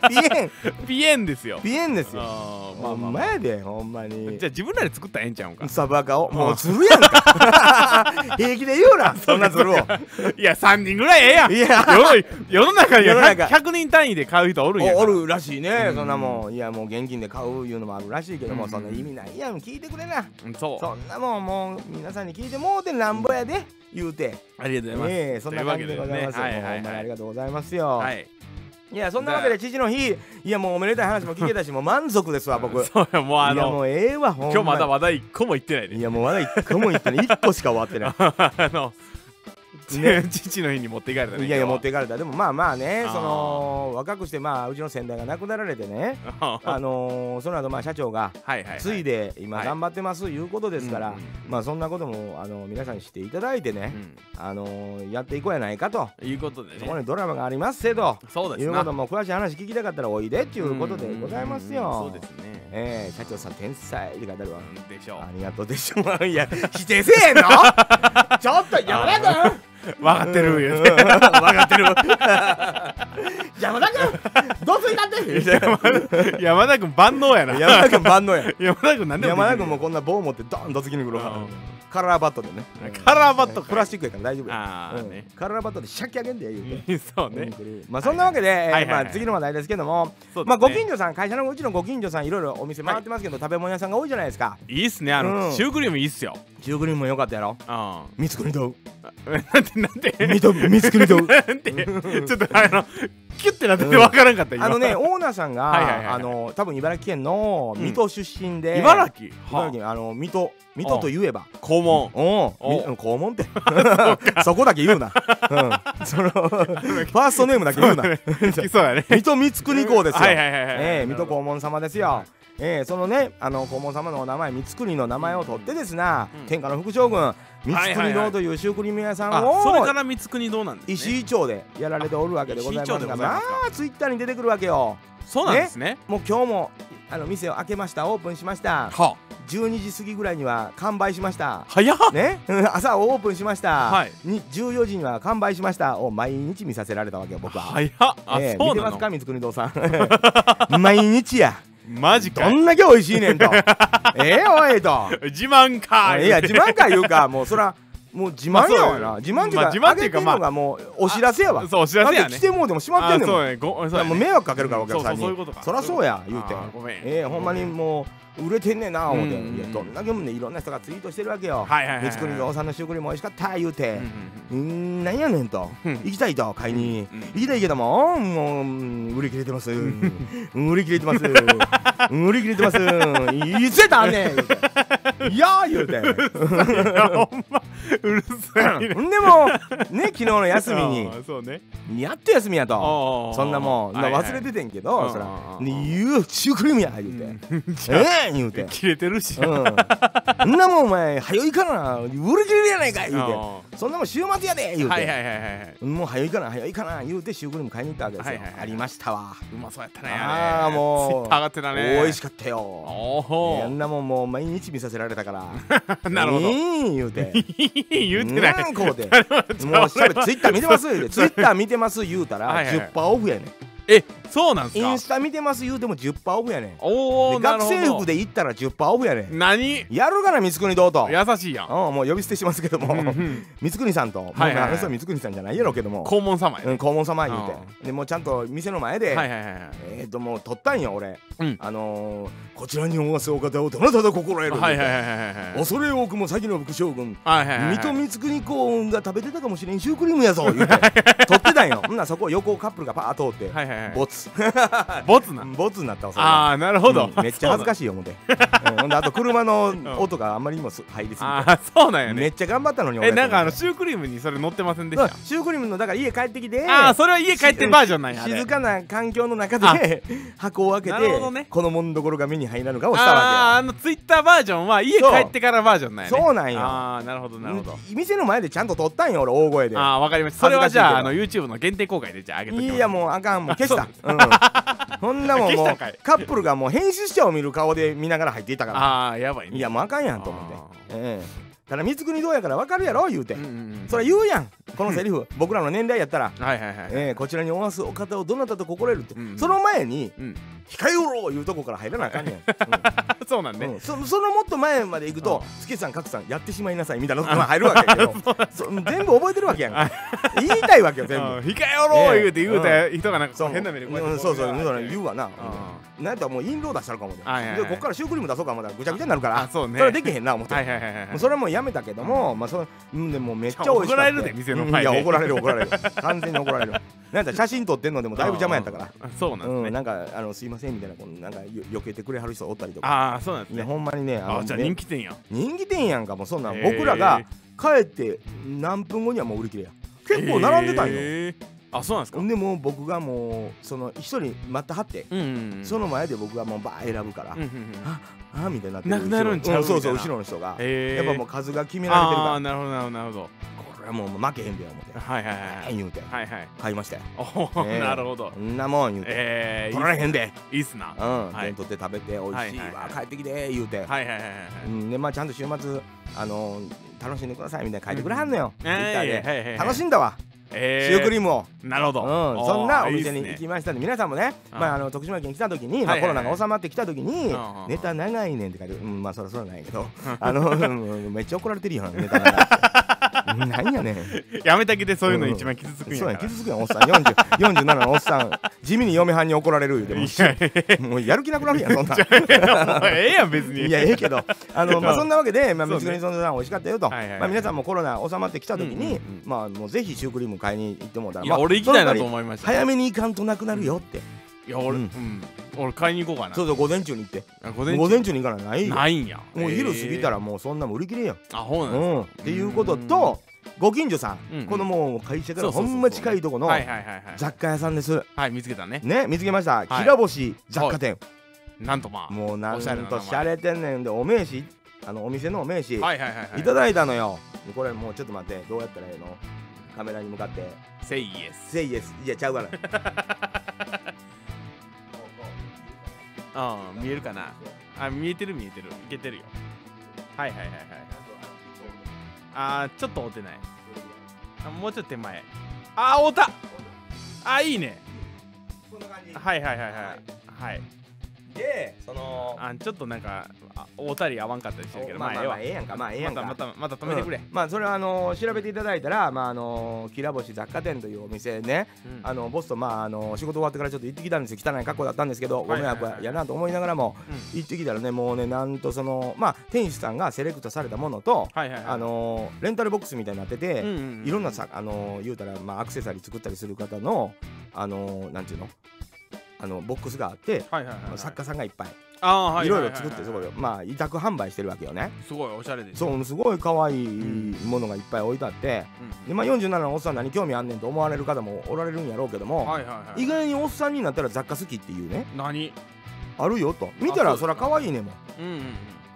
Speaker 2: ピエン
Speaker 1: ピエンですよ
Speaker 2: ピエンですよ。
Speaker 1: あー
Speaker 2: ま
Speaker 1: まあ
Speaker 2: あまあ、
Speaker 1: まあまあ
Speaker 2: 前でほんまに
Speaker 1: じゃ。あ自分らで作ったらええんちゃうんか
Speaker 2: サブアカ
Speaker 1: [laughs]
Speaker 2: をもうずるやんか平気で言うなそんなずるを
Speaker 1: いや3人ぐらいええややん
Speaker 2: いや
Speaker 1: 世の世の中に
Speaker 2: 世の
Speaker 1: は
Speaker 2: 中
Speaker 1: 100, 人単位で買う人おるんや
Speaker 2: お
Speaker 1: から
Speaker 2: おるらしいね、
Speaker 1: うん
Speaker 2: そんなもんいやもう現金で買ういうのもあるらしいけども、
Speaker 1: うん
Speaker 2: そんな意味ないやん聞いてくれな、
Speaker 1: うんそう
Speaker 2: そんなもんもう皆さんに聞いてもうてなんぼやで、言うて
Speaker 1: ありがとうございます、
Speaker 2: ええそんな感じでございますよ
Speaker 1: というわけでねは
Speaker 2: もうほ
Speaker 1: いはいはい
Speaker 2: んまにありがとうございますよ、、
Speaker 1: はいい
Speaker 2: やそんなわけで父の日いやもうおめでたい話も聞けたしもう満足ですわ僕い
Speaker 1: そうやもうあ
Speaker 2: や
Speaker 1: の
Speaker 2: もうええわほん
Speaker 1: 今
Speaker 2: に
Speaker 1: 日まだ話題1個も言ってない
Speaker 2: い
Speaker 1: ね
Speaker 2: やもうまだ一個も言ってない一個しか終わってな
Speaker 1: あの、 [laughs] 父の日に持っていかれたね [laughs]
Speaker 2: いいやいや持って
Speaker 1: い
Speaker 2: いかれたでもまあまあね
Speaker 1: あー
Speaker 2: その若くしてまあうちの先代が亡くなられてね
Speaker 1: は
Speaker 2: あのー、その後まあ社長が
Speaker 1: い [laughs] はい、はい、
Speaker 2: ついで今
Speaker 1: はい
Speaker 2: 頑張ってますいうことですから、
Speaker 1: うんうん
Speaker 2: まあそんなこともあの皆さんにしていただいてね、
Speaker 1: う
Speaker 2: あのー、やっていこうやないかと、
Speaker 1: ん、いうことで
Speaker 2: そこ
Speaker 1: ね
Speaker 2: にドラマがありますせど
Speaker 1: そうで
Speaker 2: い
Speaker 1: す
Speaker 2: う
Speaker 1: な
Speaker 2: ことも詳しい話聞きたかったらおいでっていうことでございますよ、
Speaker 1: うんうんうんそうですね
Speaker 2: ええ社長さん天才って書いてあるわ、
Speaker 1: うんでしょ
Speaker 2: ありがとうでしょ [laughs] いや否定せえへんの [laughs] ちょっと山田君
Speaker 1: う分かってるよ、
Speaker 2: う
Speaker 1: ね
Speaker 2: ん分かってる山田君どうついたって
Speaker 1: 山田君万能やな
Speaker 2: 山田君万能や
Speaker 1: 山田君何でも
Speaker 2: 山田
Speaker 1: できる
Speaker 2: 君もこんな棒持ってドーンと突き抜くの
Speaker 1: うん
Speaker 2: カラーバットでね
Speaker 1: カラーバットかい
Speaker 2: プラスチックやから大丈夫
Speaker 1: あ
Speaker 2: や
Speaker 1: ー
Speaker 2: うん
Speaker 1: ね
Speaker 2: カラーバットでシャキ上げんで言うて
Speaker 1: そうね、
Speaker 2: うんまあそんなわけでえ
Speaker 1: はい
Speaker 2: ー
Speaker 1: はい
Speaker 2: ま
Speaker 1: はい
Speaker 2: あ次の話題ですけども
Speaker 1: そうですね
Speaker 2: まあご近所さん会社のうちのご近所さんいろいろお店回ってますけど食べ物屋さんが多いじゃないですか
Speaker 1: いいっすねあ
Speaker 2: う
Speaker 1: の、
Speaker 2: ん
Speaker 1: シュークリームいいっすよ
Speaker 2: 中グリーンも良かったやろ
Speaker 1: うんな
Speaker 2: 三つ国と
Speaker 1: んて [laughs] なんて
Speaker 2: 三つ国と
Speaker 1: [laughs] なんてちょっとあのキュッてなってて分からんかった今
Speaker 2: あのねオーナーさん
Speaker 1: はいはいはいはい
Speaker 2: があの多分茨城県の水戸出身で
Speaker 1: 茨城
Speaker 2: 茨城
Speaker 1: は
Speaker 2: 県あの水戸水戸といえば
Speaker 1: あ肛門
Speaker 2: [laughs] お
Speaker 1: お
Speaker 2: お肛門って
Speaker 1: [laughs]
Speaker 2: [laughs] そこだけ言うな、うん、そのファーストネームだけ言うな
Speaker 1: 好きそうやね
Speaker 2: 水戸光圀公ですよ
Speaker 1: はいはいはいはい
Speaker 2: ええ水戸黄門様ですよええそのねあの黄門様のお名前光圀の名前を取ってですな、
Speaker 1: うん
Speaker 2: 天下の副将軍光
Speaker 1: はい
Speaker 2: 圀
Speaker 1: はいは
Speaker 2: 堂
Speaker 1: い
Speaker 2: というシュークリーム屋さん
Speaker 1: あそれか
Speaker 2: を
Speaker 1: ら三つ国堂なんですね
Speaker 2: 石井町でやられておるわけでございます
Speaker 1: 石井町で
Speaker 2: が
Speaker 1: ござい
Speaker 2: ま
Speaker 1: ますか
Speaker 2: あツイッターに出てくるわけよ
Speaker 1: そうなんですね
Speaker 2: もう今日もあの店を開けましたオープンしました
Speaker 1: は
Speaker 2: 12時過ぎぐらいには完売しました
Speaker 1: あ早っ
Speaker 2: ね、 [laughs] 朝オープンしました、
Speaker 1: はい
Speaker 2: に14時には完売しましたを毎日見させられたわけよ僕は、
Speaker 1: 早っあ、
Speaker 2: ええ
Speaker 1: そ
Speaker 2: 見
Speaker 1: う
Speaker 2: て
Speaker 1: な
Speaker 2: ますか
Speaker 1: の
Speaker 2: 光圀堂さん [laughs] 毎日や
Speaker 1: マジか
Speaker 2: ど
Speaker 1: い
Speaker 2: んだけ美味しいねん
Speaker 1: [laughs]
Speaker 2: とええおいと
Speaker 1: 自慢か
Speaker 2: いや自慢かいうかもうそらもう自慢やわな、
Speaker 1: まあそうよ
Speaker 2: 自慢っていうか、
Speaker 1: まあ自慢って
Speaker 2: 上げ
Speaker 1: いう
Speaker 2: て
Speaker 1: か
Speaker 2: るのがもうお知らせやわ
Speaker 1: そうお知らせ
Speaker 2: だっ
Speaker 1: や
Speaker 2: て
Speaker 1: ね
Speaker 2: 来てもうでもしまってんねんもん
Speaker 1: あそうやねごそう
Speaker 2: だから
Speaker 1: や
Speaker 2: もう
Speaker 1: ね
Speaker 2: 迷惑かけるからお客さん
Speaker 1: そうそうそういう
Speaker 2: に
Speaker 1: ことか
Speaker 2: そらそうや言うて
Speaker 1: あーごめん
Speaker 2: ええほんまにもう売れてんねんな思って、
Speaker 1: うん
Speaker 2: いやどんだけもねいろんな人がツイートしてるわけよ、
Speaker 1: はいはいはいはい
Speaker 2: 光圀堂さんのシュークリーム美味しかった言うて、
Speaker 1: うんうん
Speaker 2: うーん、なんやねんと、
Speaker 1: うん
Speaker 2: 行きたいと、買いに、
Speaker 1: うん
Speaker 2: 行きたいけども、もううん、売り切れてます、うん売り切れてます、うん売り切れてます、いつやったらあんねん、言うていやー言うて、
Speaker 1: うんいやほんまうるさいね
Speaker 2: んでも、ね、昨日の休み
Speaker 1: あー [laughs] そうね
Speaker 2: に、やっと休みやと、そ
Speaker 1: そ
Speaker 2: んなもん、忘れててんけど、そら
Speaker 1: あ、ー
Speaker 2: で言う、シュークリームや、言うて、ええ言うて。
Speaker 1: 切れてる
Speaker 2: う
Speaker 1: し
Speaker 2: ん、んなもんお前早いからな売り切れるやないかい言う
Speaker 1: あ
Speaker 2: てそんなもん週末やで言うて、
Speaker 1: はいはいはいはいはい
Speaker 2: もう早いかな早いかな言うてシュークリーム買いに行ったわけですよ、
Speaker 1: はいはいはい
Speaker 2: ありましたわ
Speaker 1: うまそうやったね
Speaker 2: あー
Speaker 1: れ
Speaker 2: もう
Speaker 1: ツイッター上がってたね
Speaker 2: 美味しかったよ
Speaker 1: お
Speaker 2: あん
Speaker 1: お
Speaker 2: なもんもう毎日見させられたから
Speaker 1: [laughs] なるほど
Speaker 2: いい言うて
Speaker 1: [laughs] 言うてない
Speaker 2: うんこう
Speaker 1: [laughs]
Speaker 2: てもうしゃべツイッター見てます言うてツイッター見てます言うたら
Speaker 1: はいはいはい
Speaker 2: 10%オフやねん
Speaker 1: えそうなんす
Speaker 2: イ
Speaker 1: か
Speaker 2: ンスタ見てます言うても10%オフやねん
Speaker 1: お
Speaker 2: で
Speaker 1: おな
Speaker 2: 学
Speaker 1: るほど
Speaker 2: 生服で行ったら10%オフやねん
Speaker 1: 何
Speaker 2: やるから光圀どうと
Speaker 1: 優しいやん
Speaker 2: うんもう呼び捨てしてますけども
Speaker 1: うんうん
Speaker 2: 光圀さんと、もう
Speaker 1: はいはいはい
Speaker 2: あの人は光圀さんじゃないやろうけども、
Speaker 1: 肛門様や
Speaker 2: うん、黄門様言うて、
Speaker 1: う
Speaker 2: でもうちゃんと店の前で、
Speaker 1: はいはいはいはい
Speaker 2: えー、ともう撮ったんよ俺、
Speaker 1: うん
Speaker 2: あのー、こちらにおわせお方をどなただ心得る、
Speaker 1: はいはいはいはいはい
Speaker 2: 恐れ多くも先の副将軍
Speaker 1: はいはいはい
Speaker 2: 水戸光圀公が食べてたかもしれんシュークリームやぞ言うて撮ってたんよほんならそこを横をカップルがパーッ通って、
Speaker 1: はいはいはい
Speaker 2: ボツ
Speaker 1: ボツな
Speaker 2: ボツになったわそれが
Speaker 1: ああなるほど
Speaker 2: うんめっちゃ恥ずか
Speaker 1: しい
Speaker 2: しいよ
Speaker 1: [laughs]
Speaker 2: 思て、うん、ほんであと車の音があんまりにもす入りすぎて、
Speaker 1: ああそうなんや
Speaker 2: め
Speaker 1: ね
Speaker 2: っちゃ頑張ったのに俺
Speaker 1: えなんかあのシュークリームにそれ乗ってませんで
Speaker 2: だ
Speaker 1: し
Speaker 2: からシュークリームのだから家帰ってきて
Speaker 1: たああそれは家帰ってバージョンなんやあれ
Speaker 2: 静かな環境の中で [laughs] 箱を開
Speaker 1: な
Speaker 2: け
Speaker 1: るほど
Speaker 2: て、
Speaker 1: ね
Speaker 2: このもんどころが目に入らぬかをした
Speaker 1: ああ
Speaker 2: わ
Speaker 1: ーあのツイッターバージョンは家帰
Speaker 2: そう
Speaker 1: ってからバージョンなんやね
Speaker 2: そうなんよ
Speaker 1: ああなるほど
Speaker 2: け
Speaker 1: なるほど
Speaker 2: 店の前でちゃんと撮ったんよ俺大声で
Speaker 1: ああわかりましたそれはじゃああの
Speaker 2: 恥
Speaker 1: YouTube の限定公開でじゃあ上げときます
Speaker 2: いやもうあかんもう消したうんそんなもんも
Speaker 1: [laughs] 消し
Speaker 2: う
Speaker 1: たかい
Speaker 2: カップルがもう編集者を見る顔で見ながら入っていたか
Speaker 1: ああやばい
Speaker 2: らい
Speaker 1: ね
Speaker 2: やもうあかんやんと思ってええただ光圀どうやから分かるやろ言うて
Speaker 1: うんうんうん
Speaker 2: それ言うやんこのセリフ僕らの年代やったら
Speaker 1: はいはいはい
Speaker 2: ええこちらにおわすお方をどなたと心得るって
Speaker 1: うんうん
Speaker 2: その前に
Speaker 1: うん [laughs]
Speaker 2: 控えおろういうとこから入らなあかんねん、
Speaker 1: [laughs] そうなんね、
Speaker 2: うんそそのもっと前まで行くと
Speaker 1: う
Speaker 2: 「月さん賀来さんやってしまいなさい」みたいなのが入るわけやけ
Speaker 1: [laughs]
Speaker 2: どそ全部覚えてるわけやんか言いたいわけよ全
Speaker 1: う
Speaker 2: 部
Speaker 1: ん、控えおろう言うて
Speaker 2: ね
Speaker 1: 言うた人がなん
Speaker 2: そ
Speaker 1: か
Speaker 2: う
Speaker 1: 変な目でこうやっ
Speaker 2: う
Speaker 1: て
Speaker 2: んそうそうそう言
Speaker 1: う
Speaker 2: うわななんやったらもう印籠出したるかもね
Speaker 1: はいはいはい
Speaker 2: でこっからシュークリーム出そうかまだぐちゃぐちゃになるから
Speaker 1: あそうね
Speaker 2: れはできへんな思って
Speaker 1: はいはいはいはい
Speaker 2: もうそれはもうやめたけども、まあそうんでもうめっちゃ美味しかった
Speaker 1: 怒られるで店の前で
Speaker 2: うんいや怒られる怒られる完全に怒られるなんか写真撮ってんのでもだいぶ邪魔やったから
Speaker 1: あそうなんです
Speaker 2: う
Speaker 1: ね、
Speaker 2: んなんかあのすいませんみたいなこのなんかよ避けてくれはる人おったりとか
Speaker 1: ああそうなんです
Speaker 2: いや
Speaker 1: ね
Speaker 2: ほんまにね
Speaker 1: あ
Speaker 2: の
Speaker 1: じゃあ
Speaker 2: ね
Speaker 1: 人気店や
Speaker 2: 人気店やんかもうそんなん、
Speaker 1: へー
Speaker 2: 僕らが帰って何分後にはもう売り切れや結構並んでたんよ、
Speaker 1: へーあそうなんですか
Speaker 2: ほんでもう僕がもうその一人待ってはって、
Speaker 1: うんうんうん
Speaker 2: その前で僕がもうバー選ぶから、
Speaker 1: うんうんうん
Speaker 2: ああみたいになって
Speaker 1: なくなるんちゃう
Speaker 2: 後ろのそうそう
Speaker 1: み
Speaker 2: 後
Speaker 1: たいな
Speaker 2: ろの人が、
Speaker 1: へ
Speaker 2: や
Speaker 1: ー
Speaker 2: っぱもう数が決められてる
Speaker 1: ああー
Speaker 2: か
Speaker 1: なるほどなるほどなるほど
Speaker 2: らこれはもう負けへんでよ思って
Speaker 1: [laughs] はいは
Speaker 2: 「
Speaker 1: い
Speaker 2: は」
Speaker 1: はいい
Speaker 2: 言うて
Speaker 1: はいはい
Speaker 2: 買いましたよ
Speaker 1: おー [laughs]
Speaker 2: ねえ
Speaker 1: なるほど
Speaker 2: こんなもん言うて「
Speaker 1: え
Speaker 2: 取
Speaker 1: ー
Speaker 2: られへんで」
Speaker 1: いいっすな
Speaker 2: う
Speaker 1: は
Speaker 2: ん
Speaker 1: い
Speaker 2: 弁当って食べて美味しい
Speaker 1: はいはい
Speaker 2: わ
Speaker 1: はい
Speaker 2: 帰ってきて言うて
Speaker 1: いはいはいはいはい
Speaker 2: うんでまあちゃんと週末あの楽しんでくださいみたいな書いてくれはんのよ
Speaker 1: はいはいは
Speaker 2: Twitter で
Speaker 1: いはい
Speaker 2: 楽しんだわ
Speaker 1: え
Speaker 2: シュークリ
Speaker 1: ー
Speaker 2: ームを
Speaker 1: ムなるほ
Speaker 2: う
Speaker 1: ど
Speaker 2: んそんなお
Speaker 1: ーいいっ
Speaker 2: 店
Speaker 1: す
Speaker 2: に
Speaker 1: ね
Speaker 2: 行きましたんで皆さんもね
Speaker 1: あー
Speaker 2: まああの徳島県に来た時に
Speaker 1: は
Speaker 2: まあ
Speaker 1: い
Speaker 2: コ
Speaker 1: はい
Speaker 2: ロ
Speaker 1: はい
Speaker 2: ナが収まってきた時に
Speaker 1: あー
Speaker 2: ネタ長いねんって書いてうんまあそりゃそうなんやけ
Speaker 1: [laughs]
Speaker 2: どあのうんめっちゃ怒られてるよネタ長いなんやねん
Speaker 1: [laughs] やめたけでそういうの一番傷つくんや
Speaker 2: そう
Speaker 1: か
Speaker 2: やん
Speaker 1: ら
Speaker 2: 傷つくやんおっさん40 47のおっさん地味に嫁はんに怒られる言うても
Speaker 1: いやいやい
Speaker 2: もうやる気なくなるやん
Speaker 1: [laughs]
Speaker 2: そんなん
Speaker 1: やもうええやん別に
Speaker 2: いやええけどあ
Speaker 1: [laughs]
Speaker 2: の、まあ、
Speaker 1: うん
Speaker 2: そんなわけで、まあ、
Speaker 1: そう
Speaker 2: 道
Speaker 1: ね
Speaker 2: のりそのさん美味しかったよと、
Speaker 1: はいはいはい
Speaker 2: まあ、皆さんもコロナ収まってきた時に、
Speaker 1: うんうんうん
Speaker 2: まあもうぜひシュークリーム買いに行ってもらったら、
Speaker 1: い
Speaker 2: まあ、
Speaker 1: や俺行きたいなと
Speaker 2: その代わ
Speaker 1: 思いまし
Speaker 2: り
Speaker 1: た
Speaker 2: 早めに行かんとなくなるよって、
Speaker 1: いや
Speaker 2: う
Speaker 1: 俺うんん俺買いに行こうか
Speaker 2: そうそう午前中に行って
Speaker 1: な午前
Speaker 2: 午
Speaker 1: 中
Speaker 2: 前中に行かなないよ
Speaker 1: ないんや
Speaker 2: もう昼過ぎた
Speaker 1: ら
Speaker 2: らもうそんなもん売り切れよ、
Speaker 1: あほうなん
Speaker 2: う
Speaker 1: です
Speaker 2: ん、っていうこととご近所さん、
Speaker 1: うんうん
Speaker 2: このもう会社か
Speaker 1: そ
Speaker 2: ら
Speaker 1: うそ
Speaker 2: ほ
Speaker 1: うそうそうん
Speaker 2: ま近いとこの
Speaker 1: はいはいはいはい
Speaker 2: 雑貨屋さんです
Speaker 1: はい見つけたね
Speaker 2: ね見つけました、
Speaker 1: い
Speaker 2: きらぼし雑貨店、
Speaker 1: なんとまあ
Speaker 2: もうなん
Speaker 1: お
Speaker 2: と
Speaker 1: しゃれな名前
Speaker 2: しゃれてんねんでお名刺あのお店のお名刺、
Speaker 1: はいはいはいはい
Speaker 2: いただいたのよこれもうちょっと待ってどうやったらええのカメラに向かって「
Speaker 1: Say yes
Speaker 2: せいえいやちゃう
Speaker 1: [laughs]
Speaker 2: から」
Speaker 1: うん見えるかなあ見えてる見えてるいけてるよはいはいはいはいあーちょっと追ってないあもうちょっと手前あー追ったあーいいね
Speaker 2: こんな感じ
Speaker 1: はいはいはいはいはい
Speaker 2: でその
Speaker 1: あちょっとなんかあ追ったり合わんかったりしてるけど
Speaker 2: まあまあまあえ
Speaker 1: え
Speaker 2: えやんかまあええ
Speaker 1: え
Speaker 2: や
Speaker 1: わ
Speaker 2: んか
Speaker 1: またまたまた止めてくれ
Speaker 2: うんまあそれはあのー調べていただいたらまああのーきらぼし雑貨店というお店ね
Speaker 1: うん
Speaker 2: あのボスとまああの仕事終わってからちょっと行ってきたんですよ汚い格好だったんですけどご
Speaker 1: はい
Speaker 2: 迷
Speaker 1: はいはい
Speaker 2: 惑やなと思いながらも
Speaker 1: う
Speaker 2: 行ってきたらねもうねなんとそのまあ店主さんがセレクトされたものと
Speaker 1: はいはいはい
Speaker 2: あのーレンタルボックスみたいになってて、
Speaker 1: うんうんうん
Speaker 2: いろんなさ、あのー言うたら、まあ、アクセサリー作ったりする方の、あのーなんていうのあのボックスがあって、
Speaker 1: はいはいはいはい
Speaker 2: 作家さんがいっぱい、
Speaker 1: あー
Speaker 2: い
Speaker 1: はい
Speaker 2: ろいろ作ってすご
Speaker 1: い
Speaker 2: い、まあ、委託販売してるわけよね
Speaker 1: すごいおしゃれですう
Speaker 2: そうすごい可愛い
Speaker 1: ん
Speaker 2: ものがいっぱい置いてあって、で
Speaker 1: ん
Speaker 2: まあ、47のおっさん何興味あんねんと思われる方もおられるんやろうけども、
Speaker 1: はいはいはい
Speaker 2: 意外におっさんになったら雑貨好きっていうね
Speaker 1: 何
Speaker 2: あるよと見たら
Speaker 1: あ
Speaker 2: そ
Speaker 1: そう
Speaker 2: ら
Speaker 1: ですか
Speaker 2: 可愛いねんも
Speaker 1: うんうん
Speaker 2: ん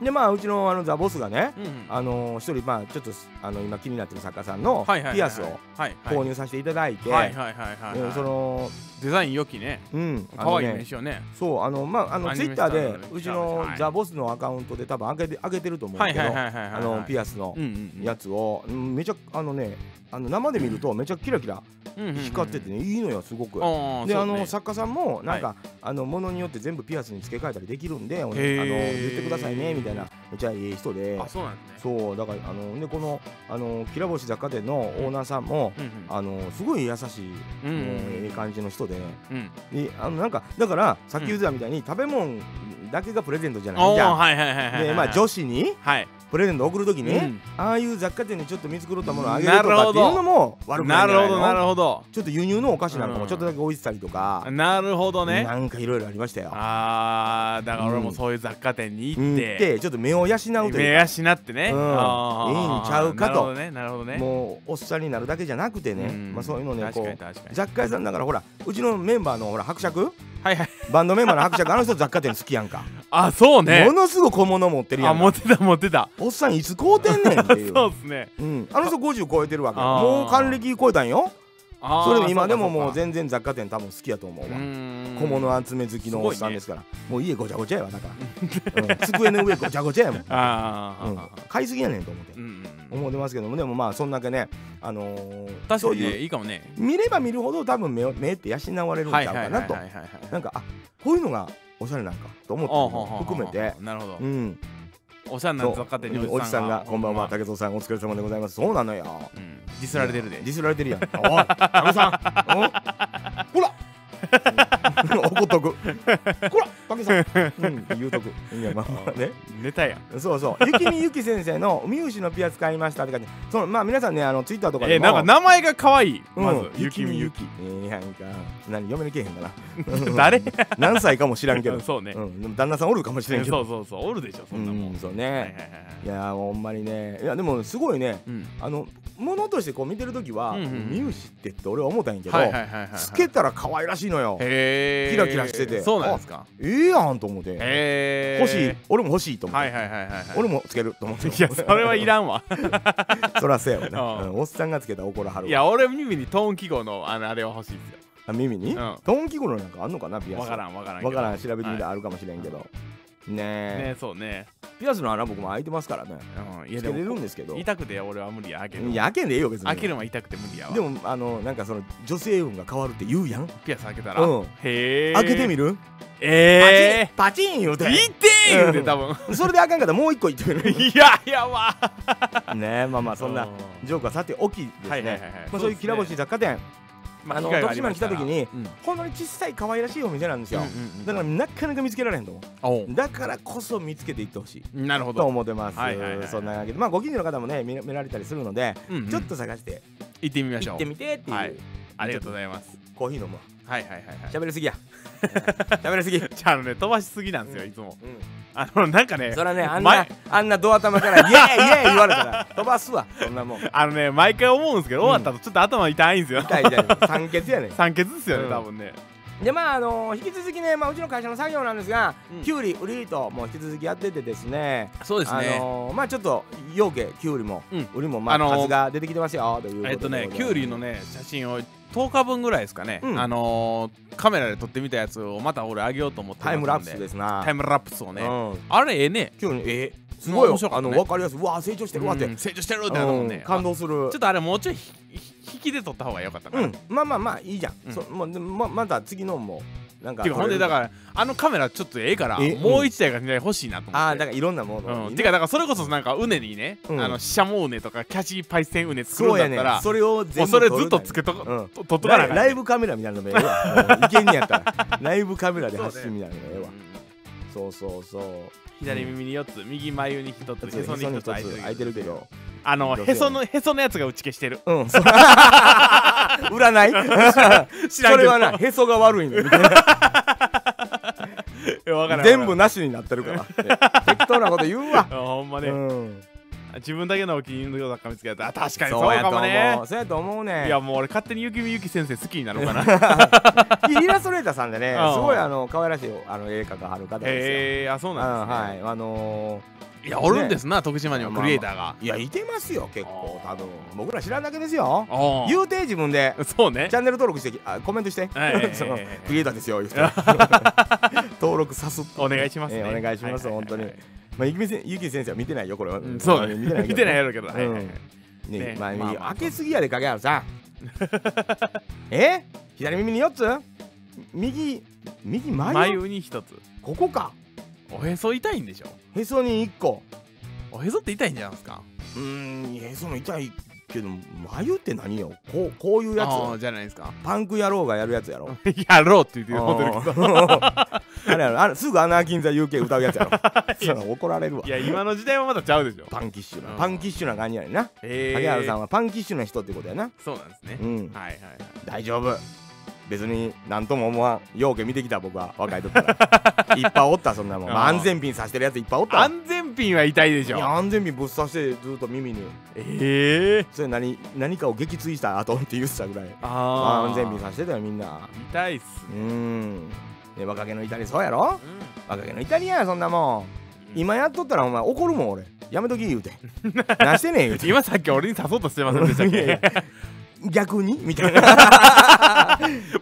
Speaker 2: でまあうちのあのザ・ボスがね
Speaker 1: うんうんうん
Speaker 2: あのー一人まあちょっとあの今気になってる作家さんの
Speaker 1: はいはいはいはい
Speaker 2: ピアスを
Speaker 1: はいはい
Speaker 2: 購入させていただいて、
Speaker 1: はいはいはいはいは
Speaker 2: うん
Speaker 1: い
Speaker 2: その
Speaker 1: デザイン良きね
Speaker 2: うんあ
Speaker 1: 可
Speaker 2: の
Speaker 1: 愛い
Speaker 2: ね
Speaker 1: 名刺をね
Speaker 2: そうあのまああの
Speaker 1: ア
Speaker 2: ツ
Speaker 1: ニ
Speaker 2: イ
Speaker 1: メ
Speaker 2: ッター
Speaker 1: ス
Speaker 2: で
Speaker 1: タイルの
Speaker 2: うちの
Speaker 1: はい
Speaker 2: ザボスのアカウントで多分上げて上げてると思うんだ
Speaker 1: はい
Speaker 2: け
Speaker 1: はいは
Speaker 2: ど
Speaker 1: いはいはい
Speaker 2: あのピ
Speaker 1: ア
Speaker 2: アスの
Speaker 1: うんうん
Speaker 2: やつをうんめちゃあのねあの生で見るとめちゃキラキラ
Speaker 1: うんうん
Speaker 2: 光っててねいいのよすごく。
Speaker 1: ああ
Speaker 2: で
Speaker 1: そ
Speaker 2: あ
Speaker 1: うね
Speaker 2: の作家さんもなんかあのものによって全部ピアスに付け替えたりできるんであの
Speaker 1: へー
Speaker 2: 言ってくださいねみたいなめちゃいい人で
Speaker 1: あそうなんですね
Speaker 2: そうだからあのでこのあのきらぼし雑貨店のオーナーさんも
Speaker 1: うんうん
Speaker 2: あのすごい優しい
Speaker 1: うんうん
Speaker 2: もういい感じの人で。
Speaker 1: うん
Speaker 2: であのなんかだからさっき言ってたみたいに、食べ物だけがプレゼントじゃない
Speaker 1: お
Speaker 2: じ
Speaker 1: ー
Speaker 2: ゃん。
Speaker 1: はいはいはいはいはい
Speaker 2: でまあ女子に
Speaker 1: はい
Speaker 2: プレゼント送るときに、
Speaker 1: うん
Speaker 2: ああいう雑貨店にちょっと見繕ったものをあげるとかっていうのも悪くな
Speaker 1: ない
Speaker 2: んじ
Speaker 1: る
Speaker 2: ゃない
Speaker 1: ほ
Speaker 2: の
Speaker 1: どなるほど
Speaker 2: ちょっと輸入のお菓子なんか
Speaker 1: う
Speaker 2: も
Speaker 1: ん
Speaker 2: ちょっとだけ置いてたりとか、
Speaker 1: なるほどね
Speaker 2: なんかいろいろありましたよ。
Speaker 1: あーだから俺もそういう雑貨店に
Speaker 2: うん
Speaker 1: 行っ
Speaker 2: で
Speaker 1: て
Speaker 2: ちょっと目を養うというか
Speaker 1: 目やしなってね
Speaker 2: うん
Speaker 1: あー
Speaker 2: いいんちゃうかと
Speaker 1: なるほどねなるほどね
Speaker 2: もうおっさんになるだけじゃなくてね、
Speaker 1: ん
Speaker 2: まあ、そういうのね
Speaker 1: 確
Speaker 2: こ
Speaker 1: かに
Speaker 2: う
Speaker 1: 確かに
Speaker 2: 雑貨屋さんだからほらうちのメンバーのほら伯爵
Speaker 1: はいはい
Speaker 2: バンドメンバーの伯爵あの人雑貨店好きやんか、
Speaker 1: あそうね
Speaker 2: ものすごい小物持ってるや
Speaker 1: あ
Speaker 2: んか
Speaker 1: 持ってた持ってた
Speaker 2: おっさんいつ買うてんねんっていう
Speaker 1: [laughs] そうですね
Speaker 2: うん、あの人50超えてるわけよ
Speaker 1: あー
Speaker 2: もう還暦超えたんよ
Speaker 1: あー
Speaker 2: それで今でも
Speaker 1: そうか
Speaker 2: も
Speaker 1: そううか
Speaker 2: 全然雑貨店多分好きやと思うわ
Speaker 1: うん
Speaker 2: 小物集め好きのおっさんですからもう家ごちゃごちゃやわだから、うん机の上ごちゃごちゃや
Speaker 1: [laughs]
Speaker 2: もん、
Speaker 1: あー
Speaker 2: うん買いすぎやねんと思って
Speaker 1: うんうんうん
Speaker 2: 思ってますけどもでもまあそんだけねあのー
Speaker 1: 確
Speaker 2: そ
Speaker 1: か
Speaker 2: う
Speaker 1: にね
Speaker 2: いう
Speaker 1: いいかもね
Speaker 2: 見れば見るほど多分目を目って養われるんちゃうかなと
Speaker 1: はいはいはいはいはい
Speaker 2: なんかあこういうのがおしゃれなんかと思っ
Speaker 1: あ
Speaker 2: た
Speaker 1: は
Speaker 2: の
Speaker 1: は
Speaker 2: も
Speaker 1: は
Speaker 2: 含めて
Speaker 1: なるほど
Speaker 2: うん
Speaker 1: おしゃれな
Speaker 2: そ
Speaker 1: 雑
Speaker 2: う
Speaker 1: 貨店に
Speaker 2: うんおじさんが「こんばんは
Speaker 1: う
Speaker 2: 竹蔵さんお疲れ様でございます」そうなのよ
Speaker 1: うんディスられてるで
Speaker 2: ディスられてる
Speaker 1: [laughs]
Speaker 2: やんおい竹蔵さんうんほら [laughs] うん怒っとくほら竹蔵さんうん言うとくいやまあまあね
Speaker 1: ネタやん
Speaker 2: そうそう雪見ゆき先生の「ミウシのピアス買いました」って感じそのまあ皆さんねあのツイッターとか
Speaker 1: え
Speaker 2: で
Speaker 1: ー
Speaker 2: も
Speaker 1: なんか名前が可愛いまず
Speaker 2: うん
Speaker 1: 雪見ゆき
Speaker 2: 雪見ええやんか何嫁にけえへんかな
Speaker 1: [laughs] 誰
Speaker 2: 何歳かも知らんけど
Speaker 1: [laughs] そうね
Speaker 2: うんでも旦那さんおるかもしれんけど
Speaker 1: そうそうそうおるでしょそんなも
Speaker 2: うんんそう
Speaker 1: はいはい
Speaker 2: ね
Speaker 1: はいはい
Speaker 2: いやーほんまにねいやでもすごいね
Speaker 1: うん
Speaker 2: あのものとしてこう見てる時は
Speaker 1: うんうんうん
Speaker 2: 見牛ってって俺は思ったんやけど
Speaker 1: はいはいはいはい
Speaker 2: つけたら可愛らしいのよえ
Speaker 1: へ
Speaker 2: キ
Speaker 1: え
Speaker 2: ラキラしてて
Speaker 1: そうなんですか
Speaker 2: えやんと思って
Speaker 1: へえ
Speaker 2: 欲しい俺も欲しいと思っ
Speaker 1: はい
Speaker 2: て
Speaker 1: はいはいはいはい
Speaker 2: 俺もつけると思って
Speaker 1: いやそれはい
Speaker 2: [laughs]
Speaker 1: らんわ
Speaker 2: そらそうやわ
Speaker 1: う
Speaker 2: なうんんおっさんがつけたら怒らはるわ
Speaker 1: いや俺耳にトーン記号のあのあれは欲しいですよ
Speaker 2: あ耳に
Speaker 1: うん
Speaker 2: トーン記号のなんかあんのかなピアス
Speaker 1: わからんわからん
Speaker 2: わからん
Speaker 1: け
Speaker 2: 調べてみたらあるかもしれんけどね
Speaker 1: ど
Speaker 2: え
Speaker 1: ねそうね
Speaker 2: ピアスの穴僕も開いてますからね
Speaker 1: うんいや
Speaker 2: つ
Speaker 1: で
Speaker 2: けれるん
Speaker 1: も
Speaker 2: ですけどい
Speaker 1: 痛くて俺は無理や開ける
Speaker 2: や開けんでええよ別に
Speaker 1: 開けるのは痛くて無理やわ
Speaker 2: でもあのなんかその女性運が変わるって言うやん
Speaker 1: ピアス開けたら
Speaker 2: うん
Speaker 1: へえ
Speaker 2: 開けてみ
Speaker 1: る
Speaker 2: る
Speaker 1: ええ
Speaker 2: パチンパチン言う
Speaker 1: 痛
Speaker 2: て
Speaker 1: いってー言うて多分 [laughs]
Speaker 2: それであかんかったらもう一個言ってみるね
Speaker 1: いややば
Speaker 2: えまあまあそんなジョークはさておきです
Speaker 1: はいはいはい
Speaker 2: ね
Speaker 1: はい
Speaker 2: まあそういうきらぼし雑貨店あの徳島に来た時にほんのに小さい可愛らしいお店なんですよだからなかなか見つけられへんと思
Speaker 1: らおう
Speaker 2: うだからこそ見つけていってほしい
Speaker 1: なるほ
Speaker 2: と
Speaker 1: ど
Speaker 2: 思ってます
Speaker 1: はいはいはい
Speaker 2: そんなわけでまあご近所の方もね見ら見られたりするので
Speaker 1: うんうん
Speaker 2: ちょっと探して
Speaker 1: 行ってみまし
Speaker 2: 行
Speaker 1: ょ
Speaker 2: っ
Speaker 1: う
Speaker 2: てみてって
Speaker 1: はい
Speaker 2: いう
Speaker 1: ありがとうございます
Speaker 2: コーヒー飲むわ
Speaker 1: はいはいはいはい
Speaker 2: 喋りすぎや [laughs] 喋りすぎ
Speaker 1: じゃああのね飛ばしすぎなんですよいつも
Speaker 2: うん
Speaker 1: あのなんかね
Speaker 2: そらねあんな
Speaker 1: 前
Speaker 2: あんなドア頭から「イエーイイエーイ!」言われたら飛ばすわそんなもん
Speaker 1: あのね毎回思うんですけど
Speaker 2: うん
Speaker 1: 終わったとちょっと頭痛いんですよ [laughs]
Speaker 2: 痛い痛い酸欠やね
Speaker 1: 酸欠ですよ
Speaker 2: う
Speaker 1: ね
Speaker 2: ん
Speaker 1: 多分ね
Speaker 2: でまああの引き続きね、まあ、うちの会社の作業なんですが、
Speaker 1: うん
Speaker 2: きゅうり売りともう引き続きやっててですね
Speaker 1: そう
Speaker 2: あのまあちょっと養鶏きゅうりも、
Speaker 1: うん
Speaker 2: 売りもまあ、
Speaker 1: あのー
Speaker 2: 数が出てきてますよということで
Speaker 1: えっとねキュウリのね写真を10日分ぐらいですかね
Speaker 2: うん
Speaker 1: あのーカメラで撮ってみたやつをまた俺上げようと思ってます
Speaker 2: タイ
Speaker 1: ん
Speaker 2: ム
Speaker 1: で
Speaker 2: ラプスですな
Speaker 1: タイムラプスをね
Speaker 2: うん
Speaker 1: あれええね
Speaker 2: きゅうりえーすごいよ、
Speaker 1: 面白か
Speaker 2: あ
Speaker 1: った
Speaker 2: の
Speaker 1: ね
Speaker 2: 分かりやすいうわ成長してるわって、
Speaker 1: うん成長してるってなるもん
Speaker 2: う
Speaker 1: ね
Speaker 2: ん感動する
Speaker 1: ちょっとあれもうちょいひひ引きで撮った方が良かったか
Speaker 2: う
Speaker 1: な、
Speaker 2: んまあまあまあいいじゃん、
Speaker 1: うん
Speaker 2: そもうでままた次のもなんか
Speaker 1: ていうかほんでだからあのカメラちょっとええから
Speaker 2: え
Speaker 1: もう一台がね欲しいなと思って
Speaker 2: ああーだからいろんなもの
Speaker 1: う
Speaker 2: に
Speaker 1: ん、
Speaker 2: ね
Speaker 1: てかだからそれこそなんかうねにね、
Speaker 2: うん
Speaker 1: あのシャモうねとかキャシーパイセンうね作る
Speaker 2: そ
Speaker 1: ん
Speaker 2: う
Speaker 1: だ
Speaker 2: や
Speaker 1: っ
Speaker 2: ね
Speaker 1: たら
Speaker 2: んそれを全
Speaker 1: もう
Speaker 2: 部
Speaker 1: それずっとつ
Speaker 2: 撮
Speaker 1: け
Speaker 2: る
Speaker 1: と
Speaker 2: う
Speaker 1: か
Speaker 2: ん
Speaker 1: と撮っと
Speaker 2: な
Speaker 1: かなあ
Speaker 2: ら
Speaker 1: かんね
Speaker 2: ライブカメラみたいなのもええわうんいけんねやったらライブカメラで発信みたいなのもええわ
Speaker 1: うん
Speaker 2: そうそうそう
Speaker 1: 左耳に4つ右眉に1つ
Speaker 2: へ
Speaker 1: へ
Speaker 2: そ
Speaker 1: そ
Speaker 2: に
Speaker 1: に
Speaker 2: 一
Speaker 1: 1
Speaker 2: つ
Speaker 1: つ開いてる
Speaker 2: 空いてるけど
Speaker 1: あの
Speaker 2: 女性
Speaker 1: へそのへそのやつが打ち消してる
Speaker 2: うんそう [laughs] 占い
Speaker 1: [laughs] 知
Speaker 2: そ
Speaker 1: らんけ
Speaker 2: れ
Speaker 1: ど
Speaker 2: はなへそが悪
Speaker 1: [laughs]
Speaker 2: いのみたいな
Speaker 1: 分からん
Speaker 2: 全部
Speaker 1: 分
Speaker 2: なしになってるから
Speaker 1: [laughs]
Speaker 2: 適当なこと言うわ
Speaker 1: からんあほんま
Speaker 2: う
Speaker 1: ね、
Speaker 2: ん
Speaker 1: 自分だけのお気に入りの雑貨見つけたらあ確かに
Speaker 2: そ
Speaker 1: そうう
Speaker 2: やと
Speaker 1: かもね
Speaker 2: 思うそうやと思うね
Speaker 1: いやもう俺勝手にゆきみゆき先生好きになろうかな
Speaker 2: イラストレーターさんでね
Speaker 1: [laughs] うん
Speaker 2: すごいあの可愛らしいあの絵描かはる方ですよ
Speaker 1: へえあそう
Speaker 2: うん
Speaker 1: なんですね、
Speaker 2: はいあのー
Speaker 1: いやおるんですな、徳島にもクリエイターが、
Speaker 2: いやいてますよ結構多分僕ら知らんだけですよ
Speaker 1: おう
Speaker 2: 言うて自分で
Speaker 1: そうね
Speaker 2: チャンネル登録してきあコメントして
Speaker 1: はいはいはいは
Speaker 2: [laughs]
Speaker 1: い
Speaker 2: そのクリエイターですよ言う
Speaker 1: [laughs]
Speaker 2: て登録さすって
Speaker 1: お願いしますね、
Speaker 2: ええお願いします
Speaker 1: ははは
Speaker 2: 本まあゆきみせんゆき先生は見てないよこれは
Speaker 1: うんそうね
Speaker 2: 見てない
Speaker 1: [laughs] 見てない
Speaker 2: よ
Speaker 1: やろうけど、はいはいはい [laughs]
Speaker 2: ね
Speaker 1: ね
Speaker 2: まあ
Speaker 1: まあまあ
Speaker 2: 開けすぎやで影原さん [laughs] え左耳に4つ右右眉
Speaker 1: 眉に一つ
Speaker 2: ここか
Speaker 1: おへそ痛いんでしょ
Speaker 2: へそに1個
Speaker 1: おへそって痛いんじゃないですか
Speaker 2: うーんへその痛いけど眉って何よこうこういうやつ
Speaker 1: あーじゃないですか
Speaker 2: パンク野郎がやるやつやろ。
Speaker 1: [laughs] やろう [laughs] って言って思ってるけ
Speaker 2: [laughs]
Speaker 1: ど
Speaker 2: あれやろあれすぐ穴あきんざ UK 歌うやつやろ。
Speaker 1: [laughs]
Speaker 2: そら怒られるわ
Speaker 1: い。や今の時代はまだちゃうでしょ
Speaker 2: パンキッシュ
Speaker 1: うん
Speaker 2: な。パンキッシュな感じやねんな。
Speaker 1: へ
Speaker 2: 萩原さん
Speaker 1: は
Speaker 2: はパンキッシュな人ってことやな。
Speaker 1: そうなんですね
Speaker 2: う、ん。
Speaker 1: はいはいはい
Speaker 2: 大丈夫。別に何とも思わん。ようけ見てきた僕は若い時から。いっぱいおったそんなもん。
Speaker 1: [laughs] あー
Speaker 2: まあ安全ピンさしてるやついっぱいおったわ。
Speaker 1: 安全ピンは痛いでし
Speaker 2: いや
Speaker 1: ょ
Speaker 2: 安全ピンぶっ刺してずっと耳に。
Speaker 1: ええ
Speaker 2: それ何何かを撃墜した後って言ってたぐらい。
Speaker 1: あー
Speaker 2: 安全ピンさしてたよみんな。
Speaker 1: 痛いっす
Speaker 2: うーん。ね若気の至りそうやろ
Speaker 1: うん
Speaker 2: 若気のイタリアやそんなもん
Speaker 1: うん
Speaker 2: 今やっとったらお前怒るもん俺やめとき言う
Speaker 1: [laughs]
Speaker 2: てなしてねえ言うて
Speaker 1: 今さっき俺に誘おうとしてませんでしたっ
Speaker 2: いやいや
Speaker 1: け
Speaker 2: [laughs] 逆にみたいな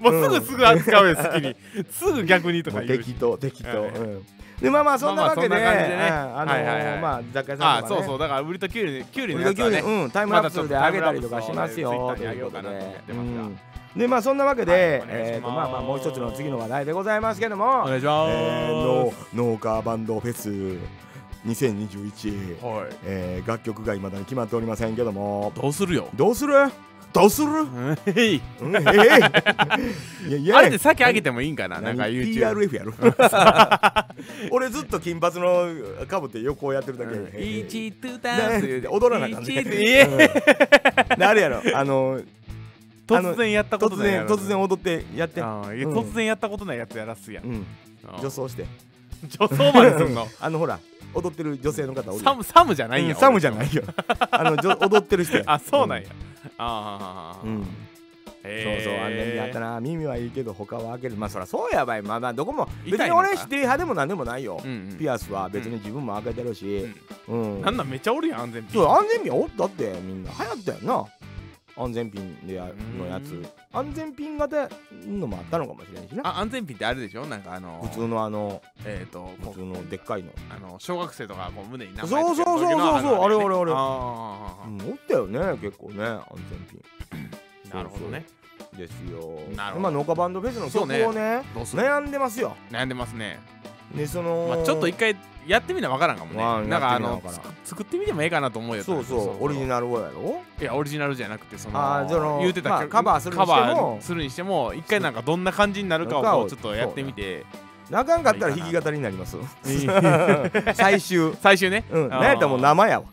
Speaker 1: もうすぐすぐ扱うよ好きにすぐ逆にと
Speaker 2: も
Speaker 1: か
Speaker 2: う
Speaker 1: 言うし
Speaker 2: 適当適当
Speaker 1: はいはい
Speaker 2: うんでまあまあそんなわけで
Speaker 1: まあまあそんな感じ
Speaker 2: う
Speaker 1: でね
Speaker 2: んあの
Speaker 1: はいはいは
Speaker 2: ー
Speaker 1: い
Speaker 2: まあ雑貨屋さ
Speaker 1: あ
Speaker 2: んと
Speaker 1: ーそう
Speaker 2: か
Speaker 1: そう
Speaker 2: ね
Speaker 1: だから売りとキュウリキュウリの
Speaker 2: 俺が
Speaker 1: やつは
Speaker 2: 急に
Speaker 1: ね
Speaker 2: うんタイムラプ
Speaker 1: まだちょっ
Speaker 2: スで
Speaker 1: と
Speaker 2: 上げたりとか
Speaker 1: タイ
Speaker 2: し
Speaker 1: ムラ
Speaker 2: ま
Speaker 1: プス
Speaker 2: すよ
Speaker 1: を
Speaker 2: ということ
Speaker 1: ツイッターに上げようかなと思
Speaker 2: で
Speaker 1: ってますが
Speaker 2: うんでまあそんなわけで、
Speaker 1: はいお願いします
Speaker 2: えーとまあまあもう一つの次の話題でございますけど
Speaker 1: お
Speaker 2: も、
Speaker 1: 願い
Speaker 2: え
Speaker 1: します、
Speaker 2: ー、の農家バンドフェス2021、
Speaker 1: はい
Speaker 2: えー、楽曲がいまだに決まっておりませんけども
Speaker 1: どうするよ
Speaker 2: どうするどうする、
Speaker 1: えい
Speaker 2: うん、え
Speaker 1: [laughs]
Speaker 2: えいやいや
Speaker 1: あれってさっき上げてもいいんかななん
Speaker 2: 何
Speaker 1: か YouTube
Speaker 2: PRF
Speaker 1: [laughs]
Speaker 2: やろ俺ずっと金髪のかぶって横をやってるだけ、えー
Speaker 1: 一ト
Speaker 2: ね
Speaker 1: ダンス
Speaker 2: 踊らなあかんね
Speaker 1: 一途ええ
Speaker 2: であれやろあのあの
Speaker 1: 突然やったこ
Speaker 2: 突
Speaker 1: とないや
Speaker 2: 然
Speaker 1: ろ
Speaker 2: 突然踊ってやって
Speaker 1: ああいや
Speaker 2: うん
Speaker 1: 突然やったことないやつやらすやん
Speaker 2: うん
Speaker 1: ああ
Speaker 2: 女装して
Speaker 1: 女装まですんの
Speaker 2: あのほら踊ってる女性の方おる
Speaker 1: サムサムじゃないん
Speaker 2: うん
Speaker 1: や
Speaker 2: サムじゃ
Speaker 1: い
Speaker 2: ないよあのじょ踊ってる人や
Speaker 1: あそうなんやああ
Speaker 2: うんうんそうそうあんなにやったな耳はいいけど他は開けるまあそらそうやばいまあまあどこも別
Speaker 1: 痛
Speaker 2: に
Speaker 1: いのか
Speaker 2: 俺して派でも何でもないよ
Speaker 1: うん
Speaker 2: ピアスは別に自分も開けてるしうん
Speaker 1: なんなんめっちゃおるやん安全ピ
Speaker 2: そう安全ピンおったってみんな流行ったよな安全ピンでやのや
Speaker 1: う
Speaker 2: つ
Speaker 1: ん
Speaker 2: 安全ピン型のもあったのかもしれんしな
Speaker 1: あ安全ピンってあるでしょなんかあの
Speaker 2: 普通のあの
Speaker 1: えっと
Speaker 2: 普
Speaker 1: こう
Speaker 2: 通のでっかいの
Speaker 1: あの小学生とかこう胸に名前
Speaker 2: そうそうそうそうそうあれあれあれう
Speaker 1: あ
Speaker 2: んおったよね結構ね安全ピン
Speaker 1: あ [coughs] なるほどね
Speaker 2: そうそうですよ
Speaker 1: なるほど
Speaker 2: まあ農家バンドフェスのそこ
Speaker 1: そう
Speaker 2: を
Speaker 1: ね
Speaker 2: ね
Speaker 1: どうする
Speaker 2: 悩んでますよ
Speaker 1: 悩んでますね
Speaker 2: でその、
Speaker 1: まあちょっと一回やってみなわからんかも
Speaker 2: まあ
Speaker 1: ねなんかあ
Speaker 2: やっ
Speaker 1: の
Speaker 2: てみなわからん
Speaker 1: つ作ってみてもええかなと思うよ
Speaker 2: そうそうオリジナルをやろ
Speaker 1: いやオリジナルじゃなくてその
Speaker 2: あーその
Speaker 1: 言うてた、
Speaker 2: まあ
Speaker 1: 曲
Speaker 2: カバーするにしても
Speaker 1: カバーするにしても一回なんかどんな感じになるかを
Speaker 2: そう
Speaker 1: こうちょっとやってみて
Speaker 2: なかんかったら弾き語りになります最終
Speaker 1: 最終ね、
Speaker 2: うん、なんやったらもう生やわ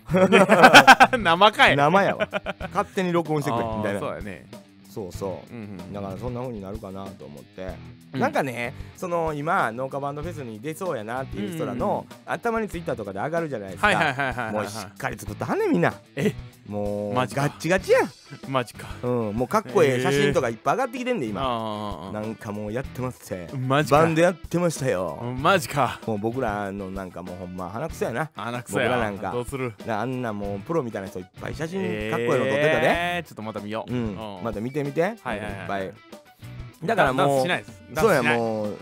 Speaker 1: 生 [laughs] 生かい
Speaker 2: 生やわ勝手に録音してくれ
Speaker 1: あー
Speaker 2: みたいな
Speaker 1: そうやね、
Speaker 2: そうそ
Speaker 1: うんうん
Speaker 2: うだからそんな風になるかなと思って、
Speaker 1: うん
Speaker 2: なんかねその今農家バンドフェスに出そうやなっていう人らの、頭にツイッターとかで上がるじゃないですか、
Speaker 1: はいはいはいはいはい、
Speaker 2: もうしっかり作ったはんねんみんな
Speaker 1: え
Speaker 2: もうガ
Speaker 1: マジか
Speaker 2: ッチガチやん、
Speaker 1: マジか
Speaker 2: うん、もうかっこえ
Speaker 1: へ
Speaker 2: え
Speaker 1: ー
Speaker 2: 写真とかいっぱい上がってきてんで今
Speaker 1: あ
Speaker 2: なんかもうやってますって
Speaker 1: ーマジか
Speaker 2: バンドやってましたよ
Speaker 1: マジか
Speaker 2: もう僕らのなんかもうほんま鼻くそやな
Speaker 1: 穴くそや
Speaker 2: 僕らなんか
Speaker 1: どうする
Speaker 2: なあんなもうプロみたいな人いっぱい写真
Speaker 1: え
Speaker 2: かっこえ
Speaker 1: ー
Speaker 2: えの撮ってたで、
Speaker 1: ちょっとまた見よう、
Speaker 2: うん、ま
Speaker 1: た
Speaker 2: だ見て見て、い
Speaker 1: はいはい
Speaker 2: っぱいだから
Speaker 1: ダン
Speaker 2: も
Speaker 1: ス
Speaker 2: う
Speaker 1: しないですダン
Speaker 2: そう
Speaker 1: スし
Speaker 2: や
Speaker 1: ない
Speaker 2: もう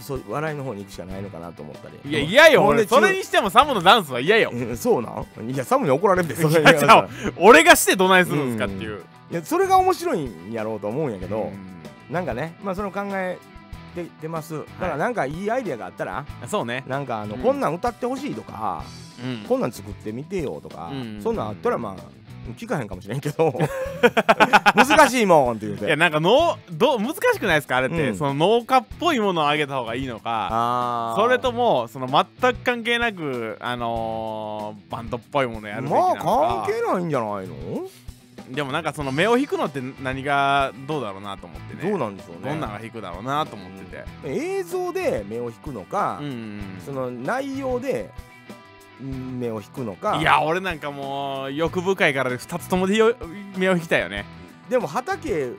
Speaker 2: そう笑いの方に行くしかないのかなと思ったり
Speaker 1: いや嫌よ
Speaker 2: ほんで
Speaker 1: 俺それにしてもサムのダンスは嫌よ
Speaker 2: えそうなんい [laughs] やサムに怒られるでそれ
Speaker 1: いやじゃあ俺がしてどないするんですかっていう、
Speaker 2: いやそれが面白いんやろうと思うんやけど、
Speaker 1: うん
Speaker 2: なんかねまあその考えて出ますだからなんかいいアイデアがあったら
Speaker 1: そうね
Speaker 2: なんかあの、
Speaker 1: うん
Speaker 2: こんなん歌ってほしいとか、
Speaker 1: うん
Speaker 2: こんなん作ってみてよとか、
Speaker 1: うん
Speaker 2: そんなんあったらまあ聞かへんかもしれんけど [laughs] 難しいもんって言う
Speaker 1: いや
Speaker 2: て
Speaker 1: なんかのどう難しくないですかあれって、
Speaker 2: うん
Speaker 1: その農家っぽいものをあげた方がいいのか
Speaker 2: あー
Speaker 1: それともその全く関係なくあのーバンドっぽいものやるべきな
Speaker 2: ま
Speaker 1: の
Speaker 2: あ
Speaker 1: か、
Speaker 2: 関係ないんじゃないの、
Speaker 1: でもなんかその目を引くのって何がどうだろうなと思ってね
Speaker 2: どうなんでしょうね
Speaker 1: どんなんが引くだろうなと思ってて
Speaker 2: 映像で目を引くのか、
Speaker 1: うんうん
Speaker 2: その内容でうん目を引くの
Speaker 1: う
Speaker 2: か
Speaker 1: んいや俺なんかもう欲深いから2つともでよ目を引きたいよね
Speaker 2: でも畑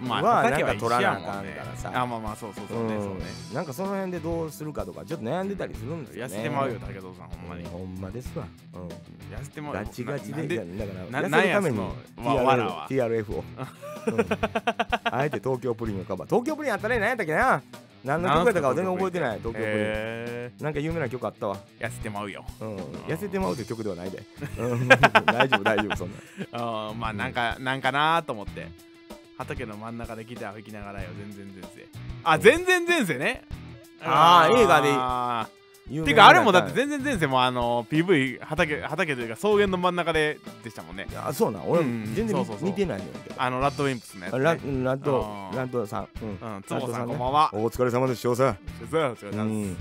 Speaker 1: ま
Speaker 2: は
Speaker 1: あ畑は
Speaker 2: なん
Speaker 1: 一
Speaker 2: か
Speaker 1: 緒
Speaker 2: 取ら
Speaker 1: や
Speaker 2: なあ
Speaker 1: も
Speaker 2: か
Speaker 1: ん
Speaker 2: ん
Speaker 1: ね
Speaker 2: からさ
Speaker 1: あまあまあそうそうそうね、
Speaker 2: うん
Speaker 1: そうね
Speaker 2: なんかその辺でどうするかとかちょっと悩んでたりするんですよ
Speaker 1: 痩
Speaker 2: ね
Speaker 1: せてまうよ武藤さんほんまに
Speaker 2: ほんまですわ、うん
Speaker 1: 痩せてまうよ
Speaker 2: ガチガチ
Speaker 1: ななん
Speaker 2: でいやだ
Speaker 1: な
Speaker 2: から痩せるために
Speaker 1: なんやそのわわらは
Speaker 2: TRF, TRF を、うんあえて東京プリンをカバー東京プリンあったね何やったっけな何の曲やったかは全然覚えてない東京プリン、
Speaker 1: へ
Speaker 2: なんか有名な曲あったわ、
Speaker 1: ー痩せてまうよ
Speaker 2: うん、痩せてまうという曲ではないで、うん、 [laughs] 大丈夫大丈夫そんな
Speaker 1: あーまあなんか、なんかなーと思って畑の真ん中でギターを弾きながらよ全然前世あ全然前世ね
Speaker 2: あー映画で
Speaker 1: 画
Speaker 2: 有
Speaker 1: て
Speaker 2: 名
Speaker 1: か
Speaker 2: なや
Speaker 1: あ
Speaker 2: つ
Speaker 1: れもだって全然前世もあの PV 畑畑というか草原の真ん中ででしたもんね
Speaker 2: あそうなん俺
Speaker 1: うんうん
Speaker 2: 全然見,、
Speaker 1: そうそうそう
Speaker 2: 見てないんだけ
Speaker 1: あのラッドウィンプスのやつ、
Speaker 2: ど
Speaker 1: ね、
Speaker 2: ララッド
Speaker 1: あー
Speaker 2: ラッドさん、うん
Speaker 1: うんつぼさんこ
Speaker 2: ね
Speaker 1: んばんは
Speaker 2: お疲れ様です翔さん、
Speaker 1: そうそう
Speaker 2: う
Speaker 1: そううん
Speaker 2: ん、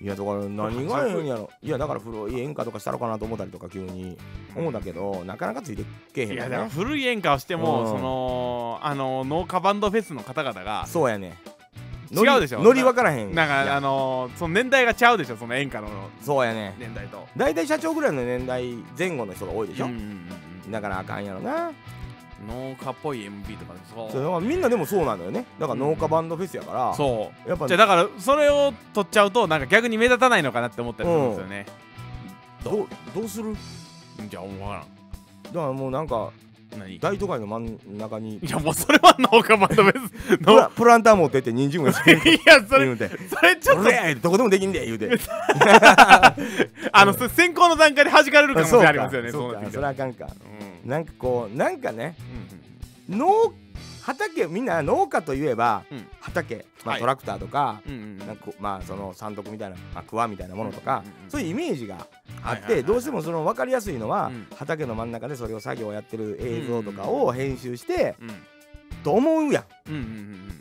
Speaker 2: いやだから何がええんやろいやだから古い演歌とかしたのかなと思ったりとか急に思うんだけどなかなかついてけえへん
Speaker 1: い
Speaker 2: よ
Speaker 1: やだから
Speaker 2: ね
Speaker 1: 古い演歌をしても、
Speaker 2: うん
Speaker 1: そのあの農家バンドフェスの方々が
Speaker 2: そうやね
Speaker 1: 違う
Speaker 2: ノリ
Speaker 1: でしょ
Speaker 2: ノリ分からへん
Speaker 1: なん
Speaker 2: い
Speaker 1: か
Speaker 2: や
Speaker 1: あのその年代がちゃうでしょその演歌の
Speaker 2: そうやね
Speaker 1: 年代と
Speaker 2: 大体社長ぐらいの年代前後の人が多いでしょ、
Speaker 1: うんうんうん
Speaker 2: だからあかんやろな
Speaker 1: 農家っぽい MV とかでそう
Speaker 2: そうだからみんなでもそうなんだよねだから農家バンドフェスやから、
Speaker 1: そ
Speaker 2: やっぱ
Speaker 1: うじゃあだからそれを取っちゃうとなんか逆に目立たないのかなって思ったりするんですよね、
Speaker 2: どうどうする
Speaker 1: じゃあ分か
Speaker 2: だからもうなんから
Speaker 1: ん何い
Speaker 2: 大都会の真ん中に
Speaker 1: やもうそれは農家バンドフェス
Speaker 2: プラ
Speaker 1: の
Speaker 2: プランター持ってって人参もやって
Speaker 1: [laughs] いやそれ
Speaker 2: 言うて
Speaker 1: それちょっ
Speaker 2: そ
Speaker 1: と
Speaker 2: れやどこでもできんで言う
Speaker 1: [laughs]
Speaker 2: て
Speaker 1: あのそ選考の段階で弾かれる可能
Speaker 2: そう
Speaker 1: 性
Speaker 2: か
Speaker 1: ありますよね
Speaker 2: そう
Speaker 1: な
Speaker 2: か
Speaker 1: ってき
Speaker 2: そ
Speaker 1: た
Speaker 2: れ
Speaker 1: ら
Speaker 2: あかんか
Speaker 1: うん
Speaker 2: なんかこうなんかね
Speaker 1: うんうん
Speaker 2: 農畑みんな農家といえば
Speaker 1: うん
Speaker 2: 畑、ま
Speaker 1: は
Speaker 2: あ、
Speaker 1: い
Speaker 2: トラクターとか、
Speaker 1: うんうんうん
Speaker 2: なんかまあその山徳みたいな、まあ、桑みたいなものとか、
Speaker 1: うんうんうん
Speaker 2: そういうイメージがあ
Speaker 1: はい
Speaker 2: っ
Speaker 1: はいはいは
Speaker 2: て
Speaker 1: い
Speaker 2: どうしてもその分かりやすいのは、
Speaker 1: うん
Speaker 2: 畑の真ん中でそれを作業やってる映像とかを編集して、
Speaker 1: うん
Speaker 2: と思うや
Speaker 1: うんうん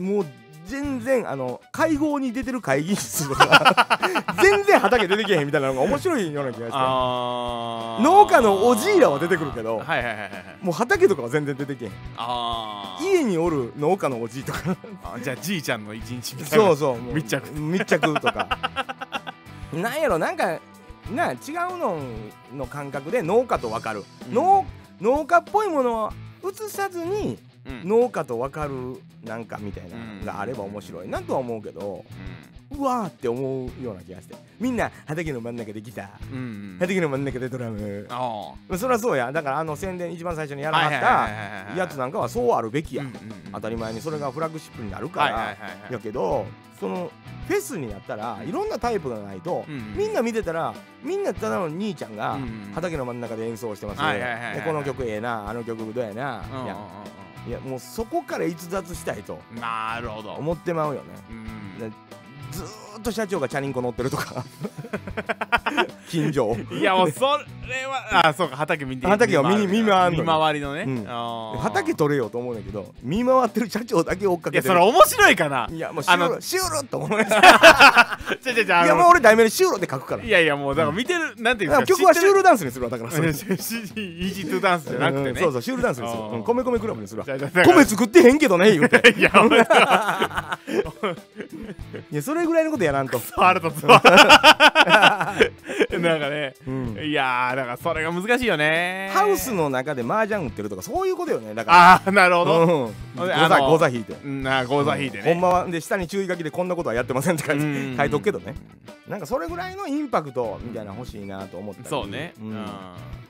Speaker 2: ん
Speaker 1: うん
Speaker 2: もう全然あの会合に出てる会議室とか
Speaker 1: [laughs]
Speaker 2: 全然畑出てけへんみたいなのが面白いような気がして
Speaker 1: あー
Speaker 2: 農家のおじいらは出てくるけど
Speaker 1: はいはいはいはいはい
Speaker 2: もう畑とかは全然出てけへん
Speaker 1: あー
Speaker 2: 家におる農家のおじいと
Speaker 1: [laughs]
Speaker 2: か
Speaker 1: あじゃあじいちゃんの一日みたいな
Speaker 2: そうそうもう
Speaker 1: 密着
Speaker 2: 密着とか
Speaker 1: [laughs]
Speaker 2: なんやろなんかな違うのの感覚で農家と分かる、
Speaker 1: うん
Speaker 2: 農農家っぽいものを映さずに
Speaker 1: うんうん
Speaker 2: 農家と分かるなんかみたいなのがあれば面白いなとは思うけどうわーって思うような気がしてみんな畑の真ん中でギター
Speaker 1: うんうん
Speaker 2: 畑の真ん中でドラム
Speaker 1: ああ
Speaker 2: そりゃそうやだからあの宣伝一番最初にやら
Speaker 1: はいはいはい
Speaker 2: はっ
Speaker 1: はいはい
Speaker 2: たやつなんかはそうあるべきや、
Speaker 1: うんうんうん
Speaker 2: 当たり前にそれがフラッグシップになるから、
Speaker 1: はいはいはいはい
Speaker 2: やけどそのフェスになったらいろんなタイプがないと、
Speaker 1: うんうん
Speaker 2: みんな見てたらみんなただの兄ちゃんが
Speaker 1: うんうん
Speaker 2: 畑の真ん中で演奏してます、
Speaker 1: はいはいはいはい
Speaker 2: でこの曲ええなあの曲どうやな、
Speaker 1: うんうんうん
Speaker 2: いやいやもうそこから逸脱したいと
Speaker 1: うんなるほど
Speaker 2: 思ってまうよね
Speaker 1: うん
Speaker 2: でずーっと社長がチャリンコ乗ってると
Speaker 1: [laughs]
Speaker 2: か近所を
Speaker 1: いやもうそれはあそうか畑見て
Speaker 2: 畑は見に見回んの
Speaker 1: 見回りのね、
Speaker 2: うん
Speaker 1: あー
Speaker 2: 畑取れようと思うんだけど見回ってる社長だけ追っか
Speaker 1: い
Speaker 2: け
Speaker 1: や
Speaker 2: て
Speaker 1: そ
Speaker 2: る
Speaker 1: れ面白いかない
Speaker 2: やもうシ
Speaker 1: あ
Speaker 2: ュー
Speaker 1: の
Speaker 2: ルシュールと思うね
Speaker 1: じゃじゃじゃ
Speaker 2: いやもう俺題名にシュールって書くから
Speaker 1: いやいやもうだから見てる、なんていうん
Speaker 2: だから
Speaker 1: ですか
Speaker 2: 曲はシュー
Speaker 1: ル
Speaker 2: ルダンスにするわだからそれ
Speaker 1: イージートゥダンスじゃなくてね、
Speaker 2: うんそうそうシュールダンスにする
Speaker 1: あー
Speaker 2: うん米米クラブにするわ
Speaker 1: じゃじゃだから
Speaker 2: 米作ってへんけどね言うて
Speaker 1: [laughs] いやお前
Speaker 2: いやそれぐらいのことやらんと、
Speaker 1: 腹立つわ [laughs] なんかね
Speaker 2: うん
Speaker 1: いやーだからそれが難しいよね
Speaker 2: ハウスの中で麻雀売ってるとかそういうことよねだから
Speaker 1: ああなるほ
Speaker 2: う
Speaker 1: ど、
Speaker 2: ん
Speaker 1: ほんで
Speaker 2: 誤
Speaker 1: あ
Speaker 2: 差
Speaker 1: の
Speaker 2: 誤差引いて
Speaker 1: うん、なあ講座引いて
Speaker 2: ほん
Speaker 1: ね、
Speaker 2: まはで下に注意書きでこんなことはやってませんって書いて
Speaker 1: うん
Speaker 2: 書いとくけどねなんかそれぐらいのインパクトみたいなの欲しいなと思ったり
Speaker 1: そうね、
Speaker 2: うん
Speaker 1: うん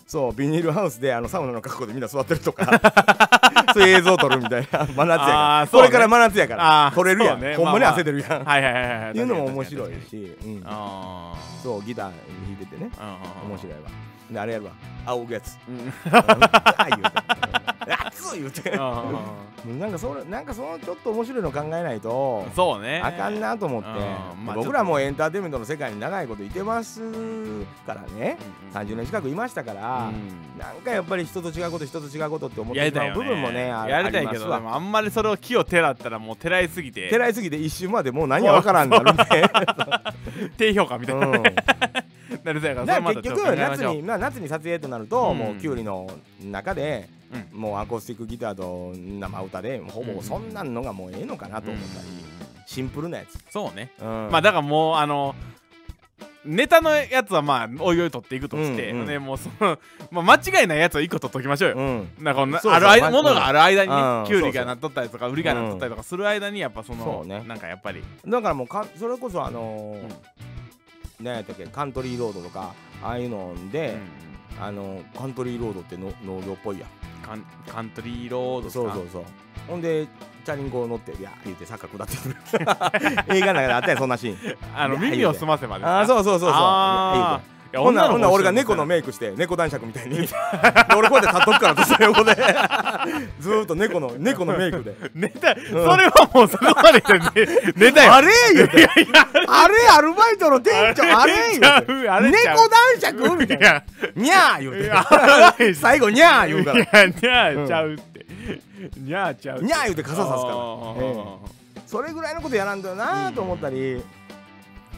Speaker 2: そうビニールハウスであのサウナの格好でみんな座ってるとか
Speaker 1: [laughs]
Speaker 2: そういう映像撮るみたいな真夏やから、
Speaker 1: あーそ
Speaker 2: こ
Speaker 1: うね
Speaker 2: れから真夏やから
Speaker 1: あー
Speaker 2: 撮れるやん、
Speaker 1: そうね
Speaker 2: ほんまに
Speaker 1: まあまあ
Speaker 2: 汗出るやん、
Speaker 1: はいはいはいはい。
Speaker 2: っていうのも面
Speaker 1: 確か
Speaker 2: 白
Speaker 1: に
Speaker 2: い
Speaker 1: 確かに
Speaker 2: し、うん
Speaker 1: 確かにああ。
Speaker 2: そうギター弾いててね
Speaker 1: うん。
Speaker 2: 面白いわであれやるわ仰ぐや
Speaker 1: [laughs]
Speaker 2: つ
Speaker 1: うん。
Speaker 2: あ言う
Speaker 1: [laughs]
Speaker 2: て熱い言うて
Speaker 1: う
Speaker 2: なんかそれなんかそのちょっと面白いの考えないと
Speaker 1: んそうね。
Speaker 2: あかんなと思って、
Speaker 1: うんまあ
Speaker 2: 僕らもエンターテインメントの世界に長いこといてますからね
Speaker 1: うんうん
Speaker 2: 30年近くいましたから、
Speaker 1: うん
Speaker 2: なんかやっぱり人と違うこと人と違うことって思っ
Speaker 1: や
Speaker 2: て
Speaker 1: り
Speaker 2: した
Speaker 1: い
Speaker 2: まう
Speaker 1: よ
Speaker 2: 部
Speaker 1: ね。
Speaker 2: 分もねあ
Speaker 1: やり
Speaker 2: あ
Speaker 1: たいけど、
Speaker 2: りま
Speaker 1: です
Speaker 2: わ
Speaker 1: もあんまりそれを木をてらったらもうてらいすぎて
Speaker 2: て、らいすぎて一瞬までもう何やわからんなるんで、
Speaker 1: 低評価みたい
Speaker 2: [laughs]
Speaker 1: な。
Speaker 2: うん、
Speaker 1: なるやから、
Speaker 2: だか
Speaker 1: [laughs] それま
Speaker 2: ら
Speaker 1: た
Speaker 2: 結
Speaker 1: ちょっ
Speaker 2: 局
Speaker 1: と考えま
Speaker 2: 夏
Speaker 1: しょう
Speaker 2: に、まあ、夏に撮影となると、
Speaker 1: うん
Speaker 2: もうキュウリの中で、
Speaker 1: う
Speaker 2: もうアコースティックギターと生歌でほぼそんなんのがもうええのかなと思ったり、
Speaker 1: うん
Speaker 2: シンプルなやつ、
Speaker 1: そうね。
Speaker 2: うん
Speaker 1: まあだからもう、あの、ネタのやつはまあおいおい取っていくとして、
Speaker 2: うんうん
Speaker 1: ねもうその、まあ、間違いないやつを一個取っときましょうよ。
Speaker 2: うん
Speaker 1: なんかこんな
Speaker 2: そうそう
Speaker 1: ある
Speaker 2: ま
Speaker 1: 間
Speaker 2: あ
Speaker 1: ものがある間に
Speaker 2: うん
Speaker 1: ね、キュウリ
Speaker 2: そうそ
Speaker 1: が
Speaker 2: う
Speaker 1: なっとったりとか、ウリがなっとったりとかする間に、やっぱそ
Speaker 2: そ
Speaker 1: の、
Speaker 2: うね
Speaker 1: なんかやっぱり、
Speaker 2: だからもうかそれこそあのー何やったっけカントリーロードとかああいうの
Speaker 1: う
Speaker 2: で、
Speaker 1: ん
Speaker 2: あのーカントリーロードっての農業っぽいやん
Speaker 1: カンカントリーロードです
Speaker 2: そう
Speaker 1: か
Speaker 2: そうそうほんでチャリンコ乗って「いや」言うて坂下ってくる映画の中であった [laughs] やんそんなシー
Speaker 1: [laughs]
Speaker 2: ン
Speaker 1: あの
Speaker 2: いや
Speaker 1: 耳を澄ませまで
Speaker 2: ああそうそうそうそう
Speaker 1: あ
Speaker 2: いや
Speaker 1: ーい
Speaker 2: 言
Speaker 1: や
Speaker 2: うてほんならほんなら俺が
Speaker 1: 面白
Speaker 2: 猫
Speaker 1: い
Speaker 2: のメイクして猫男爵みたいに [laughs] で俺こうやって立っとくからずっと
Speaker 1: [laughs]
Speaker 2: 横でずーっと猫の猫のメイクで
Speaker 1: ネタ、それはもうそこまででネタや
Speaker 2: あれ言うてあれアルバイトの店長あれ言うて
Speaker 1: あれちゃう
Speaker 2: 猫男爵みたい
Speaker 1: い
Speaker 2: な
Speaker 1: や
Speaker 2: にゃー言う
Speaker 1: い
Speaker 2: て
Speaker 1: やあ [laughs] れ
Speaker 2: 最後にゃー言う
Speaker 1: い
Speaker 2: か
Speaker 1: や
Speaker 2: ら
Speaker 1: にゃーちゃうってにゃーちゃう
Speaker 2: にゃー言うて傘さすから
Speaker 1: あー
Speaker 2: えそれぐらいのことやらんだよなと思ったり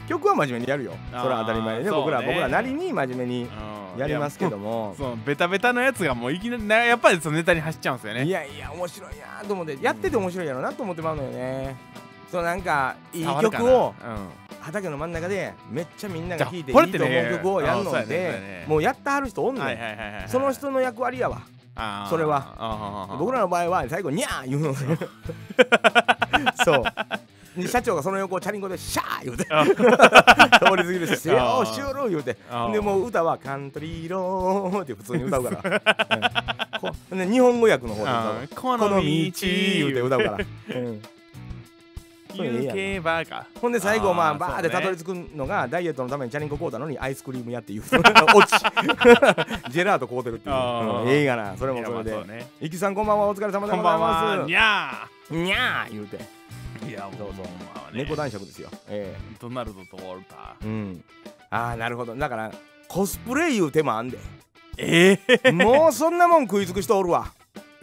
Speaker 2: 曲は真面目にやるよそれ
Speaker 1: あー
Speaker 2: は当たり前でね
Speaker 1: そうね
Speaker 2: 僕ら僕らなりに真面目に
Speaker 1: うん
Speaker 2: やりますけども
Speaker 1: いやそのベタベタのやつがもういきなりなやっぱりそのネタに走っちゃうんですよ
Speaker 2: い
Speaker 1: ね
Speaker 2: やいや面白いなと思ってやってて面白いやろなと思ってまうのよねそうなんかいい
Speaker 1: 触るか
Speaker 2: 曲
Speaker 1: な
Speaker 2: を
Speaker 1: うん
Speaker 2: 畑の真ん中でめっちゃみんなが聴いていい
Speaker 1: じゃあこれって
Speaker 2: と
Speaker 1: ね
Speaker 2: 思う曲をやる
Speaker 1: あー
Speaker 2: の
Speaker 1: そうやねそうや
Speaker 2: で
Speaker 1: ね
Speaker 2: もうやってはる人おんの
Speaker 1: はい
Speaker 2: よ
Speaker 1: はいはいはい
Speaker 2: その人の役割やわ
Speaker 1: あー
Speaker 2: それは
Speaker 1: あー
Speaker 2: 僕らの場合は最後にゃー言うのよそうで社長がその横をチャリンコでシャー言うて通り過ぎるし「よ
Speaker 1: あ
Speaker 2: ー
Speaker 1: ー
Speaker 2: しゅろー」言うて
Speaker 1: あー
Speaker 2: でもう歌は「カントリーロー」って普通に歌う
Speaker 1: [laughs]
Speaker 2: から、うんこで日本語訳の方で歌う
Speaker 1: あーこ
Speaker 2: この
Speaker 1: の道
Speaker 2: 道言うて歌うから、うんそういうのいいやん
Speaker 1: UK バーか
Speaker 2: ほんで最後まあ
Speaker 1: あー
Speaker 2: バーっ
Speaker 1: そ
Speaker 2: て
Speaker 1: うね
Speaker 2: たどり着くのが、ダイエットのためにチャリンコ買うたのにアイスクリームやっていう
Speaker 1: [laughs]
Speaker 2: 落ちジェラート買うてるっていう、
Speaker 1: あー
Speaker 2: うん、ええがなそれ
Speaker 1: い
Speaker 2: も
Speaker 1: や
Speaker 2: そ
Speaker 1: ま
Speaker 2: れ
Speaker 1: あ
Speaker 2: で、
Speaker 1: そうね
Speaker 2: いきさんこんばんはお疲れ様でござ
Speaker 1: こんば
Speaker 2: い
Speaker 1: ん
Speaker 2: ま
Speaker 1: は
Speaker 2: す
Speaker 1: にゃ
Speaker 2: にゃー言うて
Speaker 1: ーいや
Speaker 2: そうそう
Speaker 1: まあね
Speaker 2: 猫男爵ですよえ
Speaker 1: ドナルドとウォルタ
Speaker 2: えうんああなるほどだからコスプレいう手もあ [laughs] んで
Speaker 1: ーええ
Speaker 2: もうそんなもん食い尽くしておるわ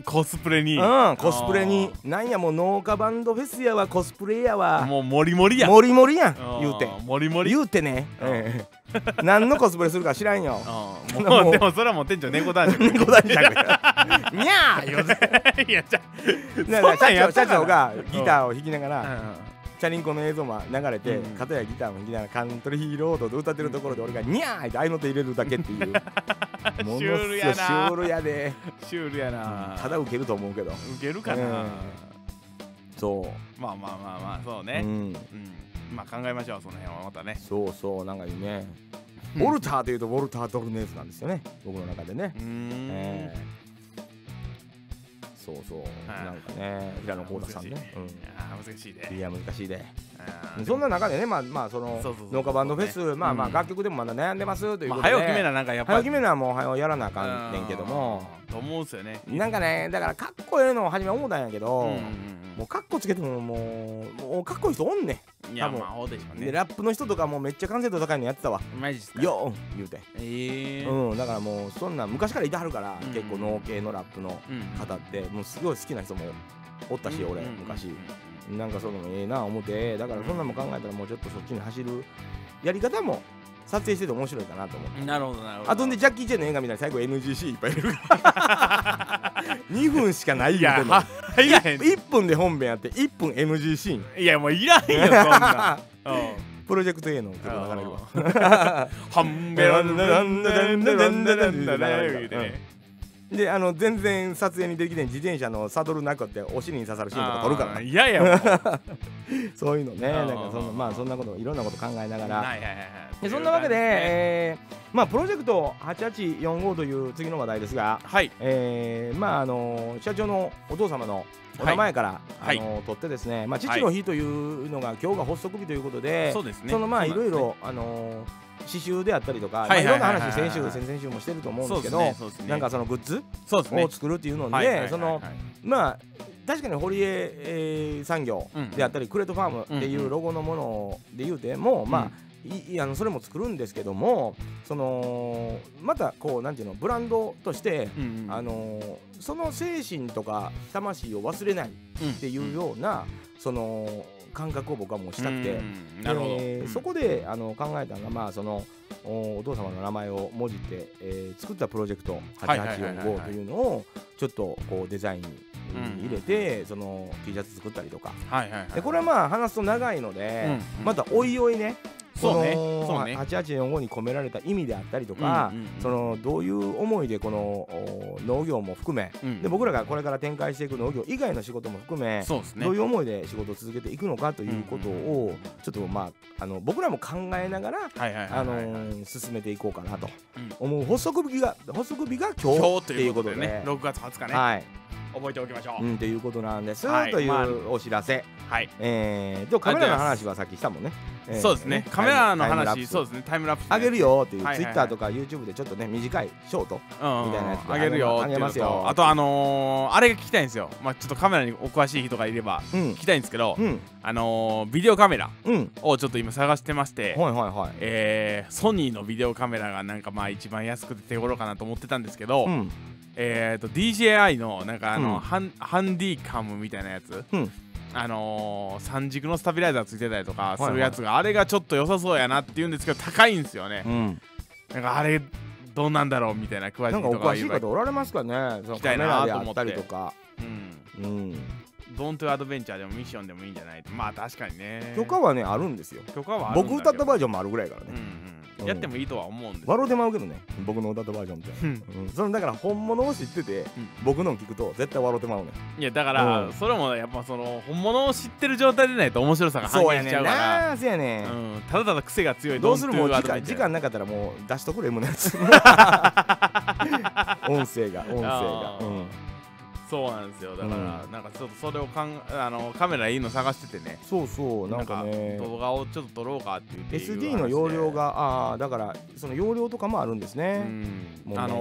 Speaker 1: コスプレ
Speaker 2: う
Speaker 1: に
Speaker 2: んコスプレになんやもう農家バンドフェスやわコスプレやわ
Speaker 1: もうモリモリや
Speaker 2: モリモリやん言うて
Speaker 1: モリモリ
Speaker 2: 言うてね、
Speaker 1: うん
Speaker 2: ええ何のコスプレするか知らんよ
Speaker 1: うんもうでもそれはもう店長猫
Speaker 2: [laughs]
Speaker 1: 男爵
Speaker 2: 猫大ちゃんがにゃー言 [laughs] うて
Speaker 1: いやじゃ
Speaker 2: な
Speaker 1: そん
Speaker 2: な
Speaker 1: なんや
Speaker 2: 社
Speaker 1: っ
Speaker 2: 長社
Speaker 1: たかな
Speaker 2: 長がギターを弾きながら、
Speaker 1: あ
Speaker 2: チャリンコの映像も流れて、
Speaker 1: うん
Speaker 2: 片やギターも弾きながらカントリーヒーロードで歌ってるところで俺がニャーって合いの手入れるだけって
Speaker 1: [laughs]
Speaker 2: いうものすごい
Speaker 1: シュールやな
Speaker 2: シュールやで
Speaker 1: うんシュールやな
Speaker 2: ただウケると思うけど
Speaker 1: ウケるかな
Speaker 2: うんそ
Speaker 1: まあまあまあまあそう
Speaker 2: う、
Speaker 1: ね
Speaker 2: うん、
Speaker 1: うんまあ考えましょうその辺はまたね
Speaker 2: そうそうなんかいいね
Speaker 1: う
Speaker 2: ウ
Speaker 1: ん
Speaker 2: ォルターというとウォルター・ドルネーズなんですよね僕の中でね
Speaker 1: う、ーん
Speaker 2: ええそうそう、
Speaker 1: はい
Speaker 2: なんかね平野浩太さんね、
Speaker 1: 難しいあー難しい
Speaker 2: うん、い
Speaker 1: ね
Speaker 2: や難しいで
Speaker 1: あー
Speaker 2: そんな中でねまあまあその
Speaker 1: そうそうそう
Speaker 2: 農家バンドフェス、まあまあ
Speaker 1: うん
Speaker 2: 楽曲でもまだ悩んでますという
Speaker 1: ま
Speaker 2: こと
Speaker 1: あ
Speaker 2: で、
Speaker 1: 早起きめななんかやっぱ
Speaker 2: 早
Speaker 1: り
Speaker 2: 決めなもう早やらなあかんねんけども
Speaker 1: うんと思うんすよね
Speaker 2: なんかねだからかっこええのを初め思ったんやけど、
Speaker 1: うんうん
Speaker 2: もうかっこつけてももうもうかっこいい人おんね
Speaker 1: うんいや
Speaker 2: 多分、
Speaker 1: まあそうでしょうんね
Speaker 2: でラップの人とかもうめっちゃ完成度高いのやってたわ
Speaker 1: マジっすか
Speaker 2: よー言うて、
Speaker 1: ええ
Speaker 2: うんだからもうそんなん昔からいてはるから、
Speaker 1: うん
Speaker 2: 結構農系のラップの
Speaker 1: うん
Speaker 2: 方ってもうすごい好きな人もおったし、俺
Speaker 1: うんうんうん
Speaker 2: 昔、
Speaker 1: うん
Speaker 2: なんかそういうのもええな思ってだからそんなんも考えたらもうちょっとそっちに走るやり方も撮影してて面白いかなと思って
Speaker 1: なるほどなるほど
Speaker 2: あとんでジャッキー・チェンの映画みたいに最後 NGC いっぱい
Speaker 1: [laughs]
Speaker 2: 入れるから2分しかない
Speaker 1: い
Speaker 2: よ
Speaker 1: や
Speaker 2: でも
Speaker 1: 入らへん
Speaker 2: 1分で本編やって1分 NG シーン
Speaker 1: いやもういらんよそんな
Speaker 2: プロジェクト A の曲流れるわ
Speaker 1: ハンベランダランダランダランダランダラン言うてね
Speaker 2: であの全然撮影にできない自転車のサドルなくってお尻に刺さるシーンとか撮るから
Speaker 1: あー
Speaker 2: な
Speaker 1: 嫌やもんは
Speaker 2: そういうのねな
Speaker 1: あー
Speaker 2: んかそんなまあそんなこといろんなこと考えなが
Speaker 1: い
Speaker 2: ら
Speaker 1: はいはい
Speaker 2: でそんなわけで、
Speaker 1: ね
Speaker 2: えーまあ、プロジェクト8845という次の話題ですが、
Speaker 1: はい
Speaker 2: えーまああの社長のお父様のお名前から、
Speaker 1: はい
Speaker 2: あの取ってですね、まあ、
Speaker 1: はい
Speaker 2: 父の日というのが、今日が発足日ということで
Speaker 1: そうですね
Speaker 2: そのまあい
Speaker 1: そうな
Speaker 2: ろ
Speaker 1: んで
Speaker 2: い
Speaker 1: すね
Speaker 2: ろあの刺繍であったりとか、ま
Speaker 1: いは
Speaker 2: あ
Speaker 1: い
Speaker 2: いろんな
Speaker 1: はいはい
Speaker 2: 話
Speaker 1: はい
Speaker 2: 先週先々週もしてると思うん
Speaker 1: そ
Speaker 2: で
Speaker 1: う
Speaker 2: す
Speaker 1: で
Speaker 2: け
Speaker 1: す
Speaker 2: ど
Speaker 1: ねそうですね
Speaker 2: なんかそのグッズ
Speaker 1: そうですね
Speaker 2: を作るっていうので、
Speaker 1: はいはいはいはい
Speaker 2: そのまあ確かに堀江、えー産業
Speaker 1: うん
Speaker 2: であったり、クレートファームってい
Speaker 1: んう
Speaker 2: うんうロゴのもので言うても、まあいいあのそれも作るんですけどもそのまたこうなんていうのブランドとして、
Speaker 1: うんうん
Speaker 2: あのーその精神とか魂を忘れないっ
Speaker 1: うん
Speaker 2: ていうような、その感覚を僕はもうしたくて、
Speaker 1: うんなるほど
Speaker 2: えー
Speaker 1: うん
Speaker 2: そこであの考えたのが、まあ、そのおお父様の名前をもじって、えー作ったプロジェクト
Speaker 1: はいはいはいはいはい
Speaker 2: 8845というのをちょっとこうデザインに入れて、その T シャツ作ったりとか
Speaker 1: はいはいはい
Speaker 2: でこれはまあ話すと長いので、
Speaker 1: うん
Speaker 2: またおいおいね
Speaker 1: そうね
Speaker 2: この
Speaker 1: そうね
Speaker 2: 8845に込められた意味であったりとか、
Speaker 1: うんうんうん
Speaker 2: そのどういう思いでこのお農業も含め
Speaker 1: うん
Speaker 2: で僕らがこれから展開していく農業以外の仕事も含め
Speaker 1: そうですね
Speaker 2: どういう思いで仕事を続けていくのかということ
Speaker 1: うんうんう
Speaker 2: を
Speaker 1: ん
Speaker 2: ちょっとまああの僕らも考えながら、
Speaker 1: はいはいはい
Speaker 2: あの
Speaker 1: はいはい
Speaker 2: ー進めていこうかなと
Speaker 1: うん
Speaker 2: 思う発足日が発足日が今日
Speaker 1: 今日
Speaker 2: っ
Speaker 1: と
Speaker 2: て
Speaker 1: い
Speaker 2: いうう
Speaker 1: こ
Speaker 2: ことと
Speaker 1: で
Speaker 2: で
Speaker 1: ね
Speaker 2: ね。
Speaker 1: 6月20日ね
Speaker 2: はい、
Speaker 1: 覚えておきましょ
Speaker 2: う、
Speaker 1: うん
Speaker 2: ということなんです、
Speaker 1: はい
Speaker 2: とい
Speaker 1: まあ
Speaker 2: うお知らせ、
Speaker 1: はい
Speaker 2: えー、とカメラの話はさっきしたもんね、えー
Speaker 1: そうですねカメラの
Speaker 2: タイムラプ
Speaker 1: 話
Speaker 2: ス
Speaker 1: そうですねタイムラプスね
Speaker 2: あげるよっていう、
Speaker 1: はいはいはい
Speaker 2: Twitter とか YouTube でちょっとね短いショート
Speaker 1: み
Speaker 2: みたいなやつで
Speaker 1: あげるよ
Speaker 2: あげますよ
Speaker 1: っていうのとあとあのーあれが聞きたいんですよまあちょっとカメラにお詳しい人がいれば
Speaker 2: うん
Speaker 1: 聞きたいんですけど
Speaker 2: うん
Speaker 1: あのービデオカメラ
Speaker 2: うん
Speaker 1: をちょっと今探してまして
Speaker 2: はいはいはい
Speaker 1: えーソニーのビデオカメラがなんかまあ一番安くて手頃かなと思ってたんですけど、
Speaker 2: うん
Speaker 1: えー、と DJI のなんかあの、
Speaker 2: うん
Speaker 1: ハンハンディカムみたいなやつ、
Speaker 2: うん
Speaker 1: あのー、三軸のスタビライザーついてたりとか
Speaker 2: いはい
Speaker 1: するやつが、あれがちょっと良さそうやなって言うんですけど高いんですよね、
Speaker 2: うん
Speaker 1: なんかあれどうなんだろうみたいな詳し
Speaker 2: ないんかお
Speaker 1: 人が
Speaker 2: 詳し
Speaker 1: い
Speaker 2: い
Speaker 1: れば
Speaker 2: 方おられますかねその
Speaker 1: き
Speaker 2: カ
Speaker 1: たい
Speaker 2: メ
Speaker 1: な
Speaker 2: ラ
Speaker 1: と
Speaker 2: であ
Speaker 1: 思って
Speaker 2: ったりとか
Speaker 1: うん
Speaker 2: うん
Speaker 1: ドントゥアドベンチャーでもミッションでもいいんじゃないまあ確かにね
Speaker 2: 許可はねあるんですよ
Speaker 1: 許可はあるんだけ
Speaker 2: 僕
Speaker 1: ど
Speaker 2: 歌ったバージョンもあるぐらいから
Speaker 1: う
Speaker 2: ね
Speaker 1: んう
Speaker 2: うんん
Speaker 1: やってもいいとは思うんです
Speaker 2: 笑うてまうけどね僕の歌ったバージョンって
Speaker 1: うん
Speaker 2: うんそのだから本物を知ってて
Speaker 1: ん
Speaker 2: 僕のを聞くと絶対笑うてまうね
Speaker 1: いやだから、
Speaker 2: うん
Speaker 1: それもやっぱその本物を知ってる状態でないと面白さが半減しちゃうから
Speaker 2: なそうやねん
Speaker 1: うん、ただただ癖が強い
Speaker 2: どうする
Speaker 1: ドン
Speaker 2: もう
Speaker 1: トゥア
Speaker 2: 時
Speaker 1: ドベ
Speaker 2: 間
Speaker 1: ン
Speaker 2: 時
Speaker 1: チャー
Speaker 2: 間なかったらもう出
Speaker 1: [laughs]
Speaker 2: しとくれ M のやつ音声が音声が
Speaker 1: あー
Speaker 2: うん
Speaker 1: そうなんですよだから、
Speaker 2: う
Speaker 1: なんかちょっとそれをかんあのカメラいいの探しててね
Speaker 2: そうそうなんかね
Speaker 1: 動画をちょっと撮ろうかって言って
Speaker 2: SD の容量がああだからその容量とかもあるんです
Speaker 1: う
Speaker 2: ね、
Speaker 1: ん
Speaker 2: 問題
Speaker 1: あ
Speaker 2: がね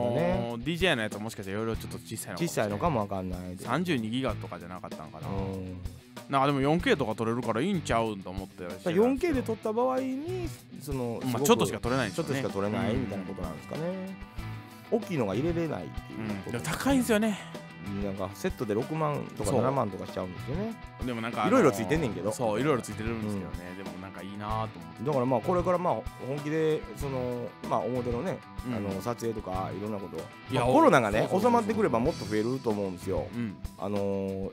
Speaker 1: のー DJ のやつはもしかしたら容量ちょっと小さいのかもしれない
Speaker 2: 小さいのかもわかんないで
Speaker 1: 32ギガとかじゃなかったんかな、
Speaker 2: うん
Speaker 1: なんかでも 4K とか撮れるからいいんちゃうんと思ってらっしゃ
Speaker 2: だ
Speaker 1: る
Speaker 2: から 4K で撮った場合にその、
Speaker 1: まあ
Speaker 2: すごく
Speaker 1: ちょっとしか撮れないんで
Speaker 2: ち
Speaker 1: す
Speaker 2: ょっと
Speaker 1: よね
Speaker 2: しか撮れないみたいなことなんですかね、大きいのが入れれないって
Speaker 1: う
Speaker 2: いうんこ
Speaker 1: で
Speaker 2: と
Speaker 1: も高いんですよね
Speaker 2: なんかセットで6万とか
Speaker 1: そう
Speaker 2: 7万とかしちゃうんですよね
Speaker 1: でもなんかあの
Speaker 2: い
Speaker 1: ー
Speaker 2: ろいろついてんねんけど
Speaker 1: そういろいろついてるんですけどね、でもなんかいいなと思って
Speaker 2: だからまあこれからまあ本気でそのまあ表のね、
Speaker 1: うん
Speaker 2: あの撮影とかいろんなこと、
Speaker 1: いや
Speaker 2: まあコロナがね
Speaker 1: そうそうそうそう
Speaker 2: 収まってくればもっと増えると思うんですよ
Speaker 1: うん
Speaker 2: あのー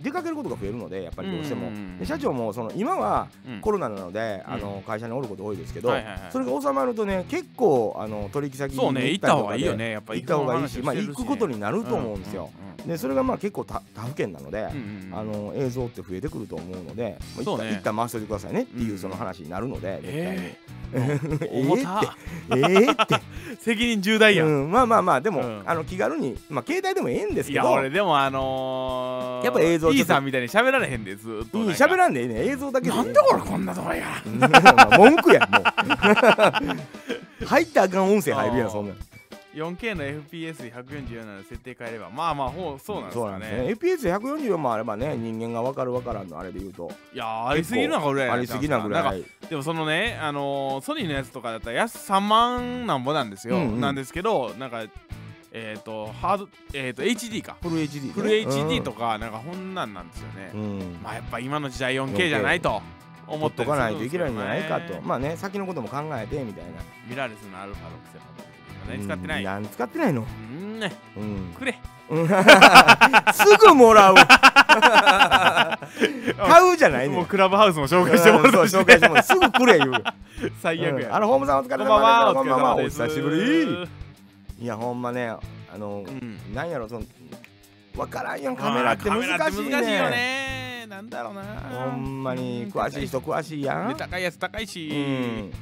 Speaker 2: 出かけることが増えるのでやっぱりどうしても、
Speaker 1: うんうんうん
Speaker 2: で社長もその今は
Speaker 1: うん
Speaker 2: コロナなので、
Speaker 1: うん
Speaker 2: あの会社におること多いですけど、
Speaker 1: はいはいはい
Speaker 2: それが収まるとね結構あの取引先に
Speaker 1: そうね行った
Speaker 2: り
Speaker 1: 方
Speaker 2: とか
Speaker 1: が
Speaker 2: で
Speaker 1: いいよねやっぱ
Speaker 2: 行った方がいいし、まあ、行くこと
Speaker 1: に
Speaker 2: になると思うんですよ、、でそれがまあ結構他他府県なので、
Speaker 1: うんうんうん
Speaker 2: あの映像って増えてくると思うので、まあ
Speaker 1: そうね
Speaker 2: 一旦一旦回しておいてくださいねっていううんその話になるので、絶対に
Speaker 1: え
Speaker 2: え
Speaker 1: え重た
Speaker 2: ーってえー
Speaker 1: [laughs]
Speaker 2: って、
Speaker 1: 責任重大やん、
Speaker 2: うん、まあまあまあでも、
Speaker 1: うん
Speaker 2: あの気軽に、まあ、携帯でもええんです
Speaker 1: い
Speaker 2: け
Speaker 1: や
Speaker 2: ど
Speaker 1: 俺でもあのー、
Speaker 2: やっぱ映像ちょっと
Speaker 1: T さんみたいに喋られへんでずーっと
Speaker 2: うん
Speaker 1: なんか
Speaker 2: 喋らんでええねん映像だけでええ
Speaker 1: な
Speaker 2: ね
Speaker 1: んで俺こんなとこや
Speaker 2: うんまあ文句やんもう [laughs] 入ったらあかん音声入るやんそんなん
Speaker 1: 4K の FPS144 なら設定変えればまあまあほうそうなんです
Speaker 2: そうな
Speaker 1: か
Speaker 2: ん
Speaker 1: ね
Speaker 2: ですね FPS144 もあればね人間が分かる分からんのあれで言うと
Speaker 1: いやーありすぎるなこれ
Speaker 2: ありすぎなぐらい
Speaker 1: んかでもそのねあのーソニーのやつとかだったら安3万なんぼなんですよ、
Speaker 2: うんうん
Speaker 1: なんですけどなんかえっ、とハードえっ、と HD か
Speaker 2: フル HD ね
Speaker 1: フル HD と
Speaker 2: か、
Speaker 1: かなんかこんなんなんですよね、
Speaker 2: うんうん
Speaker 1: まあやっぱ今の時代 4K じゃないと思
Speaker 2: 持
Speaker 1: っ
Speaker 2: ってとかないといけないんじゃないかと、
Speaker 1: ま
Speaker 2: まあね先のことも考えてみたいな
Speaker 1: あ、ミラーレスのアルファ6000も使ってな
Speaker 2: う
Speaker 1: い
Speaker 2: ん
Speaker 1: う
Speaker 2: 何使ってないの
Speaker 1: んね
Speaker 2: うん
Speaker 1: くれ
Speaker 2: すぐも
Speaker 1: [laughs]
Speaker 2: らう買うじゃない
Speaker 1: も
Speaker 2: ね
Speaker 1: うんクラブハウスも紹介してもらったし
Speaker 2: そう紹介してもらうすぐ来れ言う
Speaker 1: 最悪
Speaker 2: う
Speaker 1: や
Speaker 2: んあのホームさんお疲れ様で
Speaker 1: こん
Speaker 2: す
Speaker 1: ばんはお
Speaker 2: こんばんはお
Speaker 1: 疲れ様です
Speaker 2: 久しぶりいやほんまねあの、
Speaker 1: うん
Speaker 2: なんやろその分からんやんカメラって難しいね
Speaker 1: カメラって難しいよねなんだろうな
Speaker 2: ほんまに詳しい人詳しいや
Speaker 1: で
Speaker 2: ん
Speaker 1: 高いやつ高いし、
Speaker 2: うんうん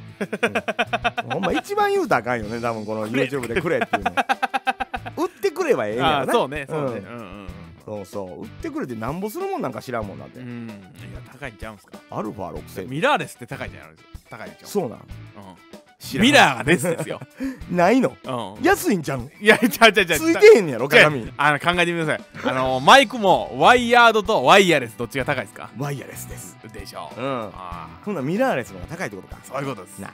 Speaker 2: ほんま一番言うたらあかんよね多分この YouTube でくれ
Speaker 1: [laughs]
Speaker 2: っていうの売ってくればええね
Speaker 1: あ
Speaker 2: や
Speaker 1: あ
Speaker 2: ろな
Speaker 1: そうねそうね
Speaker 2: ん
Speaker 1: うんうん
Speaker 2: そうそう売ってくれてなんぼするもんなんか知らんもんなんて、
Speaker 1: うん、うん、いや高いんちゃうんすか
Speaker 2: アルファ6000
Speaker 1: ミラーレスって高いじゃないですか高いでしょ
Speaker 2: そうなん
Speaker 1: うん、ミラーがレスですよ、
Speaker 2: [laughs] ないの
Speaker 1: うん、
Speaker 2: 安いんちゃうん
Speaker 1: いやちゃうちゃうち
Speaker 2: つ
Speaker 1: ゃう
Speaker 2: いてへんねやろ
Speaker 1: 違う
Speaker 2: 鏡
Speaker 1: あの考えてみてくださいあのマイクもワイヤードとワイヤレスどっちが高いですか
Speaker 2: ワイヤレスです
Speaker 1: でしょう、
Speaker 2: う
Speaker 1: あ
Speaker 2: ん
Speaker 1: あ
Speaker 2: ほんならミラーレスの方が高いってことか
Speaker 1: そういうことです
Speaker 2: 何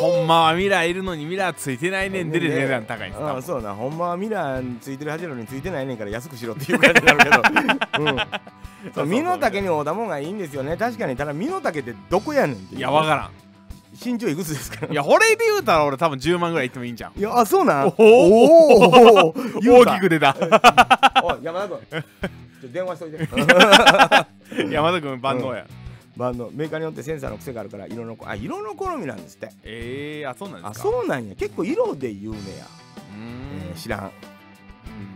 Speaker 1: ほんまはミラーいるのにミラーついてないねんでで値段高いんです
Speaker 2: うん、
Speaker 1: か
Speaker 2: そうなほんまはミラーについてるはずやのについてないねんから安くしろっていう感じにな
Speaker 1: [laughs]
Speaker 2: るけど、うん、そう身の丈に合うたもんがいいんですよね確かにただ身の丈ってどこやねんっていう
Speaker 1: いやわから
Speaker 2: 身長いくつですか
Speaker 1: んいやこれで言うたら俺多分10万ぐらいいってもいいんじゃん
Speaker 2: いやあそうなん
Speaker 1: お
Speaker 2: おお
Speaker 1: [laughs] 大きく出た
Speaker 2: おい山田君ちょっと電話しといて
Speaker 1: [laughs] 山田君万能や、
Speaker 2: バンドメーカーによってセンサーの癖があるから色のあ色の好みなんですって
Speaker 1: ええー、あそうなんです
Speaker 2: あ
Speaker 1: か
Speaker 2: そうなんや結構色で有名や、
Speaker 1: う
Speaker 2: え
Speaker 1: ーん
Speaker 2: ー知らん
Speaker 1: うん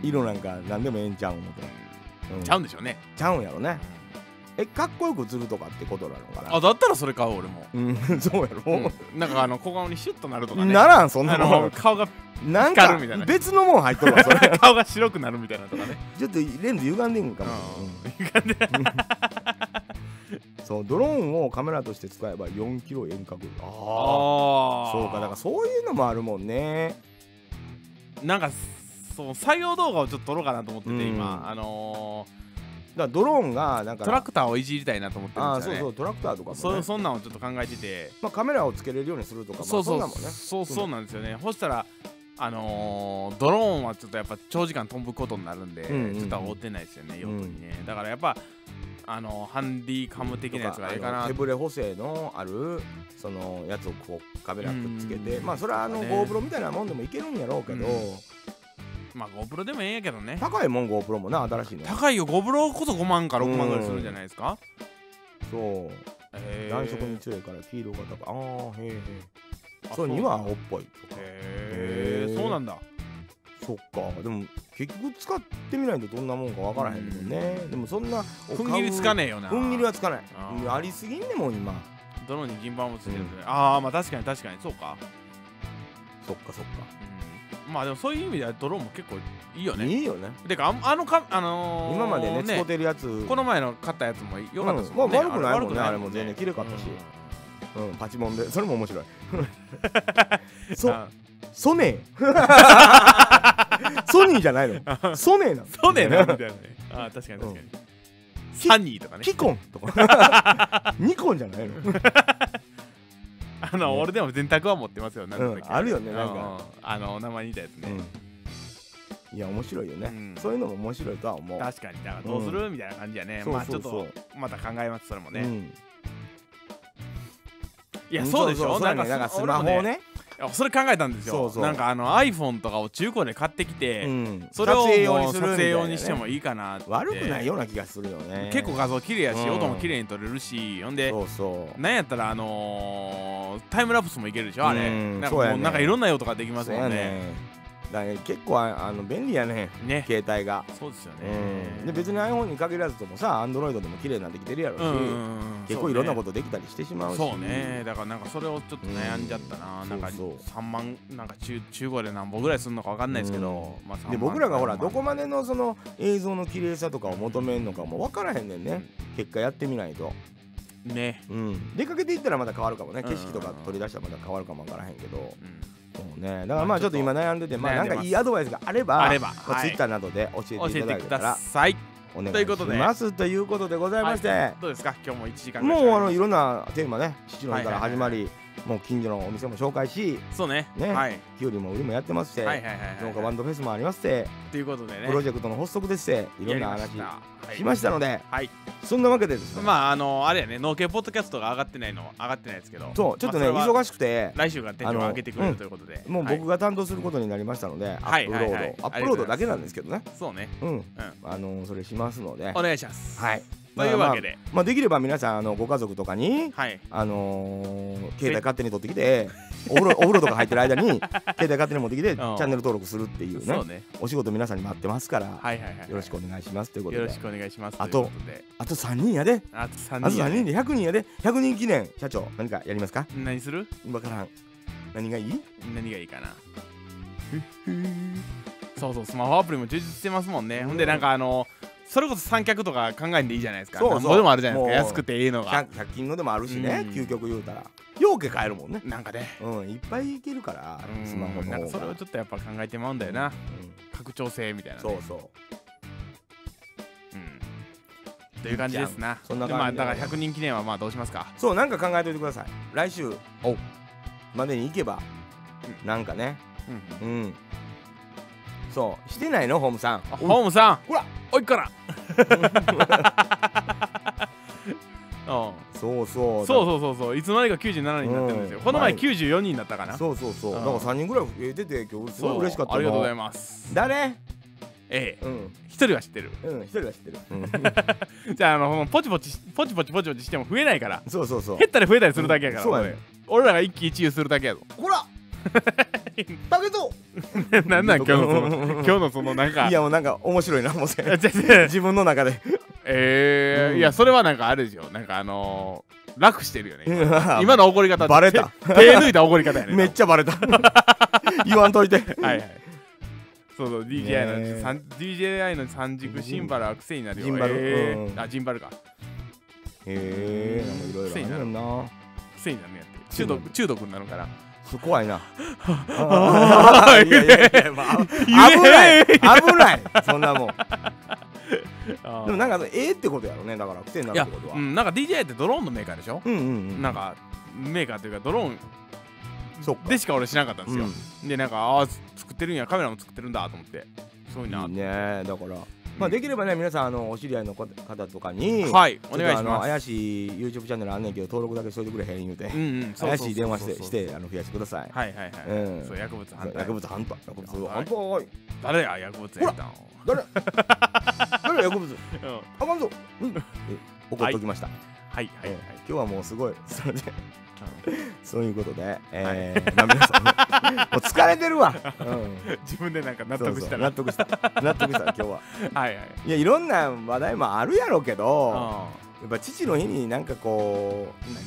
Speaker 2: 色なんか何でもええんちゃうん思って、うん、
Speaker 1: ちゃうんでしょうね
Speaker 2: ちゃうんやろねえかっこよく映るとかってことなのかな
Speaker 1: あだったらそれ買う俺も、
Speaker 2: うん [laughs] そうやろ、
Speaker 1: うんなんかあの小顔にシュッとなるとか
Speaker 2: [laughs]
Speaker 1: ね
Speaker 2: ならんそん
Speaker 1: あ
Speaker 2: なも
Speaker 1: の
Speaker 2: ん
Speaker 1: 顔が [laughs]
Speaker 2: なん
Speaker 1: 光
Speaker 2: か
Speaker 1: るみたいな
Speaker 2: 別のもん入っとるわ
Speaker 1: [laughs]
Speaker 2: それ
Speaker 1: 顔が白くなるみたいなとかね
Speaker 2: ちょっとレンズ歪んでんかも、
Speaker 1: う
Speaker 2: うんそうドローンをカメラとして使えば4キロ遠隔あ
Speaker 1: あ
Speaker 2: あ
Speaker 1: あ
Speaker 2: そうかだからそういうのもあるもんね
Speaker 1: なんかそう採用動画をちょっと撮ろうかなと思ってて、
Speaker 2: うん
Speaker 1: 今あの
Speaker 2: だからドローンがなん
Speaker 1: ー、
Speaker 2: か
Speaker 1: トラクターをいじりたいなと思ってる
Speaker 2: あ
Speaker 1: ん
Speaker 2: あ
Speaker 1: です
Speaker 2: そう
Speaker 1: よ
Speaker 2: そ
Speaker 1: ね
Speaker 2: うトラクターとかも、ね、
Speaker 1: そそんなんをちょっと考えてて
Speaker 2: まあ、カメラをつけれるようにするとか、まあ、
Speaker 1: そうそ
Speaker 2: ん
Speaker 1: う
Speaker 2: なんもんね
Speaker 1: そうそうなんですよねほしたらあのー、ドローンはちょっとやっぱ長時間飛ぶことになるんで、
Speaker 2: うんうん
Speaker 1: ちょっと追ってないですよね用途にね、だからやっぱあのー、ハンディカム的なやつがいいか
Speaker 2: あの
Speaker 1: な
Speaker 2: 手ブレ補正のあるそのやつをこうカメラくっつけて
Speaker 1: うん
Speaker 2: まあそれはあの
Speaker 1: ね
Speaker 2: GoPro みたいなもんでもいけるんやろうけど、
Speaker 1: うんまあ GoPro でもええんやけどね
Speaker 2: 高いもん GoPro もな新しいの
Speaker 1: 高いよ GoPro こそ5万か6万ぐらいするんじゃないですか、
Speaker 2: そう
Speaker 1: えー、
Speaker 2: 暖色に強いから黄色が高いああへえへえ
Speaker 1: あ
Speaker 2: そうには青っぽいとか
Speaker 1: へえそうなんだ
Speaker 2: そっかでも結局使ってみないとどんなもんかわからへんけどねでもそんな
Speaker 1: 踏ん切りつかねえよな
Speaker 2: 踏ん切りはつかない
Speaker 1: あ
Speaker 2: うん
Speaker 1: ー
Speaker 2: ありすぎんねもん今
Speaker 1: どのに銀盤もついてるんだねああまあ確かに確かにそうか、
Speaker 2: そっかそっか
Speaker 1: うん、まあでもそういう意味ではドローンも結構いいよね
Speaker 2: いいよね
Speaker 1: てかあんあのかあのー
Speaker 2: 今までね使うてるやつ
Speaker 1: この前の買ったやつも良かったですもんね、
Speaker 2: うんまあ悪くないもんね
Speaker 1: あれ
Speaker 2: あれも全然綺麗かったし
Speaker 1: う
Speaker 2: うんパチモンでそれも
Speaker 1: [laughs]
Speaker 2: 面白い
Speaker 1: ん
Speaker 2: そ
Speaker 1: あ
Speaker 2: ソネ
Speaker 1: [laughs]
Speaker 2: ーソニーじゃないのソネーなの
Speaker 1: そうねえなみたいなねあー確かに確かに、サニーとかね
Speaker 2: キ
Speaker 1: [laughs]
Speaker 2: コンとかニコンじゃないの
Speaker 1: あの、
Speaker 2: ね
Speaker 1: 俺でも電卓は持ってますよなんだったっけ
Speaker 2: うんあるよねなんか
Speaker 1: うんあの名前似たやつね、
Speaker 2: いや面白いよね、
Speaker 1: うん
Speaker 2: そういうのも面白いとは思う
Speaker 1: 確かにだからどうする、みたいな感じやね
Speaker 2: そう
Speaker 1: まあち
Speaker 2: そ
Speaker 1: ょっ
Speaker 2: うそう
Speaker 1: とまた考えますそれもね、
Speaker 2: うん
Speaker 1: いやそうでし
Speaker 2: そうそ
Speaker 1: ょ
Speaker 2: うそうやね
Speaker 1: そ
Speaker 2: だからス
Speaker 1: 俺
Speaker 2: マ
Speaker 1: も
Speaker 2: ホ
Speaker 1: ね
Speaker 2: をね
Speaker 1: いやそれ考えたんですよ
Speaker 2: そうそう
Speaker 1: なんかあの iPhone とかを中古で買ってきて、
Speaker 2: うん
Speaker 1: それをもう撮影用に
Speaker 2: みたいなね
Speaker 1: してもいいかなって
Speaker 2: 悪くないような気がするよね
Speaker 1: 結構画像綺麗やし、
Speaker 2: うん
Speaker 1: 音も綺麗に撮れるしほんで
Speaker 2: そうそう
Speaker 1: なんやったらあのー、タイムラプスもいけるでしょあれ、
Speaker 2: うん
Speaker 1: なんか
Speaker 2: そ
Speaker 1: も
Speaker 2: う
Speaker 1: う
Speaker 2: やね
Speaker 1: なんかいろんな用途ができます
Speaker 2: そう
Speaker 1: も
Speaker 2: や
Speaker 1: ん
Speaker 2: ね
Speaker 1: ね
Speaker 2: だから結構ああの便利やね
Speaker 1: ね
Speaker 2: 携帯が、
Speaker 1: [laughs] そうですよね、
Speaker 2: うん、で別に iPhone に限らずともさ Android でも綺麗になってきてるやろし、
Speaker 1: うんうんうん
Speaker 2: 結構いろんなこととできたりしてしまうし
Speaker 1: そうねだからなんかそれをちょっと悩んじゃったな、
Speaker 2: うん
Speaker 1: なんか
Speaker 2: そうそう
Speaker 1: 3万なんか中中古で何本ぐらいするのかわかんないですけど、まあ、3万
Speaker 2: で僕らがほら
Speaker 1: 3万
Speaker 2: どこまでのその映像の綺麗さとかを求めるのかも分からへんねんね、結果やってみないと、
Speaker 1: ね、
Speaker 2: うん、出かけていったらまた変わるかもね
Speaker 1: うんうん
Speaker 2: 景
Speaker 1: うん
Speaker 2: 色とか取り出したらまた変わるかも分からへんけど、
Speaker 1: うん、
Speaker 2: そうねだからまあちょっと今悩んでてまあ
Speaker 1: 悩
Speaker 2: なんん
Speaker 1: でます
Speaker 2: かいいアドバイスがあれば
Speaker 1: あれば
Speaker 2: まあ、
Speaker 1: はい
Speaker 2: Twitter などで教
Speaker 1: 教
Speaker 2: えていた
Speaker 1: え
Speaker 2: だ
Speaker 1: て
Speaker 2: け
Speaker 1: く
Speaker 2: た
Speaker 1: だ
Speaker 2: ら
Speaker 1: さい
Speaker 2: お願
Speaker 1: という
Speaker 2: い
Speaker 1: こ
Speaker 2: し
Speaker 1: とで
Speaker 2: ますということでございまして、
Speaker 1: どうですか今日も1時間ぐらい
Speaker 2: もうあ
Speaker 1: 喋
Speaker 2: の
Speaker 1: り
Speaker 2: いろんなテーマね父の日から
Speaker 1: は
Speaker 2: 始
Speaker 1: いはいは
Speaker 2: ま
Speaker 1: い
Speaker 2: り、もう近所のお店も紹介し
Speaker 1: まそうね
Speaker 2: ね
Speaker 1: はい、
Speaker 2: きゅうりも売りもやってますし、
Speaker 1: はいはいはい
Speaker 2: 農
Speaker 1: はい
Speaker 2: 家バンドフェスもありますして
Speaker 1: ということでね
Speaker 2: プロジェクトの発足ですしていろんな
Speaker 1: や
Speaker 2: 話
Speaker 1: りました
Speaker 2: しましたので、
Speaker 1: はい、
Speaker 2: そんなわけでですね、
Speaker 1: まああのあれやね農系ポッドキャストが上がってないの上がってないですけど
Speaker 2: そうちょっとね、
Speaker 1: まあそれは
Speaker 2: 忙しくて
Speaker 1: 来週から手帳を上げてくれ
Speaker 2: あのう
Speaker 1: る
Speaker 2: ん
Speaker 1: ということで、
Speaker 2: もう
Speaker 1: はい
Speaker 2: 僕が担当することになりましたので、
Speaker 1: はい
Speaker 2: アップロード、
Speaker 1: はいはい
Speaker 2: アップロードだけなんですけどね
Speaker 1: そうね
Speaker 2: うん、あのーそれしますので
Speaker 1: お願いします
Speaker 2: はい
Speaker 1: というわけで、
Speaker 2: まあまあできれば皆さんあのご家族とかに
Speaker 1: はい
Speaker 2: あのー携帯勝手に取ってきてお風呂お風呂とか入ってる間
Speaker 1: [laughs]
Speaker 2: に携帯勝手に持ってきてチャンネル登録するっていうね
Speaker 1: そうね
Speaker 2: お仕事皆さんに待ってますから、
Speaker 1: はいはいはい
Speaker 2: よろしくお願いしますということ
Speaker 1: よろ
Speaker 2: で
Speaker 1: しくお願いします
Speaker 2: あと
Speaker 1: いうことで
Speaker 2: あと3人やで
Speaker 1: あと3
Speaker 2: あ
Speaker 1: 人
Speaker 2: と3人
Speaker 1: で
Speaker 2: で100人やで100人記念社長何かやりますか
Speaker 1: 何する
Speaker 2: わからん何がいい
Speaker 1: 何がいいかなそうそうスマホアプリも充実してますもんね、ほんでなんかあのそれこそ三脚とか考えんでいいじゃないですか
Speaker 2: そうそう
Speaker 1: なんぼでもあるじゃないですか
Speaker 2: もう
Speaker 1: 安くていいのが
Speaker 2: 100, 100均のでもあるしね、
Speaker 1: うん
Speaker 2: 究極言うたら容器買えるもんね
Speaker 1: なんかね
Speaker 2: うんいっぱいいけるから
Speaker 1: うん
Speaker 2: スマホの方が
Speaker 1: なんかそれをちょっとやっぱ考えてまうんだよな
Speaker 2: う
Speaker 1: 拡張性みたいなんね
Speaker 2: そうそう
Speaker 1: うんという感じですな。
Speaker 2: そんな
Speaker 1: でまあ
Speaker 2: 感じで
Speaker 1: だから100人記念はまあどうしますか。
Speaker 2: そうなんか考えておいてください来週までに行けば、なんかねうんそうしてないのホームさん
Speaker 1: あホームさん、
Speaker 2: ほら
Speaker 1: おい
Speaker 2: [laughs]
Speaker 1: っから。うん
Speaker 2: そうそう
Speaker 1: そうそうそうそういつの間にか97人になってるんですよ。
Speaker 2: うん
Speaker 1: この前94人だったかな。
Speaker 2: そうそうそう
Speaker 1: うん
Speaker 2: なんか3人ぐらい増えてて今日すごい
Speaker 1: そう
Speaker 2: 嬉しかった
Speaker 1: ありがとうござい
Speaker 2: ま
Speaker 1: ます。
Speaker 2: 誰
Speaker 1: ええ、
Speaker 2: うん
Speaker 1: 一人は知ってる。
Speaker 2: うん一人は知ってる、
Speaker 1: じゃああのポチポチしポチポチポチポチしても増えないから。
Speaker 2: [laughs] そうそうそう
Speaker 1: 減ったり増えたりするだけやから。
Speaker 2: うんそうや
Speaker 1: 俺
Speaker 2: ね
Speaker 1: 俺らが一喜一憂するだけやぞ。 [laughs]
Speaker 2: ほ [laughs] らだけど
Speaker 1: な
Speaker 2: [laughs]
Speaker 1: んなん今日のその今日のそのなんか。
Speaker 2: いやもうなんか面白いなもうそ
Speaker 1: 違う
Speaker 2: れ
Speaker 1: 違う
Speaker 2: 自分の中で
Speaker 1: えー
Speaker 2: うん
Speaker 1: いやそれはなんかあれですよなんかあのー、楽してるよね
Speaker 2: 今 [laughs]
Speaker 1: 今の怒り方
Speaker 2: バレた
Speaker 1: 手手抜いた怒り方やね
Speaker 2: [laughs] めっちゃバレ
Speaker 1: [laughs]
Speaker 2: た言わんといて
Speaker 1: はいはいそうそう DJI
Speaker 2: ね
Speaker 1: の
Speaker 2: え
Speaker 1: 三 DJI の三軸シンバルは癖になるよ
Speaker 2: ジンバル
Speaker 1: えー
Speaker 2: うん
Speaker 1: あジンバルか
Speaker 2: へえなんかいろいろあるねんな
Speaker 1: 癖になるんやって中毒中毒になるから
Speaker 2: そう怖
Speaker 1: [laughs]
Speaker 2: いなあ [laughs] ーいやいやいやまあ危ない危ないそんなもん
Speaker 1: あ
Speaker 2: でもなんかええってことやろねだから癖にないるっ
Speaker 1: や
Speaker 2: てこと、は
Speaker 1: うん、なんか DJI ってドローンのメーカーでしょ、
Speaker 2: うんうんうん
Speaker 1: なんかメーカーというかドローン
Speaker 2: そっか
Speaker 1: でしか俺知らなかったんですよ、
Speaker 2: う
Speaker 1: でなんかああ作ってるんやカメラも作ってるんだと思ってすごい
Speaker 2: んい
Speaker 1: な、
Speaker 2: いねだからまあできればね皆さんあのお知り合いの方とかに
Speaker 1: は
Speaker 2: ち
Speaker 1: い
Speaker 2: ょ
Speaker 1: お
Speaker 2: っと
Speaker 1: 願いし
Speaker 2: あの
Speaker 1: ます
Speaker 2: 怪しい YouTube チャンネルあんねんけど登録だけしといてくれへん言うて
Speaker 1: うんうんそうそうそう
Speaker 2: 怪
Speaker 1: そう
Speaker 2: しい電話してしてあの増やしてください
Speaker 1: はいはいはい、
Speaker 2: うん
Speaker 1: そう薬物反対
Speaker 2: 薬物反対薬物反対
Speaker 1: 誰や薬物やったん
Speaker 2: 誰誰薬物
Speaker 1: うんはい
Speaker 2: あかんぞ、うん、え怒っときました、
Speaker 1: はいは
Speaker 2: え
Speaker 1: い、
Speaker 2: ー今日はもうすごい [laughs] それでそういうことで、えーまあ皆さんねもう疲れてるわ、うん、
Speaker 1: 自分でなんか納得し
Speaker 2: そう
Speaker 1: た
Speaker 2: そう納
Speaker 1: ら
Speaker 2: 得した納得した今日は
Speaker 1: はいはい
Speaker 2: いやいろんな話題もあるやろうけど
Speaker 1: あ
Speaker 2: やっぱ父の日になんかこ
Speaker 1: ー何
Speaker 2: う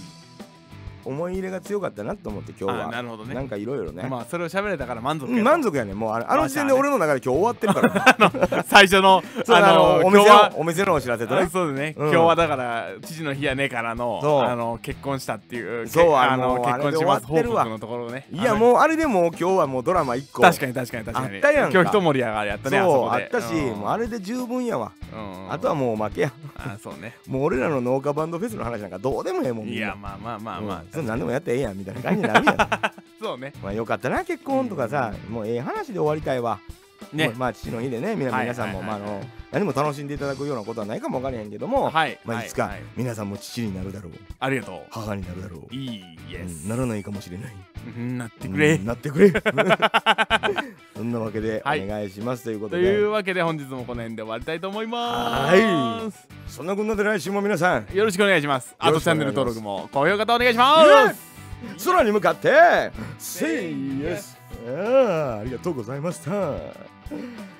Speaker 2: 思い入れが強かったなと思って今日
Speaker 1: あ
Speaker 2: は
Speaker 1: なるほどね
Speaker 2: なんかいろいろね、
Speaker 1: まあそれを喋れたから満足
Speaker 2: うん満足やねもうあれあの時点で俺の中で今日終わってるからな
Speaker 1: 足 [laughs] 最初の
Speaker 2: [laughs] そうあのお店
Speaker 1: 今日は
Speaker 2: のお店のお知らせと
Speaker 1: あ
Speaker 2: ね
Speaker 1: そうだね、
Speaker 2: うん
Speaker 1: 今日はだから父の日やねからの
Speaker 2: そう
Speaker 1: あの結婚したっていうけ
Speaker 2: そう
Speaker 1: あ
Speaker 2: あ
Speaker 1: の
Speaker 2: の
Speaker 1: 結
Speaker 2: あれ
Speaker 1: 婚します報
Speaker 2: で終わってるわ
Speaker 1: 告のところね
Speaker 2: いや
Speaker 1: あの
Speaker 2: もうあれでもう今日はもうドラマ1個
Speaker 1: 確かに確かに確かに
Speaker 2: あったやんか
Speaker 1: 今日一盛り上がりやったね
Speaker 2: そう
Speaker 1: あ
Speaker 2: あ
Speaker 1: そこで
Speaker 2: ったし、
Speaker 1: うん
Speaker 2: もうあれで十分やわ、
Speaker 1: うんうん
Speaker 2: あとはもう負けや
Speaker 1: あそうね
Speaker 2: もう俺らの農家バンドフェスの話なんかどうでもええもんみん
Speaker 1: い
Speaker 2: な
Speaker 1: やまあまあまあまあ、
Speaker 2: うんそれ何でもやってええやんみたいな感じになるやん
Speaker 1: そうね
Speaker 2: まあよかったな結婚とかさ、もうええ話で終わりたいわ
Speaker 1: ね
Speaker 2: もうまあ父の日でねみな
Speaker 1: はい
Speaker 2: 皆さんも
Speaker 1: はい
Speaker 2: まああの何も楽しんでいただくようなことはないかもわからへんけども、
Speaker 1: はい、
Speaker 2: まあ、
Speaker 1: はい
Speaker 2: つか
Speaker 1: はい
Speaker 2: 皆さんも父になるだろう
Speaker 1: ありがと
Speaker 2: 母になるだろう
Speaker 1: ういいイエ
Speaker 2: うん
Speaker 1: ス、
Speaker 2: ならないかもしれない
Speaker 1: うんなってくれ、
Speaker 2: うんなってくれ
Speaker 1: [laughs]
Speaker 2: そんなわけでお
Speaker 1: はい
Speaker 2: 願いします、ということ
Speaker 1: と
Speaker 2: で
Speaker 1: いうわけで本日もこの辺で終わりたいと思います
Speaker 2: はそんなこんなで来週も皆さん
Speaker 1: よろしくお願いしますあ
Speaker 2: よ
Speaker 1: と
Speaker 2: ろし
Speaker 1: チ
Speaker 2: くお
Speaker 1: ャンネ
Speaker 2: 願い
Speaker 1: ル
Speaker 2: します
Speaker 1: 登録も高評価とお願いします
Speaker 2: 空に向かって Say yes あーありがとうございました